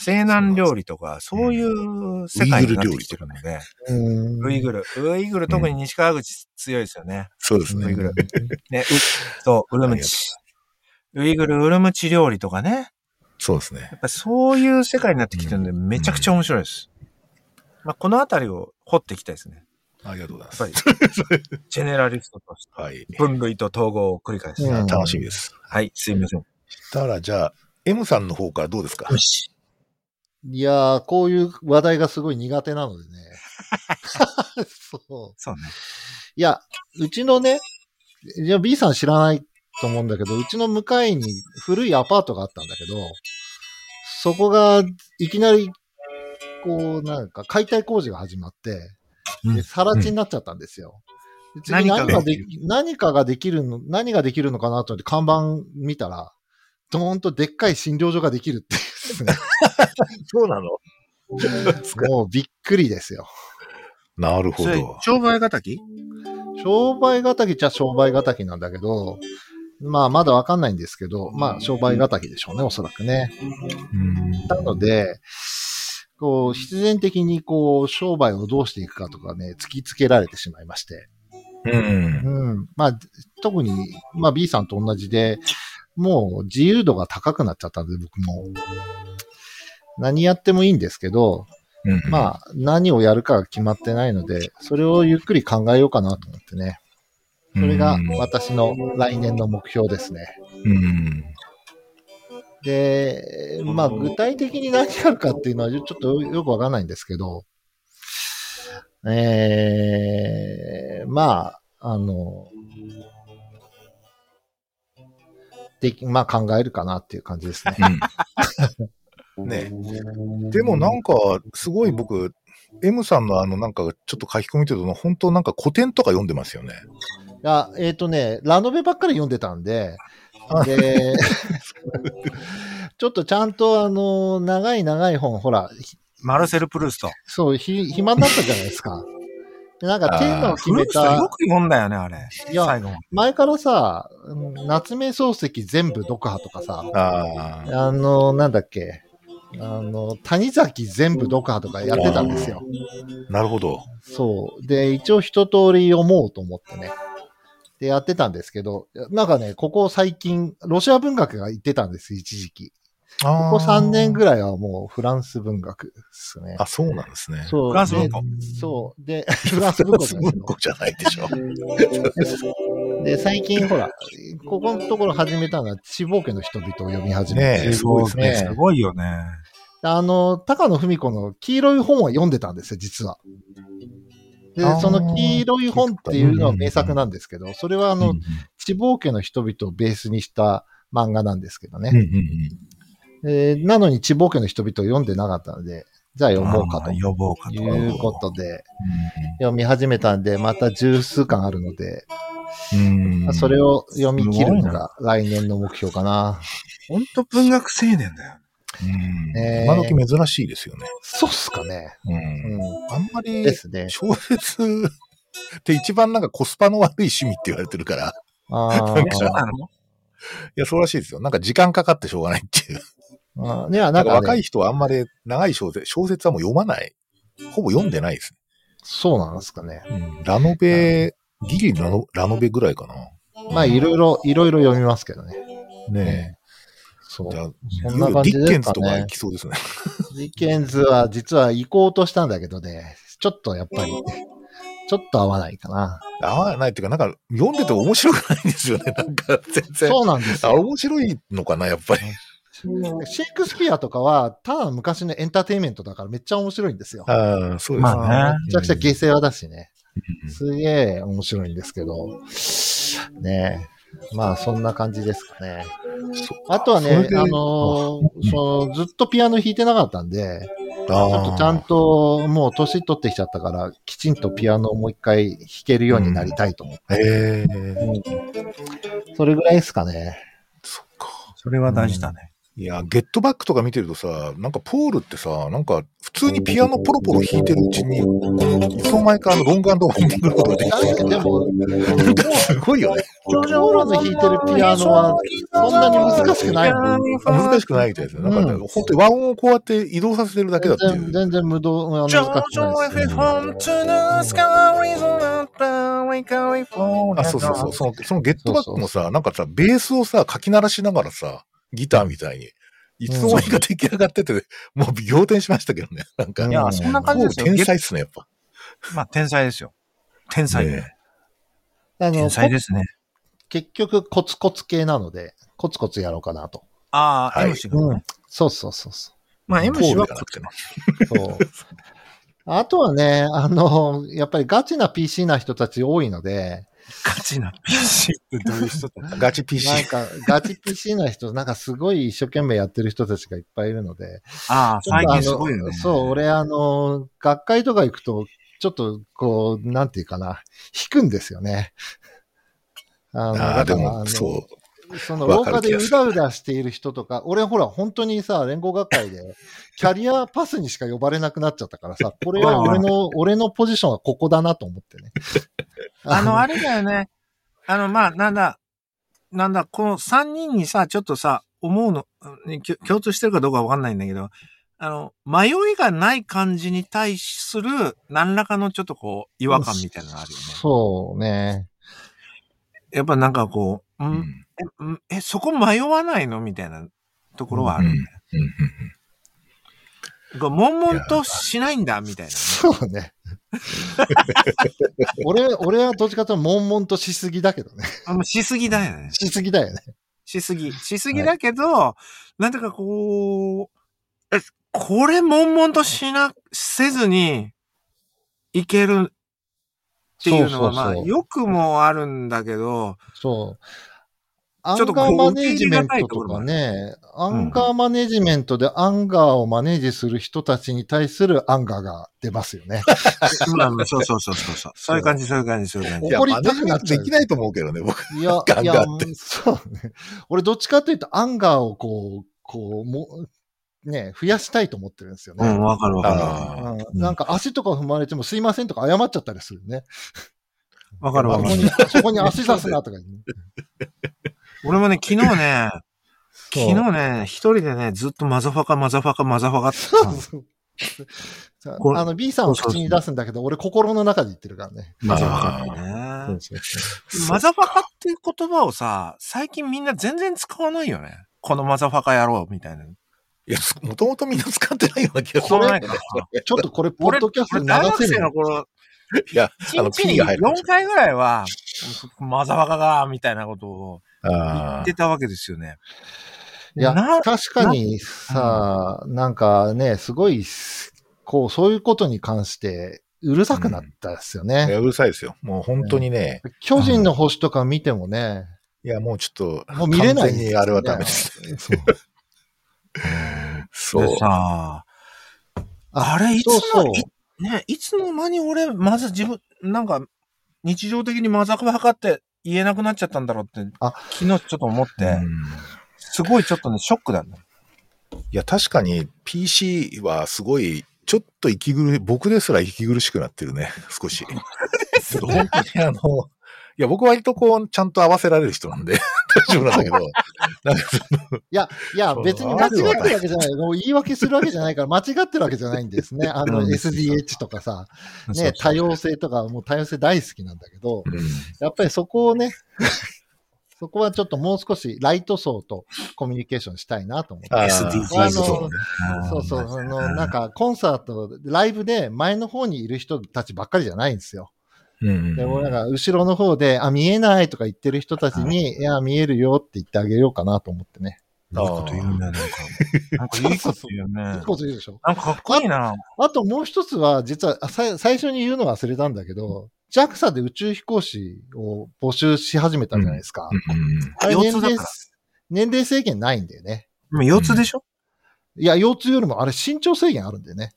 [SPEAKER 2] 西南料理とか、そういう世界になってきてるので、
[SPEAKER 3] うん。
[SPEAKER 2] ウイグル。ウイグル特に西川口強いですよね。
[SPEAKER 1] う。そうです
[SPEAKER 3] うん
[SPEAKER 1] ね。
[SPEAKER 2] ね、う、そう、ウルムチ。ウイグル、ウルムチ料理とかね。
[SPEAKER 1] そうですね
[SPEAKER 2] や。っぱそういう世界になってきてるので、めちゃくちゃ面白いです。まあ、このあたりを掘っていきたいですね。
[SPEAKER 1] ありがとうございま
[SPEAKER 2] やっ
[SPEAKER 1] す
[SPEAKER 2] ぱ。り、ジェネラリストとして、
[SPEAKER 1] はい。
[SPEAKER 2] 分類と統合を繰り返す。
[SPEAKER 3] うん
[SPEAKER 1] 楽しみです。
[SPEAKER 2] はい、すいません。
[SPEAKER 1] したら、じゃあ、M さんの方からどうですか
[SPEAKER 2] よし。
[SPEAKER 3] いやー、こういう話題がすごい苦手なのでね。そう。
[SPEAKER 2] そうね。
[SPEAKER 3] いや、うちのね、いや、B さん知らないと思うんだけど、うちの向かいに古いアパートがあったんだけど、そこがいきなり、こう、なんか解体工事が始まって、
[SPEAKER 2] う
[SPEAKER 3] で、
[SPEAKER 2] ん
[SPEAKER 3] さら地になっちゃったんですよ。で次
[SPEAKER 2] 何
[SPEAKER 3] 何
[SPEAKER 2] か
[SPEAKER 3] か
[SPEAKER 2] が
[SPEAKER 3] でき何かができるの、何ができるのかなと思って看板見たら、どーんとでっかい診療所ができるっていうね
[SPEAKER 1] そうなの
[SPEAKER 3] もうびっくりですよ。
[SPEAKER 1] なるほ
[SPEAKER 2] それ
[SPEAKER 1] ど、。
[SPEAKER 2] 商売敵
[SPEAKER 3] 商売敵じゃ商売敵なんだけど、まあまだわかんないんですけど、まあ商売敵でしょうね、おそらくね。
[SPEAKER 1] うん
[SPEAKER 3] なので、こう、必然的にこう、商売をどうしていくかとかね、突きつけられてしまいまして。
[SPEAKER 1] うん。
[SPEAKER 3] うん。まあ、特に、まあ B さんと同じで、もう自由度が高くなっちゃったんで、僕も。何やってもいいんですけど、
[SPEAKER 1] うん
[SPEAKER 3] まあ、何をやるかが決まってないので、それをゆっくり考えようかなと思ってね。それが
[SPEAKER 1] うん
[SPEAKER 3] 私の来年の目標ですね。
[SPEAKER 1] うん。
[SPEAKER 3] で、まあ具体的に何やるかっていうのはちょっとよくわかんないんですけど、えー、まあ、あの、でき、まあ考えるかなっていう感じですね。
[SPEAKER 1] ね でもなんか、すごい僕、M さんのあの、なんか、ちょっと書き込みというと、本当なんか古典とか読んでますよね。
[SPEAKER 3] あえっ、とね、ラノベばっかり読んでたんで、で、 ちょっとちゃんとあの、長い長い本、ほら、
[SPEAKER 2] マルセル・プルースト。
[SPEAKER 3] そう、ひ、暇になったじゃないですか。でなんかテーマを決
[SPEAKER 2] プル
[SPEAKER 3] め
[SPEAKER 2] ーストよ
[SPEAKER 3] た、
[SPEAKER 2] く読んだよね、あれ。
[SPEAKER 3] いや
[SPEAKER 2] 最後まで
[SPEAKER 3] 前からさ、うん夏目漱石全部読破とかさ、
[SPEAKER 1] ああ。
[SPEAKER 3] あの、なんだっけ、あの、谷崎全部読破とかやってたんですよ。
[SPEAKER 1] なるほど。
[SPEAKER 3] そう。で、一応一通り読もうと思ってね。で、やってたんですけど、なんかね、ここ最近、ロシア文学が言ってたんです、一時期。
[SPEAKER 1] あ
[SPEAKER 3] ここ3年
[SPEAKER 1] らい。
[SPEAKER 3] ぐらいはもうフランス文学ですね。
[SPEAKER 1] あ、そうなんですね。
[SPEAKER 3] そう。
[SPEAKER 2] フランス文庫
[SPEAKER 3] でそう。で、 フランス文庫じゃないですよ
[SPEAKER 1] じゃないでし ょ。
[SPEAKER 3] で、最近ほら、ここのところ始めたのは、地方家の人々を読み始めて、
[SPEAKER 1] ねえすごいです
[SPEAKER 3] ね
[SPEAKER 2] すごいよね。
[SPEAKER 3] あの、高野文子の黄色い本は読んでたんですよ、実は。で
[SPEAKER 1] あー、
[SPEAKER 3] その黄色い本っていうのは名作なんですけど、それはあ
[SPEAKER 1] うんう
[SPEAKER 3] の
[SPEAKER 1] ん、
[SPEAKER 3] 地方家の人々をベースにした漫画なんですけど
[SPEAKER 1] うんう
[SPEAKER 3] ね。
[SPEAKER 1] ん
[SPEAKER 3] えーなのに地方家の人々を読んでなかったので、じゃあ読もうか
[SPEAKER 2] あ
[SPEAKER 3] と
[SPEAKER 2] ー
[SPEAKER 3] い
[SPEAKER 2] 呼ぼうかと。
[SPEAKER 3] うことで、読み始めたんで、また十数巻あるので、
[SPEAKER 1] うんうん
[SPEAKER 3] それを読み切るの
[SPEAKER 2] すごい
[SPEAKER 3] が来年の目標かな。
[SPEAKER 2] ほんと文学青年だよ。
[SPEAKER 1] うん
[SPEAKER 3] ねえ
[SPEAKER 1] 今時珍しいですよね。
[SPEAKER 3] そうっすかね。
[SPEAKER 1] うん
[SPEAKER 3] う
[SPEAKER 1] あんま
[SPEAKER 3] ん。
[SPEAKER 1] り
[SPEAKER 3] ですね。
[SPEAKER 1] 小説って一番なんかコスパの悪い趣味って言われてるから、
[SPEAKER 3] あ
[SPEAKER 1] なんか
[SPEAKER 2] なの
[SPEAKER 1] いや、そうらしいですよ。なんか時間かかってしょうがないっていう。
[SPEAKER 3] あ。ね、な
[SPEAKER 1] なん
[SPEAKER 3] ん
[SPEAKER 1] か
[SPEAKER 3] か、
[SPEAKER 1] 若
[SPEAKER 3] ね、
[SPEAKER 1] い人はあんまり長い小説、小説はもう読まない。ほぼ読んでないです
[SPEAKER 3] そうなんですかね。
[SPEAKER 1] ね。ラノベ、ギリラノラノベぐらいかな。
[SPEAKER 3] まあ、いろいろ、いろいろ読みますけどね。
[SPEAKER 1] ね
[SPEAKER 3] そ
[SPEAKER 1] え。じゃ
[SPEAKER 3] う。
[SPEAKER 1] あ、
[SPEAKER 3] そんな感じ
[SPEAKER 1] いよいよディッケン
[SPEAKER 3] で
[SPEAKER 1] ズ
[SPEAKER 3] すか
[SPEAKER 1] とか
[SPEAKER 3] ね
[SPEAKER 1] 行。きそうですね。
[SPEAKER 3] ディケンズは、実は行こうとしたんだけどね、ちょっとやっぱり、ちょっと合わないかな。
[SPEAKER 1] 合わないっていうか、なんか読んでて面白くないんですよね。なんか全然。
[SPEAKER 3] そうなんです
[SPEAKER 1] あ、
[SPEAKER 3] よ。
[SPEAKER 1] 面白いのかな、やっぱり。
[SPEAKER 3] シェイクスピアとかは、ただの昔のエンターテインメントだからめっちゃ面白いんですよ。
[SPEAKER 1] ああ、そうです
[SPEAKER 2] まあね
[SPEAKER 3] めちゃくちゃ下世話だしね。
[SPEAKER 1] うん
[SPEAKER 3] すげえ面白いんですけど、ねえ。まあ、そんな感じですかね。
[SPEAKER 1] そうか
[SPEAKER 3] あとは
[SPEAKER 1] そ
[SPEAKER 3] ね
[SPEAKER 1] れ、で
[SPEAKER 3] あのーその、ずっとピアノ弾いてなかったんで、
[SPEAKER 1] あー
[SPEAKER 3] ちょっとちゃんと、もう年取ってきちゃったから、きちんとピアノをもう一回弾けるようになりたいと思って。
[SPEAKER 1] ええ
[SPEAKER 3] それぐらいですかね。
[SPEAKER 1] そっか。
[SPEAKER 2] それは大事だね。
[SPEAKER 1] いや、ゲットバックとか見てるとさ、なんかポールってさ、なんか普通にピアノポロポロ弾いてるうちに、いつの間にかあのロングホールディングのことができ
[SPEAKER 3] だけどでも、
[SPEAKER 1] なんかすごいよね。
[SPEAKER 3] ロジャオロの弾いてるピアノは、そんなに難しくないの。
[SPEAKER 1] 難しくないみたいですね。なんかね、
[SPEAKER 3] うん
[SPEAKER 1] 本当に和音をこうやって移動させてるだけだってい
[SPEAKER 3] 全然、
[SPEAKER 1] う。
[SPEAKER 3] 全然無動、あの難
[SPEAKER 2] ジョ
[SPEAKER 3] し
[SPEAKER 2] ジ
[SPEAKER 3] くな
[SPEAKER 2] ョ
[SPEAKER 3] い
[SPEAKER 2] フ
[SPEAKER 3] です
[SPEAKER 2] ェフォントゥナスカリゾナタウィカリフォー
[SPEAKER 1] あ、そうそうそう。その、そのゲットバックもさ、なんかさ、ベースをさ、書き鳴らしながらさ、ギターみたいに、いつの間にか出来上がってて、もう仰天しましたけどね。なんか、
[SPEAKER 3] う
[SPEAKER 2] い
[SPEAKER 3] ん
[SPEAKER 2] や、そんな感じ
[SPEAKER 1] もう
[SPEAKER 2] ですよ。
[SPEAKER 1] 天
[SPEAKER 2] ゲ
[SPEAKER 1] 才っすね、やっぱ。
[SPEAKER 2] まあ、天才ですよ。天才
[SPEAKER 1] ね
[SPEAKER 2] ね。
[SPEAKER 3] あの
[SPEAKER 2] 天才ですね。
[SPEAKER 3] 結局、コツコツ系なので、コツコツやろうかなと。
[SPEAKER 2] ああ、
[SPEAKER 1] はい
[SPEAKER 2] M 氏がね。
[SPEAKER 3] そうそうそうそ
[SPEAKER 2] まあ、
[SPEAKER 1] ポ
[SPEAKER 2] M
[SPEAKER 1] ー
[SPEAKER 2] 氏
[SPEAKER 1] ル
[SPEAKER 2] は
[SPEAKER 1] じゃなくてね。
[SPEAKER 3] う。そうあとはね、あの、やっぱりガチな PC な人たち多いので、
[SPEAKER 2] ガチな PC ってどういう人だ
[SPEAKER 1] ガチ PC
[SPEAKER 3] なん。か、ガチ PC な人、なんかすごい一生懸命やってる人たちがいっぱいいるので、
[SPEAKER 2] ああ、
[SPEAKER 3] ちょっ
[SPEAKER 2] 最
[SPEAKER 3] とあ
[SPEAKER 2] 近
[SPEAKER 3] の
[SPEAKER 2] すごいよね。
[SPEAKER 3] そう、俺、あの、学会とか行くと、ちょっと、こう、なんていうかな、弾くんですよね。あ
[SPEAKER 1] ああ、でも、
[SPEAKER 3] う。
[SPEAKER 1] そう。
[SPEAKER 3] その廊
[SPEAKER 1] わかる
[SPEAKER 3] 下で
[SPEAKER 1] 気が
[SPEAKER 3] う
[SPEAKER 1] する
[SPEAKER 3] だうだしている人とか、俺ほら、本当にさ、連合学 会で、キャリアパスにしか呼ばれなくなっちゃったからさ、これは俺の、俺のポジションはここだなと思ってね。
[SPEAKER 2] あの、あれだよね。あの、まあ、なんだ、なんだ、この3人にさ、ちょっとさ、思うの、うんきょ共通してるかどうかわかんないんだけど、あの、迷いがない感じに対する、何らかのちょっとこう、違和感みたいなのあるよね。
[SPEAKER 3] そうね。
[SPEAKER 2] やっぱなんかこう、う
[SPEAKER 1] うん
[SPEAKER 2] ん、えうんえ、そこ迷わないのみたいなところはあるんだよ。
[SPEAKER 1] うんうん
[SPEAKER 2] が悶々としないんだ、みたいなね。
[SPEAKER 3] そうね。 俺、俺はどっちかというと、悶々としすぎだけど ね。
[SPEAKER 2] あもうしすぎだよね。
[SPEAKER 3] しすぎだよね。
[SPEAKER 2] しすぎ。しすぎだけど、なんとかこう、え、これ悶々としな、せずに、いけるっていうのは、まあ、良くもあるんだけど、
[SPEAKER 3] そう。アン
[SPEAKER 2] ちょっとこう
[SPEAKER 3] ガーマネージメントとかね、ア
[SPEAKER 2] 入れがたいところもある
[SPEAKER 3] ンガーマネージメントでアンガーをマネージする人たちに対するアンガーが出ますよね。
[SPEAKER 2] まあ まあそうそうそうそうそう。そういう感じ、そういう感じ、そういう感
[SPEAKER 1] い
[SPEAKER 2] じ。
[SPEAKER 1] や
[SPEAKER 3] 怒りたくなっちゃう
[SPEAKER 1] できないと思うけどね、僕。
[SPEAKER 3] いや、
[SPEAKER 1] ガン
[SPEAKER 3] い
[SPEAKER 1] ガ
[SPEAKER 3] や
[SPEAKER 1] ンっ、
[SPEAKER 3] そうね。俺どっちかというとアンガーをこう、こう、もね、増やしたいと思ってるんですよ
[SPEAKER 2] うん、
[SPEAKER 3] ね。
[SPEAKER 2] わかるわか
[SPEAKER 1] ああ。
[SPEAKER 3] うんなんか足とか踏まれてもすいませんとか謝っちゃったりするね。
[SPEAKER 2] る。わかる
[SPEAKER 3] そ
[SPEAKER 2] わ
[SPEAKER 3] こ
[SPEAKER 2] か
[SPEAKER 3] に
[SPEAKER 2] る。、
[SPEAKER 3] そこに足刺すなとか言うね。
[SPEAKER 2] 俺もね、昨日ね、昨
[SPEAKER 3] そ
[SPEAKER 2] 日
[SPEAKER 3] う
[SPEAKER 2] ね、一人でね、ずっとマザファカ、マザファカ、マザファカって言ってたの
[SPEAKER 3] そうそう
[SPEAKER 2] これ
[SPEAKER 3] あの B さんを口に出すんだけど、俺心の中で言ってるからね。
[SPEAKER 2] マザファカね。マザファカっていう言葉をさ、最近みんな全然使わないよね。このマザファカ野郎みたいな。
[SPEAKER 1] いや、もともとみんな使ってないような気がす
[SPEAKER 2] 使
[SPEAKER 1] る。
[SPEAKER 2] わないから。
[SPEAKER 3] ちょっとこれ、ポッ
[SPEAKER 2] 俺、
[SPEAKER 3] ドキャスト
[SPEAKER 2] 俺
[SPEAKER 3] に
[SPEAKER 2] 大学
[SPEAKER 3] 流
[SPEAKER 2] 生
[SPEAKER 3] せる
[SPEAKER 2] の頃、
[SPEAKER 1] いや、
[SPEAKER 2] 一
[SPEAKER 1] あの、
[SPEAKER 2] 日
[SPEAKER 1] P
[SPEAKER 2] に
[SPEAKER 1] が入るかもし
[SPEAKER 2] 4
[SPEAKER 1] れない。
[SPEAKER 2] 回ぐらいは、マザファカが、みたいなことを言
[SPEAKER 1] あ
[SPEAKER 2] っ
[SPEAKER 1] あ
[SPEAKER 2] てたわけですよね。
[SPEAKER 3] いや
[SPEAKER 2] な、
[SPEAKER 3] 確かにさ、なんかね、すごい、こう、そういうことに関して、うるさくなったですよ
[SPEAKER 1] いや
[SPEAKER 3] ね。
[SPEAKER 1] うるさいですよ。もう本当にね、
[SPEAKER 3] 巨人の星とか見てもね、
[SPEAKER 1] いや、もうちょっと、
[SPEAKER 3] もう見れない
[SPEAKER 1] 完全にあれはダメです。
[SPEAKER 3] そう
[SPEAKER 1] そう
[SPEAKER 2] で。さ、あれ、いつ
[SPEAKER 3] そう
[SPEAKER 2] の、
[SPEAKER 3] そう。
[SPEAKER 2] いね、いつの間に俺、まず自分、なんか、日常的にマザファカって言えなくなっちゃったんだろうって、
[SPEAKER 3] あ
[SPEAKER 2] 昨日ちょっと思って、
[SPEAKER 1] うん
[SPEAKER 2] すごいちょっとね、ショックだね。
[SPEAKER 1] いや、確かに PC はすごい、ちょっと息苦い、僕ですら息苦しくなってるね、少し。ちょっと本当にあの、いや、僕割とこう、ちゃんと合わせられる人なんで、 大丈夫なんだけど、なんかその
[SPEAKER 3] いや、いや、
[SPEAKER 1] そう
[SPEAKER 3] 別に間違ってるわけじゃ ない。もう言い訳するわけじゃないから、間違ってるわけじゃないんです ね。あの、
[SPEAKER 2] うん
[SPEAKER 3] SDH とかさ、
[SPEAKER 2] そう
[SPEAKER 3] ね、多様性とか、もう多様性大好きなんだけど、
[SPEAKER 1] うん
[SPEAKER 3] やっぱりそこをね、そこはちょっともう少しライト層とコミュニケーションしたいなと思って。
[SPEAKER 1] あー
[SPEAKER 2] SDGs
[SPEAKER 1] そうね
[SPEAKER 3] そうそう、
[SPEAKER 2] あー
[SPEAKER 3] あの、なんかコンサート、ライブで前の方にいる人たちばっかりじゃないんですよ。
[SPEAKER 1] うん
[SPEAKER 3] で、俺なんか後ろの方で、あ、見えないとか言ってる人たちに、いや、見えるよって言ってあげようかなと思ってね。
[SPEAKER 2] いいこと言うね、なんか。なんかいいこと言うね。
[SPEAKER 3] いいこと言うでしょ。
[SPEAKER 2] なんかかっこいいな。
[SPEAKER 3] あともう一つは、実は、さ最初に言うの忘れたんだけど、 JAXA で宇宙飛行士を募集し始めたじゃないですか。
[SPEAKER 1] うん
[SPEAKER 3] あれ
[SPEAKER 2] 腰
[SPEAKER 3] 年
[SPEAKER 2] 痛だ
[SPEAKER 3] 齢
[SPEAKER 2] から、
[SPEAKER 3] 年齢制限ないんだよね。
[SPEAKER 2] 今腰痛でしょ、
[SPEAKER 3] いや、腰痛よりもあれ身長制限あるんだよね。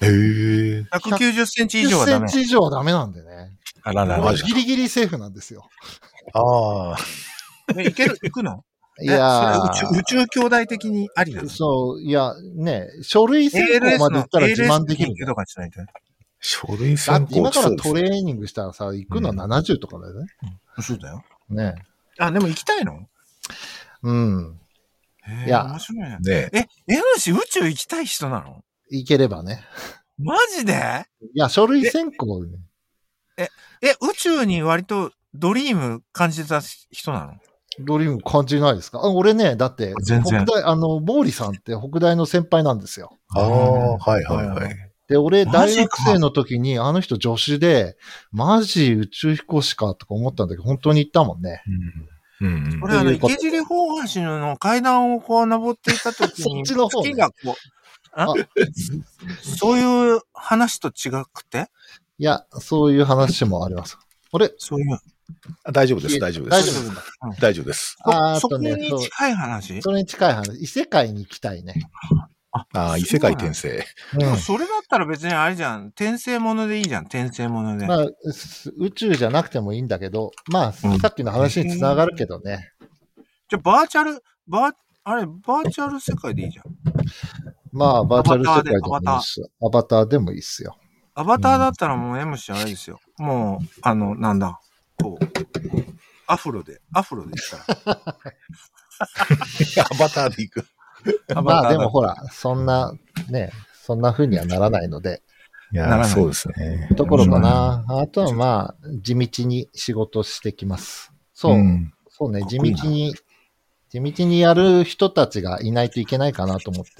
[SPEAKER 1] へえ。
[SPEAKER 2] ?190 センチ以上はダメ
[SPEAKER 3] 10セ。ンチ以上はダメなんでね。
[SPEAKER 2] あららら
[SPEAKER 1] マ
[SPEAKER 2] ら
[SPEAKER 1] ジ。か
[SPEAKER 3] ギリギリセーフなんですよ。
[SPEAKER 1] ああ。
[SPEAKER 2] えいける行くの
[SPEAKER 3] いや
[SPEAKER 2] えそれ宇宙宇宙兄弟的にありなの
[SPEAKER 3] ー、そう、いや、ね、書類選考まで行ったら自慢できる
[SPEAKER 2] ALS の研。究とかしないとね。
[SPEAKER 1] 書類
[SPEAKER 3] だ
[SPEAKER 1] 選
[SPEAKER 3] って
[SPEAKER 1] 考
[SPEAKER 3] 今から
[SPEAKER 1] そうです
[SPEAKER 3] トレーニングしたらさ、行くのは70とかだよね。
[SPEAKER 2] そうだよ。
[SPEAKER 3] ね。
[SPEAKER 2] あ、でも行きたいの
[SPEAKER 3] うん。
[SPEAKER 2] へー
[SPEAKER 3] いや
[SPEAKER 2] 面白いね。
[SPEAKER 1] ね
[SPEAKER 2] え、江主宇宙行きたい人なの
[SPEAKER 3] 行ければね。
[SPEAKER 2] マジで
[SPEAKER 3] いや、書類選考ね、
[SPEAKER 2] え、宇宙に割とドリーム感じてた人なの
[SPEAKER 3] ドリーム感じないですかあ俺ね、だって、
[SPEAKER 2] 全然
[SPEAKER 3] 北大、あの、毛利さんって北大の先輩なんですよ。
[SPEAKER 1] ああ、はいはいはい。
[SPEAKER 3] で、俺、
[SPEAKER 2] マ
[SPEAKER 3] 大
[SPEAKER 2] ジか
[SPEAKER 3] 学生の時に、あの人助手で、マジ宇宙飛行士かとか思ったんだけど、本当に行ったもんね。
[SPEAKER 1] うんうん
[SPEAKER 2] 俺、あの、
[SPEAKER 3] ということ
[SPEAKER 2] 池尻大橋の階段をこう登っていた時に、
[SPEAKER 3] そっちの方ね
[SPEAKER 2] 月がこう、あ
[SPEAKER 3] あ
[SPEAKER 2] そういう話と違くて
[SPEAKER 3] いや、そういう話もあります。俺、
[SPEAKER 2] そういう。
[SPEAKER 1] あ大丈夫です、大丈夫で。
[SPEAKER 3] 大丈夫ですす
[SPEAKER 2] か
[SPEAKER 3] か
[SPEAKER 1] 大丈夫です。
[SPEAKER 3] あーあ
[SPEAKER 2] そ
[SPEAKER 3] と
[SPEAKER 2] こ
[SPEAKER 3] ね
[SPEAKER 2] に
[SPEAKER 3] そう
[SPEAKER 2] 近い話
[SPEAKER 3] それに近い話。異世界に行きたいね。
[SPEAKER 1] ああ、異世界転生。
[SPEAKER 3] うん
[SPEAKER 2] そ。れだったら別にあれじゃん。転生ものでいいじゃん。転生もので。
[SPEAKER 3] まあ、す宇宙じゃなくてもいいんだけど、まあ、
[SPEAKER 2] うん
[SPEAKER 3] さっきの話につながるけどね。
[SPEAKER 2] じゃあ、バーチャル、バー、あれ、バーチャル世界でいいじゃん。
[SPEAKER 3] まあ、バーチャル世界で
[SPEAKER 2] ア
[SPEAKER 3] も
[SPEAKER 2] バター
[SPEAKER 3] いいし、アバターでもいいっすよ。
[SPEAKER 2] アバターだったらもう M 氏あれですよ。もう、あの、なんだ。こう。アフロで、アフロでしたら。
[SPEAKER 1] アバターで行く。
[SPEAKER 2] アバ
[SPEAKER 3] ま
[SPEAKER 2] ター
[SPEAKER 3] あ、で
[SPEAKER 2] だ
[SPEAKER 3] もほら、そんな、ね、そんな風にはならないので。
[SPEAKER 1] い
[SPEAKER 2] な
[SPEAKER 1] や
[SPEAKER 2] らな
[SPEAKER 1] ー、
[SPEAKER 2] い
[SPEAKER 1] そうですね。
[SPEAKER 3] ところかな。あとはまあ、地道に仕事してきます。そう、
[SPEAKER 1] ん。
[SPEAKER 3] そうね、
[SPEAKER 2] かっ
[SPEAKER 3] 地
[SPEAKER 2] こいいな
[SPEAKER 3] 道に、地道にやる人たちがいないといけないかなと思って。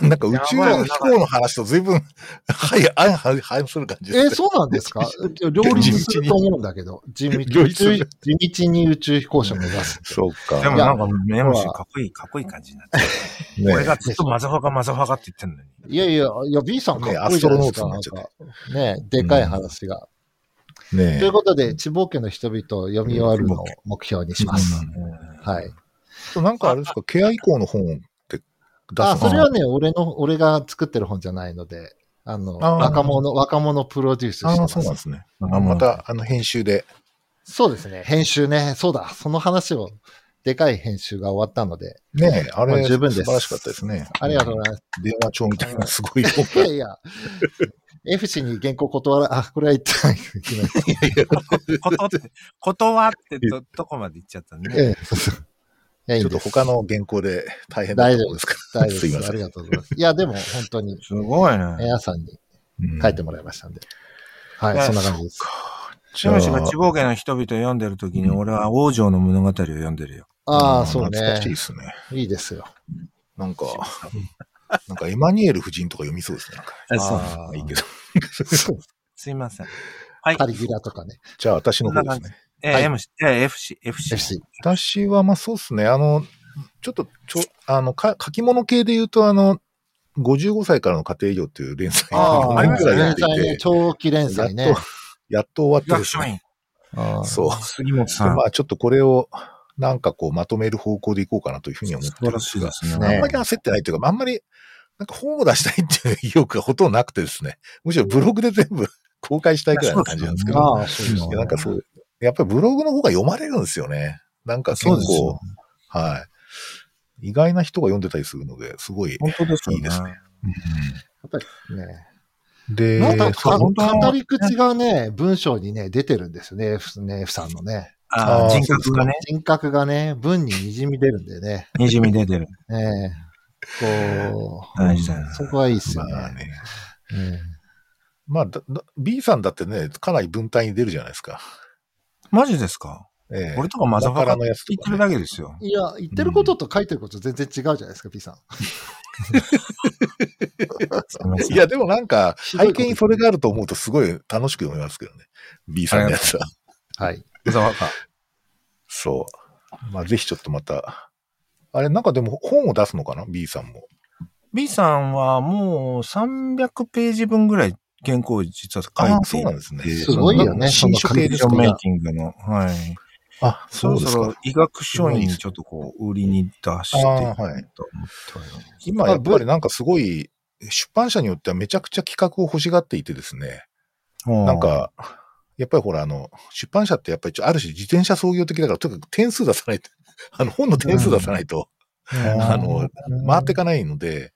[SPEAKER 1] なんか宇宙飛行の話と随分、 はい、相反反する感じ
[SPEAKER 3] え
[SPEAKER 1] で
[SPEAKER 3] ー
[SPEAKER 1] すね。
[SPEAKER 3] そうなんです か両立すると思うんだけど、地道
[SPEAKER 1] 両立する
[SPEAKER 3] 地道に宇宙飛行士を目指す。
[SPEAKER 1] そうか
[SPEAKER 2] でも
[SPEAKER 3] いや
[SPEAKER 2] なんか、メモシ
[SPEAKER 3] ほら
[SPEAKER 2] かっこいい、かっこいい感じになってる。
[SPEAKER 1] ね
[SPEAKER 2] 俺がずっとマザファカ、マザファカって言ってんのに。
[SPEAKER 3] いやいや、いや、B さんかっこいいじゃないですか。
[SPEAKER 1] ね
[SPEAKER 3] な
[SPEAKER 1] ア
[SPEAKER 3] ん
[SPEAKER 1] ストロ
[SPEAKER 3] かね、でかい話が。
[SPEAKER 1] ね
[SPEAKER 3] ということで、地方家の人々を読み終わるのを目標にします。はい。
[SPEAKER 1] なんかあれですか、ケア以降の本って出す
[SPEAKER 3] あ、
[SPEAKER 1] の
[SPEAKER 3] それはね、俺の、俺が作ってる本じゃないので、あの、
[SPEAKER 1] あー
[SPEAKER 3] 若者、若者プロデュースして
[SPEAKER 1] あ
[SPEAKER 3] ま
[SPEAKER 1] あ、
[SPEAKER 3] す。
[SPEAKER 1] そう
[SPEAKER 3] そ
[SPEAKER 1] なん
[SPEAKER 3] う
[SPEAKER 1] ですね。
[SPEAKER 2] うん
[SPEAKER 1] また、あの、編集で。
[SPEAKER 3] ですね。編集ね。そうだ。その話を、でかい編集が終わったので、
[SPEAKER 1] ねえ、あ
[SPEAKER 3] まあ
[SPEAKER 1] れ、
[SPEAKER 3] 十分です
[SPEAKER 1] 素晴らしかったですね。
[SPEAKER 3] ありがとうございます。
[SPEAKER 1] 電話帳みたいな、すごい本が。
[SPEAKER 3] い やいや、F 氏に原稿断ら、あ、これは言ってない。いけない
[SPEAKER 2] ことって、断ってと、どこまで行っちゃったんで。
[SPEAKER 3] ええそうそういや、いい
[SPEAKER 1] ちょっ
[SPEAKER 3] ん
[SPEAKER 1] と
[SPEAKER 3] です。
[SPEAKER 1] 他の原稿で大変だったもんですか
[SPEAKER 3] 大
[SPEAKER 1] ら。
[SPEAKER 3] 丈夫
[SPEAKER 1] すい
[SPEAKER 3] で。
[SPEAKER 1] ますせ
[SPEAKER 3] あり
[SPEAKER 1] ん。
[SPEAKER 3] がとうございます。いや、でも本当に、
[SPEAKER 2] すごいね。
[SPEAKER 3] 皆さんに
[SPEAKER 1] うん
[SPEAKER 3] 書いてもらいましたんで。
[SPEAKER 2] い
[SPEAKER 3] は
[SPEAKER 2] や
[SPEAKER 3] い、そんな感じです。
[SPEAKER 1] じ
[SPEAKER 2] メ
[SPEAKER 1] ゃ
[SPEAKER 2] モ
[SPEAKER 1] あ
[SPEAKER 2] シが地方家の人々を読んでるときに、俺は王女の物語を読んでるよ。
[SPEAKER 3] ああ、そう
[SPEAKER 1] 懐
[SPEAKER 3] ね
[SPEAKER 1] かしい。ですね。
[SPEAKER 3] いいですよ。
[SPEAKER 1] なんか、なんかエマニュエル夫人とか読みそうですね。なんか
[SPEAKER 2] あ
[SPEAKER 1] まあいいけど。
[SPEAKER 2] すいません。はい
[SPEAKER 3] カ。リギュラと かね。
[SPEAKER 1] じゃあ私の方ですね。
[SPEAKER 2] えー、
[SPEAKER 3] はい
[SPEAKER 2] MC、えー、FC、FC。
[SPEAKER 3] F 氏。
[SPEAKER 1] 私はまあそうですね。あの、ちょっと、ちょ、あの、か書き物系で言うと、あの、55歳からの家庭医療っていう連載
[SPEAKER 3] あ
[SPEAKER 1] 5
[SPEAKER 3] あ、
[SPEAKER 1] 年くらいやってい
[SPEAKER 3] 連載ね
[SPEAKER 1] て、
[SPEAKER 3] 長期連
[SPEAKER 1] や
[SPEAKER 3] 載ね
[SPEAKER 1] っと。、やっと終わって
[SPEAKER 2] 役
[SPEAKER 1] です
[SPEAKER 2] 所
[SPEAKER 1] ね。
[SPEAKER 2] 員。
[SPEAKER 3] ああ
[SPEAKER 1] そう。
[SPEAKER 2] 杉本
[SPEAKER 1] でまあちょっとこれを、なんかこうまとめる方向でいこうかなというふうに思ってるんですが、
[SPEAKER 2] す
[SPEAKER 3] ね
[SPEAKER 1] あんまり焦ってないというか、あんまり、なんか本を出したいっていう意欲がほとんどなくてですね、むしろブログで全部公開したいくらいの感じなんですけど、
[SPEAKER 3] ああ、そうです
[SPEAKER 1] い
[SPEAKER 3] ね
[SPEAKER 1] やなんかそう、やっぱりブログの方が読まれるんですよね。なんか結
[SPEAKER 2] そうです
[SPEAKER 1] 構
[SPEAKER 2] よ、
[SPEAKER 1] はい。意外な人が読んでたりするので、すごい。
[SPEAKER 2] 本当ですよ
[SPEAKER 1] いいです
[SPEAKER 2] ね。
[SPEAKER 3] やっぱりね。
[SPEAKER 1] で、
[SPEAKER 3] なんか、
[SPEAKER 1] そう
[SPEAKER 3] か
[SPEAKER 1] 本当は
[SPEAKER 3] 語り口がね、文章にね、出てるんですよね、F, ね F さんのね。
[SPEAKER 2] あ
[SPEAKER 1] あ
[SPEAKER 2] あ、
[SPEAKER 1] ー
[SPEAKER 2] 人格がね、
[SPEAKER 3] 人格がね、文に滲み出るんでね。
[SPEAKER 2] にじみ出てる。
[SPEAKER 3] ねえこ
[SPEAKER 2] 大事だよ
[SPEAKER 3] う、そこはいいっすよね。
[SPEAKER 1] まあね。
[SPEAKER 3] うん
[SPEAKER 1] まあだだ B さんだってね、かなり文体に出るじゃないですか。
[SPEAKER 2] マジですか
[SPEAKER 1] ええ
[SPEAKER 2] 俺とかマザファ
[SPEAKER 1] 裏か
[SPEAKER 2] カ
[SPEAKER 1] ら
[SPEAKER 2] っ
[SPEAKER 1] の
[SPEAKER 2] て
[SPEAKER 1] やつと
[SPEAKER 2] 言って
[SPEAKER 1] か
[SPEAKER 2] る
[SPEAKER 1] ね
[SPEAKER 2] だけですよ。
[SPEAKER 3] いや、言ってることと書いてること全然違うじゃないですか、P さん。
[SPEAKER 2] すみません
[SPEAKER 1] いや、でもなんか、
[SPEAKER 3] ひどい
[SPEAKER 1] 背
[SPEAKER 3] こと
[SPEAKER 1] 景にそれがあると思うとすごい楽しく読めますけどね。B さんのやつは。
[SPEAKER 3] はい。
[SPEAKER 2] マザファカ。
[SPEAKER 1] そう。まあ、ぜひちょっとまた。あれ、なんかでも本を出すのかな ?B さんも。
[SPEAKER 2] B さんはもう300ページ分ぐらい原稿を実は書いて
[SPEAKER 1] そうなんですね
[SPEAKER 3] すごいよね
[SPEAKER 2] 新書
[SPEAKER 3] その
[SPEAKER 2] 系
[SPEAKER 3] 環
[SPEAKER 2] で
[SPEAKER 3] 境
[SPEAKER 2] す
[SPEAKER 3] が
[SPEAKER 2] メイキングの。はい。
[SPEAKER 1] あ、
[SPEAKER 2] そ
[SPEAKER 1] そう
[SPEAKER 2] ろ
[SPEAKER 1] です
[SPEAKER 2] そ
[SPEAKER 1] か
[SPEAKER 2] ろ。医学書院にちょっとこう、売りに出していこうと思っております
[SPEAKER 1] 今やっぱりなんかすごい、出版社によってはめちゃくちゃ企画を欲しがっていてですね。なん、か、やっぱりほら、あの、出版社ってやっぱりちょある種自転車創業的だから、とにかく点数出さないと、 あの、本の点数出さないと、あの、回っていかないので、
[SPEAKER 2] うん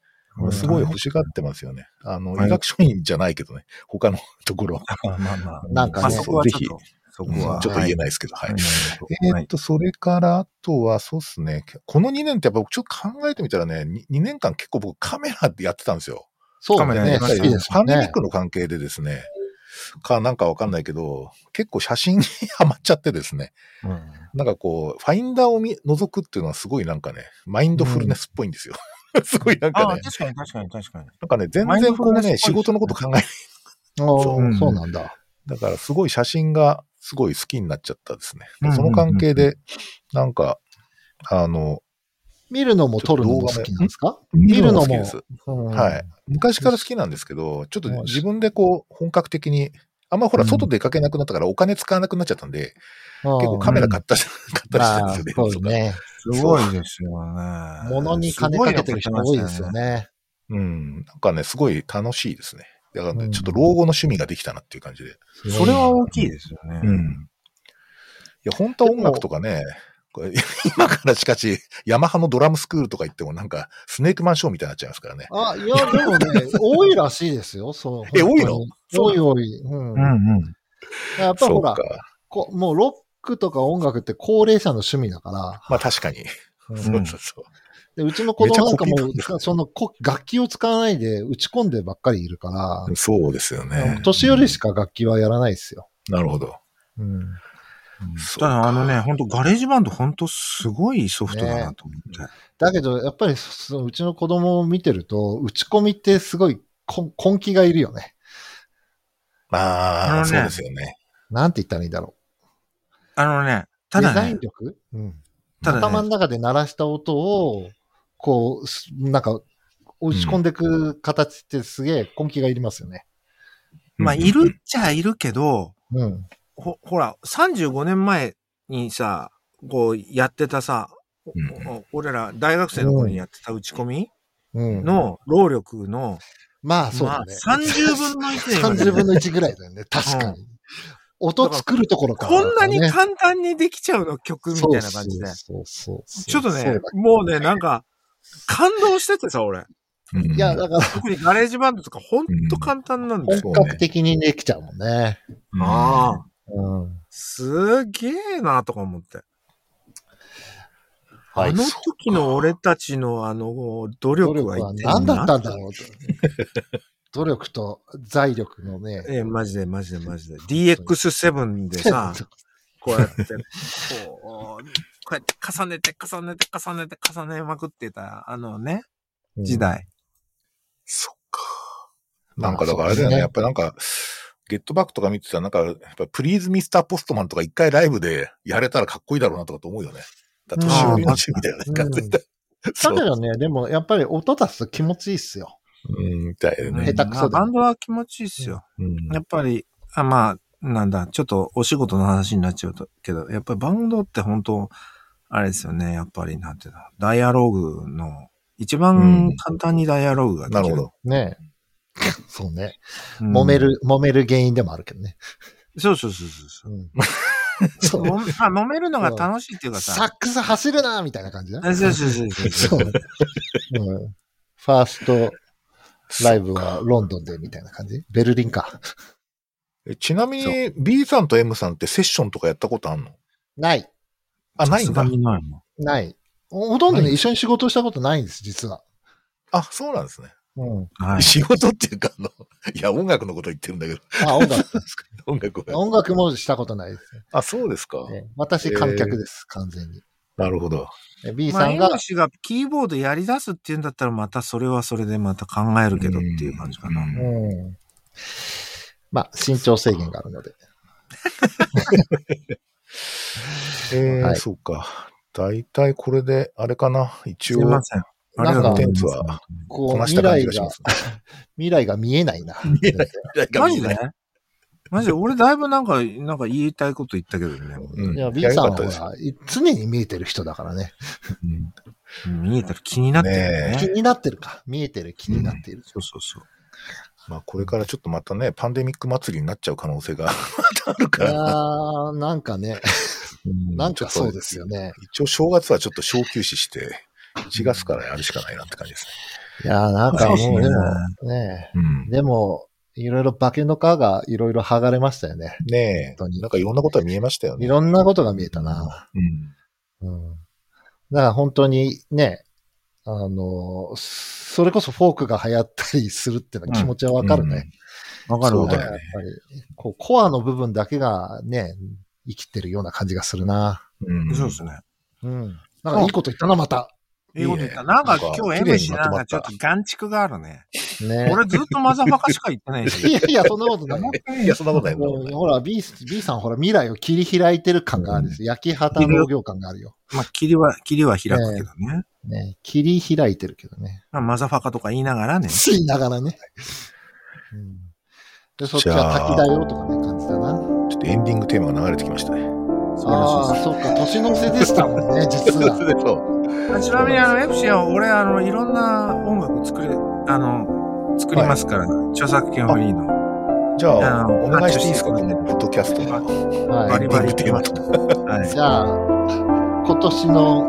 [SPEAKER 1] すごい欲しがってますよね。あの、
[SPEAKER 2] はい
[SPEAKER 1] 医学書院じゃないけどね、他の ところ。
[SPEAKER 2] まあまあまあ。
[SPEAKER 3] なんかね
[SPEAKER 2] まあそこはちょっと、そこ
[SPEAKER 1] うんちょ
[SPEAKER 2] は。
[SPEAKER 1] っと言えないですけど、はい。
[SPEAKER 2] え
[SPEAKER 1] えーっと、それから、あとは、そうっすね。この2年ってやっぱ僕ちょっと考えてみたらね、2, 年間結構僕カメラでやってたんですよ。
[SPEAKER 3] そう
[SPEAKER 2] カメ
[SPEAKER 3] だ
[SPEAKER 2] ラや
[SPEAKER 3] ね。
[SPEAKER 2] り
[SPEAKER 3] 好
[SPEAKER 2] ました
[SPEAKER 3] きです
[SPEAKER 1] パ
[SPEAKER 3] もん
[SPEAKER 1] ンデミッ
[SPEAKER 3] ね。
[SPEAKER 1] クの関係でですね、かなんかわかんないけど、結構写真に ハマっちゃってですね、なんかこう、ファインダーを見覗くっていうのはすごいなんかね、マインドフルネスっぽいんですよ。 すごいなん
[SPEAKER 2] あ
[SPEAKER 1] か
[SPEAKER 2] あ、
[SPEAKER 1] ね、
[SPEAKER 2] 確かに確かに確かに。
[SPEAKER 1] なんかね、全
[SPEAKER 2] マインド
[SPEAKER 1] 然
[SPEAKER 2] フ
[SPEAKER 1] こ
[SPEAKER 2] ルネ
[SPEAKER 1] う
[SPEAKER 2] スっぽ
[SPEAKER 1] ね、
[SPEAKER 2] いです
[SPEAKER 1] 仕
[SPEAKER 2] ね
[SPEAKER 1] 事のこと考えない。
[SPEAKER 3] あー
[SPEAKER 2] う
[SPEAKER 3] そうなんだ。
[SPEAKER 1] だからすごい写真がすごい好きになっちゃったですね。で
[SPEAKER 2] うんうん
[SPEAKER 1] そ
[SPEAKER 2] うんう
[SPEAKER 1] の
[SPEAKER 2] ん
[SPEAKER 1] 関係で、なんか、あの、
[SPEAKER 3] 見るのも撮るのも好きなんですか
[SPEAKER 1] 見
[SPEAKER 3] るのも
[SPEAKER 1] 好きです。
[SPEAKER 3] は
[SPEAKER 1] はい。。昔から好きなんですけど、ちょっと
[SPEAKER 3] はい
[SPEAKER 1] 自分でこう、本格的に、あんまほら、
[SPEAKER 2] うん
[SPEAKER 1] 外出かけなくなったからお金使わなくなっちゃったんで、
[SPEAKER 3] 結
[SPEAKER 1] 結構カメラ買ったり、買ったりしたんですよね。
[SPEAKER 3] そうね。
[SPEAKER 2] すごいですよね。
[SPEAKER 3] 物に金かけてる人多いですよ。ね。
[SPEAKER 1] うん。なんかね、すごい楽しいですね。だからね、
[SPEAKER 3] うん
[SPEAKER 1] ちょっと老後の趣味ができたなっていう感じで。
[SPEAKER 2] それは大きいですよね。
[SPEAKER 1] うん。いや、本当は音楽とかね、これ今からしかし、ヤマハのドラムスクールとか行ってもなんか、スネークマンショーみたいになっちゃいますからね。
[SPEAKER 3] あ、いや、でもね、多いらしいですよ。そう。
[SPEAKER 1] え多いの
[SPEAKER 3] 本当に多い多い。うん。
[SPEAKER 2] うんうん。
[SPEAKER 3] やっぱ
[SPEAKER 1] そ
[SPEAKER 3] ほ、。
[SPEAKER 1] うから
[SPEAKER 3] こもうロックとか音楽って高齢者の趣味だか
[SPEAKER 1] まあ確かに。
[SPEAKER 3] ら、うん
[SPEAKER 1] そうそうそう。
[SPEAKER 3] でうちの子供なんかも
[SPEAKER 1] めちゃコピー
[SPEAKER 3] う、そのこ楽器を使わないで打ち込んでばっかりいるか
[SPEAKER 1] そうですよ
[SPEAKER 3] ら、
[SPEAKER 1] ね。
[SPEAKER 3] 年寄りしか楽器はやらないですよ。
[SPEAKER 1] なるほど。
[SPEAKER 3] うん。
[SPEAKER 1] そう
[SPEAKER 2] ただ
[SPEAKER 1] か
[SPEAKER 2] あのね、本当ガレージバンド本当すごいソフトだなと思って。
[SPEAKER 3] だけど、やっぱりそのうちの子供を見てると、打ち込みってすごい根根気がいるよね。
[SPEAKER 1] ま
[SPEAKER 2] あの
[SPEAKER 1] あ、
[SPEAKER 2] ね
[SPEAKER 1] そうですよね。
[SPEAKER 3] なんて言ったらいいんだろ
[SPEAKER 2] あのね、
[SPEAKER 3] う。
[SPEAKER 2] た
[SPEAKER 3] デザ
[SPEAKER 2] だ
[SPEAKER 3] イン
[SPEAKER 2] ね、
[SPEAKER 3] 力、うん、
[SPEAKER 2] ただ
[SPEAKER 3] 頭
[SPEAKER 2] ね
[SPEAKER 3] の、中で鳴らした音を、こうす、なんか、打ち込んでいく形ってすげえ根気がいりますよね。
[SPEAKER 2] まあ
[SPEAKER 1] うん
[SPEAKER 2] いるっちゃいるけど、
[SPEAKER 3] うん。
[SPEAKER 2] ほ、ほら、35年前にさ、こうやってたさ、
[SPEAKER 1] うん
[SPEAKER 2] お俺ら大学生の頃にやってた打ち込み
[SPEAKER 3] うん。
[SPEAKER 2] の労力の、
[SPEAKER 3] まあ、そう
[SPEAKER 2] ま
[SPEAKER 3] だ
[SPEAKER 2] あ
[SPEAKER 3] ね。
[SPEAKER 2] 30分の1で今ね
[SPEAKER 3] 30分の1ぐらいだ よね。確かに。音作るところから
[SPEAKER 2] こ
[SPEAKER 3] だ
[SPEAKER 2] ん
[SPEAKER 3] か
[SPEAKER 2] な
[SPEAKER 3] ら
[SPEAKER 2] に
[SPEAKER 3] ね、
[SPEAKER 2] 簡単にできちゃうの曲みたいな感じで。
[SPEAKER 3] そうそうそうそう
[SPEAKER 2] ちょっと
[SPEAKER 3] そう
[SPEAKER 2] ね
[SPEAKER 3] だ、
[SPEAKER 2] もうね、なんか、感動しててさ、俺。
[SPEAKER 1] うん
[SPEAKER 3] いや、だから、
[SPEAKER 2] 特にガレージバンドとかほんと簡単なんだよ。
[SPEAKER 3] 本格的にできちゃうもんね。
[SPEAKER 1] うん
[SPEAKER 2] ああ、
[SPEAKER 3] うん。
[SPEAKER 2] すげえなとか思って。
[SPEAKER 1] はい
[SPEAKER 2] あの時の俺たちのあの、努
[SPEAKER 3] 努
[SPEAKER 2] 力
[SPEAKER 3] 力
[SPEAKER 2] は
[SPEAKER 3] は
[SPEAKER 2] 一体
[SPEAKER 3] 何だったんだ
[SPEAKER 2] う。
[SPEAKER 3] ろうと。 努力と財力のね。
[SPEAKER 2] ええ、マジでマジでマジで。DX7 でさ、 こうやって、こう、こうやって重ねて重ねて重ねて重ねまくってた、あのね、
[SPEAKER 3] うん
[SPEAKER 2] 時。代。
[SPEAKER 1] そっか。なんかだからあれだよね。やっぱなんか、ゲットバックとか見てたら、なんか、やっぱプリーズミスターポストマンとか一回ライブでやれたらかっこいいだろうなとかと思うよね。だから年寄りの趣味だよね。
[SPEAKER 3] うん
[SPEAKER 1] 完全だ。
[SPEAKER 3] だ
[SPEAKER 1] そう
[SPEAKER 3] け。どね、でもやっぱり音出すと気持ちいいっすよ。
[SPEAKER 1] うん、みたいな
[SPEAKER 2] うん
[SPEAKER 1] ね。
[SPEAKER 3] 下手くそで
[SPEAKER 2] まあバ
[SPEAKER 3] も
[SPEAKER 2] ンドは気持ちいいっすよ。
[SPEAKER 1] うん
[SPEAKER 2] やっぱり、あまあ、なんだ、ちょっとお仕事の話になっちゃうとけど、やっぱりバンドって本当、あれですよね、やっぱり、なんていうの、ダイアローグの、一番簡単にダイアローグができ
[SPEAKER 1] な
[SPEAKER 2] る。
[SPEAKER 1] るほど。
[SPEAKER 3] ねそうね。
[SPEAKER 2] うん
[SPEAKER 3] 揉め。る、揉める原因でもあるけどね。
[SPEAKER 2] そうそうそうそうそうう。
[SPEAKER 3] んそう
[SPEAKER 2] もまあ、揉めるのが楽しいっていうか
[SPEAKER 3] サッ
[SPEAKER 2] さ。
[SPEAKER 3] クス走るなみたいな感じね。
[SPEAKER 2] あそうそうそうそうそ
[SPEAKER 3] そう。うんファーストライブはロンドンでみたいな感じベルリンか。
[SPEAKER 1] えちなみ
[SPEAKER 2] そ
[SPEAKER 1] に、B さんと M さんってセッションとかやったことあんの
[SPEAKER 3] ない。
[SPEAKER 1] あ、
[SPEAKER 2] う。
[SPEAKER 1] ないんだ
[SPEAKER 2] さすが。にないもん
[SPEAKER 3] ない。ほとんど
[SPEAKER 1] な
[SPEAKER 3] ね、
[SPEAKER 1] い
[SPEAKER 3] 一緒に仕事したことないんです、実は。
[SPEAKER 1] あ、そうなんですね。
[SPEAKER 3] うん。
[SPEAKER 2] はい。
[SPEAKER 1] 仕事っていうか、あの、 いや、音楽のこと言ってるんだけど、
[SPEAKER 3] あ、音楽。
[SPEAKER 1] 音楽は。
[SPEAKER 3] 音楽もしたことないです、
[SPEAKER 1] あ、そうですか。
[SPEAKER 3] ね。私、観客です、完全に。
[SPEAKER 1] なるほど。
[SPEAKER 3] え B
[SPEAKER 2] ま
[SPEAKER 3] さ
[SPEAKER 2] あ、
[SPEAKER 3] ん
[SPEAKER 2] エ
[SPEAKER 3] が
[SPEAKER 2] ム、氏がキーボードやり出すっていうんだったら、またそれはそれでまた考えるけどっていう感じかな。
[SPEAKER 1] うん
[SPEAKER 3] うん。まあ、身長制限があるので。
[SPEAKER 1] えー
[SPEAKER 3] はい
[SPEAKER 1] そうか。大体これで、あれかな、一
[SPEAKER 2] すい
[SPEAKER 1] 応
[SPEAKER 2] ま、せん。ありがとうございます
[SPEAKER 1] なんか
[SPEAKER 3] こ
[SPEAKER 1] こ
[SPEAKER 3] う、
[SPEAKER 1] なし
[SPEAKER 3] 未
[SPEAKER 1] た感じ
[SPEAKER 3] 来
[SPEAKER 1] がしま
[SPEAKER 3] が、
[SPEAKER 1] す、
[SPEAKER 3] 未来が見えないな。
[SPEAKER 1] え な
[SPEAKER 2] マジで
[SPEAKER 1] ね。
[SPEAKER 2] マジで俺だいぶなんか、なんか言いたいこと言ったけどね。
[SPEAKER 1] うん
[SPEAKER 3] いや、B さんはほ
[SPEAKER 1] いやよかっ
[SPEAKER 3] ら、常に見えてる人だからね。
[SPEAKER 1] たですうん
[SPEAKER 2] うん見えたら気になってるよね。
[SPEAKER 1] ね
[SPEAKER 3] 気になってるか。見えてる、気になっている。
[SPEAKER 2] そうそうそう。
[SPEAKER 1] まあ、これからちょっとまたね、パンデミック祭りになっちゃう可能性が またあるか
[SPEAKER 3] いや
[SPEAKER 1] ら。
[SPEAKER 3] ー、なんかね、なんかそうです
[SPEAKER 1] よ。
[SPEAKER 3] よね。
[SPEAKER 1] 一応正月はちょっと小休止して、1月からやるしかないなって感じですね。
[SPEAKER 3] いやー、なんかもう、
[SPEAKER 2] そうで
[SPEAKER 3] です
[SPEAKER 2] ね
[SPEAKER 3] も、ね
[SPEAKER 1] うん。
[SPEAKER 3] でも、いろいろ化けの皮がいろいろ剥がれましたよね。
[SPEAKER 1] ね
[SPEAKER 3] 本当
[SPEAKER 1] え。
[SPEAKER 3] に
[SPEAKER 1] なんかいろんなことが見えましたよね。
[SPEAKER 3] いろんなことが見えたな。
[SPEAKER 1] うん。
[SPEAKER 3] うん。だから本当にね、あの、それこそフォークが流行ったりするっていうのは気持ちはわかるね。
[SPEAKER 2] わかる
[SPEAKER 1] そ
[SPEAKER 2] わ
[SPEAKER 1] う
[SPEAKER 2] か
[SPEAKER 1] だ
[SPEAKER 2] る。
[SPEAKER 1] よね
[SPEAKER 3] やっぱり、こう、コアの部分だけがね、生きてるような感じがするな。
[SPEAKER 1] うん。
[SPEAKER 2] そうですね。
[SPEAKER 3] うん。なんかいいこと言ったな、また。
[SPEAKER 2] いいこと言った。
[SPEAKER 1] いいね
[SPEAKER 2] な
[SPEAKER 1] な
[SPEAKER 2] んか
[SPEAKER 1] んか
[SPEAKER 2] 今日
[SPEAKER 1] 綺麗
[SPEAKER 2] M
[SPEAKER 1] に
[SPEAKER 2] 氏
[SPEAKER 1] ま
[SPEAKER 2] な
[SPEAKER 1] と
[SPEAKER 2] ん
[SPEAKER 1] ま
[SPEAKER 2] か
[SPEAKER 1] っ
[SPEAKER 2] ちょ
[SPEAKER 1] た
[SPEAKER 2] っと眼蓄があるね。
[SPEAKER 3] ね。
[SPEAKER 2] 俺ずっとマザファカしか言ってな いし。
[SPEAKER 3] いやいや、そんなことない。
[SPEAKER 1] いや、そんなことない。
[SPEAKER 3] もうほら、B、B さんほら、未来を切り開いてる感があるんです。焼き畑農業感があるよ。
[SPEAKER 2] まあ、霧は、霧は開くけどね。
[SPEAKER 3] ね。切り開いてるけどね。
[SPEAKER 2] まあ、マザファカとか言いながらね。
[SPEAKER 3] ついながらね。うん。で、そっち
[SPEAKER 1] じゃ
[SPEAKER 3] は
[SPEAKER 1] あ
[SPEAKER 3] 滝だよとかね、感じだな。
[SPEAKER 1] ちょっとエンディングテーマが流れてきましたね。
[SPEAKER 2] 素晴らしい
[SPEAKER 3] あ
[SPEAKER 2] で
[SPEAKER 3] あ、そっか、年の瀬でしたも んね、実は。
[SPEAKER 1] そう。
[SPEAKER 2] すあちなみにあの、FC は俺、あの、いろんな音楽作れ、あの、作りますから、著作権フリーの。
[SPEAKER 1] じゃ
[SPEAKER 2] あ
[SPEAKER 1] あ、
[SPEAKER 2] の
[SPEAKER 1] お願いしていいですか、
[SPEAKER 2] あ
[SPEAKER 1] このポッドキャストの
[SPEAKER 3] は
[SPEAKER 2] バ
[SPEAKER 1] エ
[SPEAKER 2] リ
[SPEAKER 1] ン
[SPEAKER 3] い
[SPEAKER 1] ディングテーマとか。
[SPEAKER 2] はい。
[SPEAKER 3] じゃあ、今年の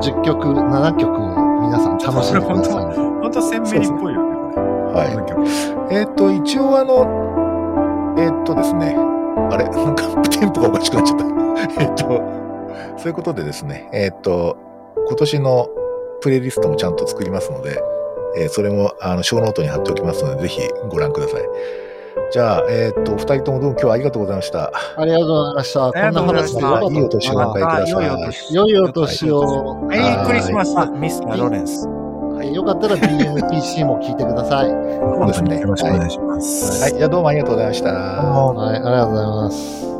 [SPEAKER 3] 10曲、7曲を皆さん楽しんでくださいね。
[SPEAKER 2] ほんと鮮明にっぽいよね、これ。
[SPEAKER 1] は
[SPEAKER 2] この曲
[SPEAKER 1] い。えっ、と、一応あの、えっ、とですね、あれ、なんかテンポがおかしくなっちゃった。 えっと、そういうことでですね、えっ、と、今年のプレイリストもちゃんと作りますので、えーそれも、あの、小ノートに貼っておきますので、ぜひご覧ください。じゃあ、えっ、と、お二人ともどうも今日はありがとうございました。
[SPEAKER 3] ありがとうございました。こんな話も
[SPEAKER 2] ありがとうございました
[SPEAKER 1] いいお年をお迎えください。
[SPEAKER 2] また良いお年
[SPEAKER 3] 良いお年を。
[SPEAKER 2] メリークリスマス、ミスターロレンス。
[SPEAKER 3] はいよかったら BMPC も聞いてください。
[SPEAKER 1] そうですね
[SPEAKER 2] よろしくお願いします。
[SPEAKER 1] はい、じゃあどうもありがとうございました。
[SPEAKER 2] どうも
[SPEAKER 3] はい、ありがとうございます。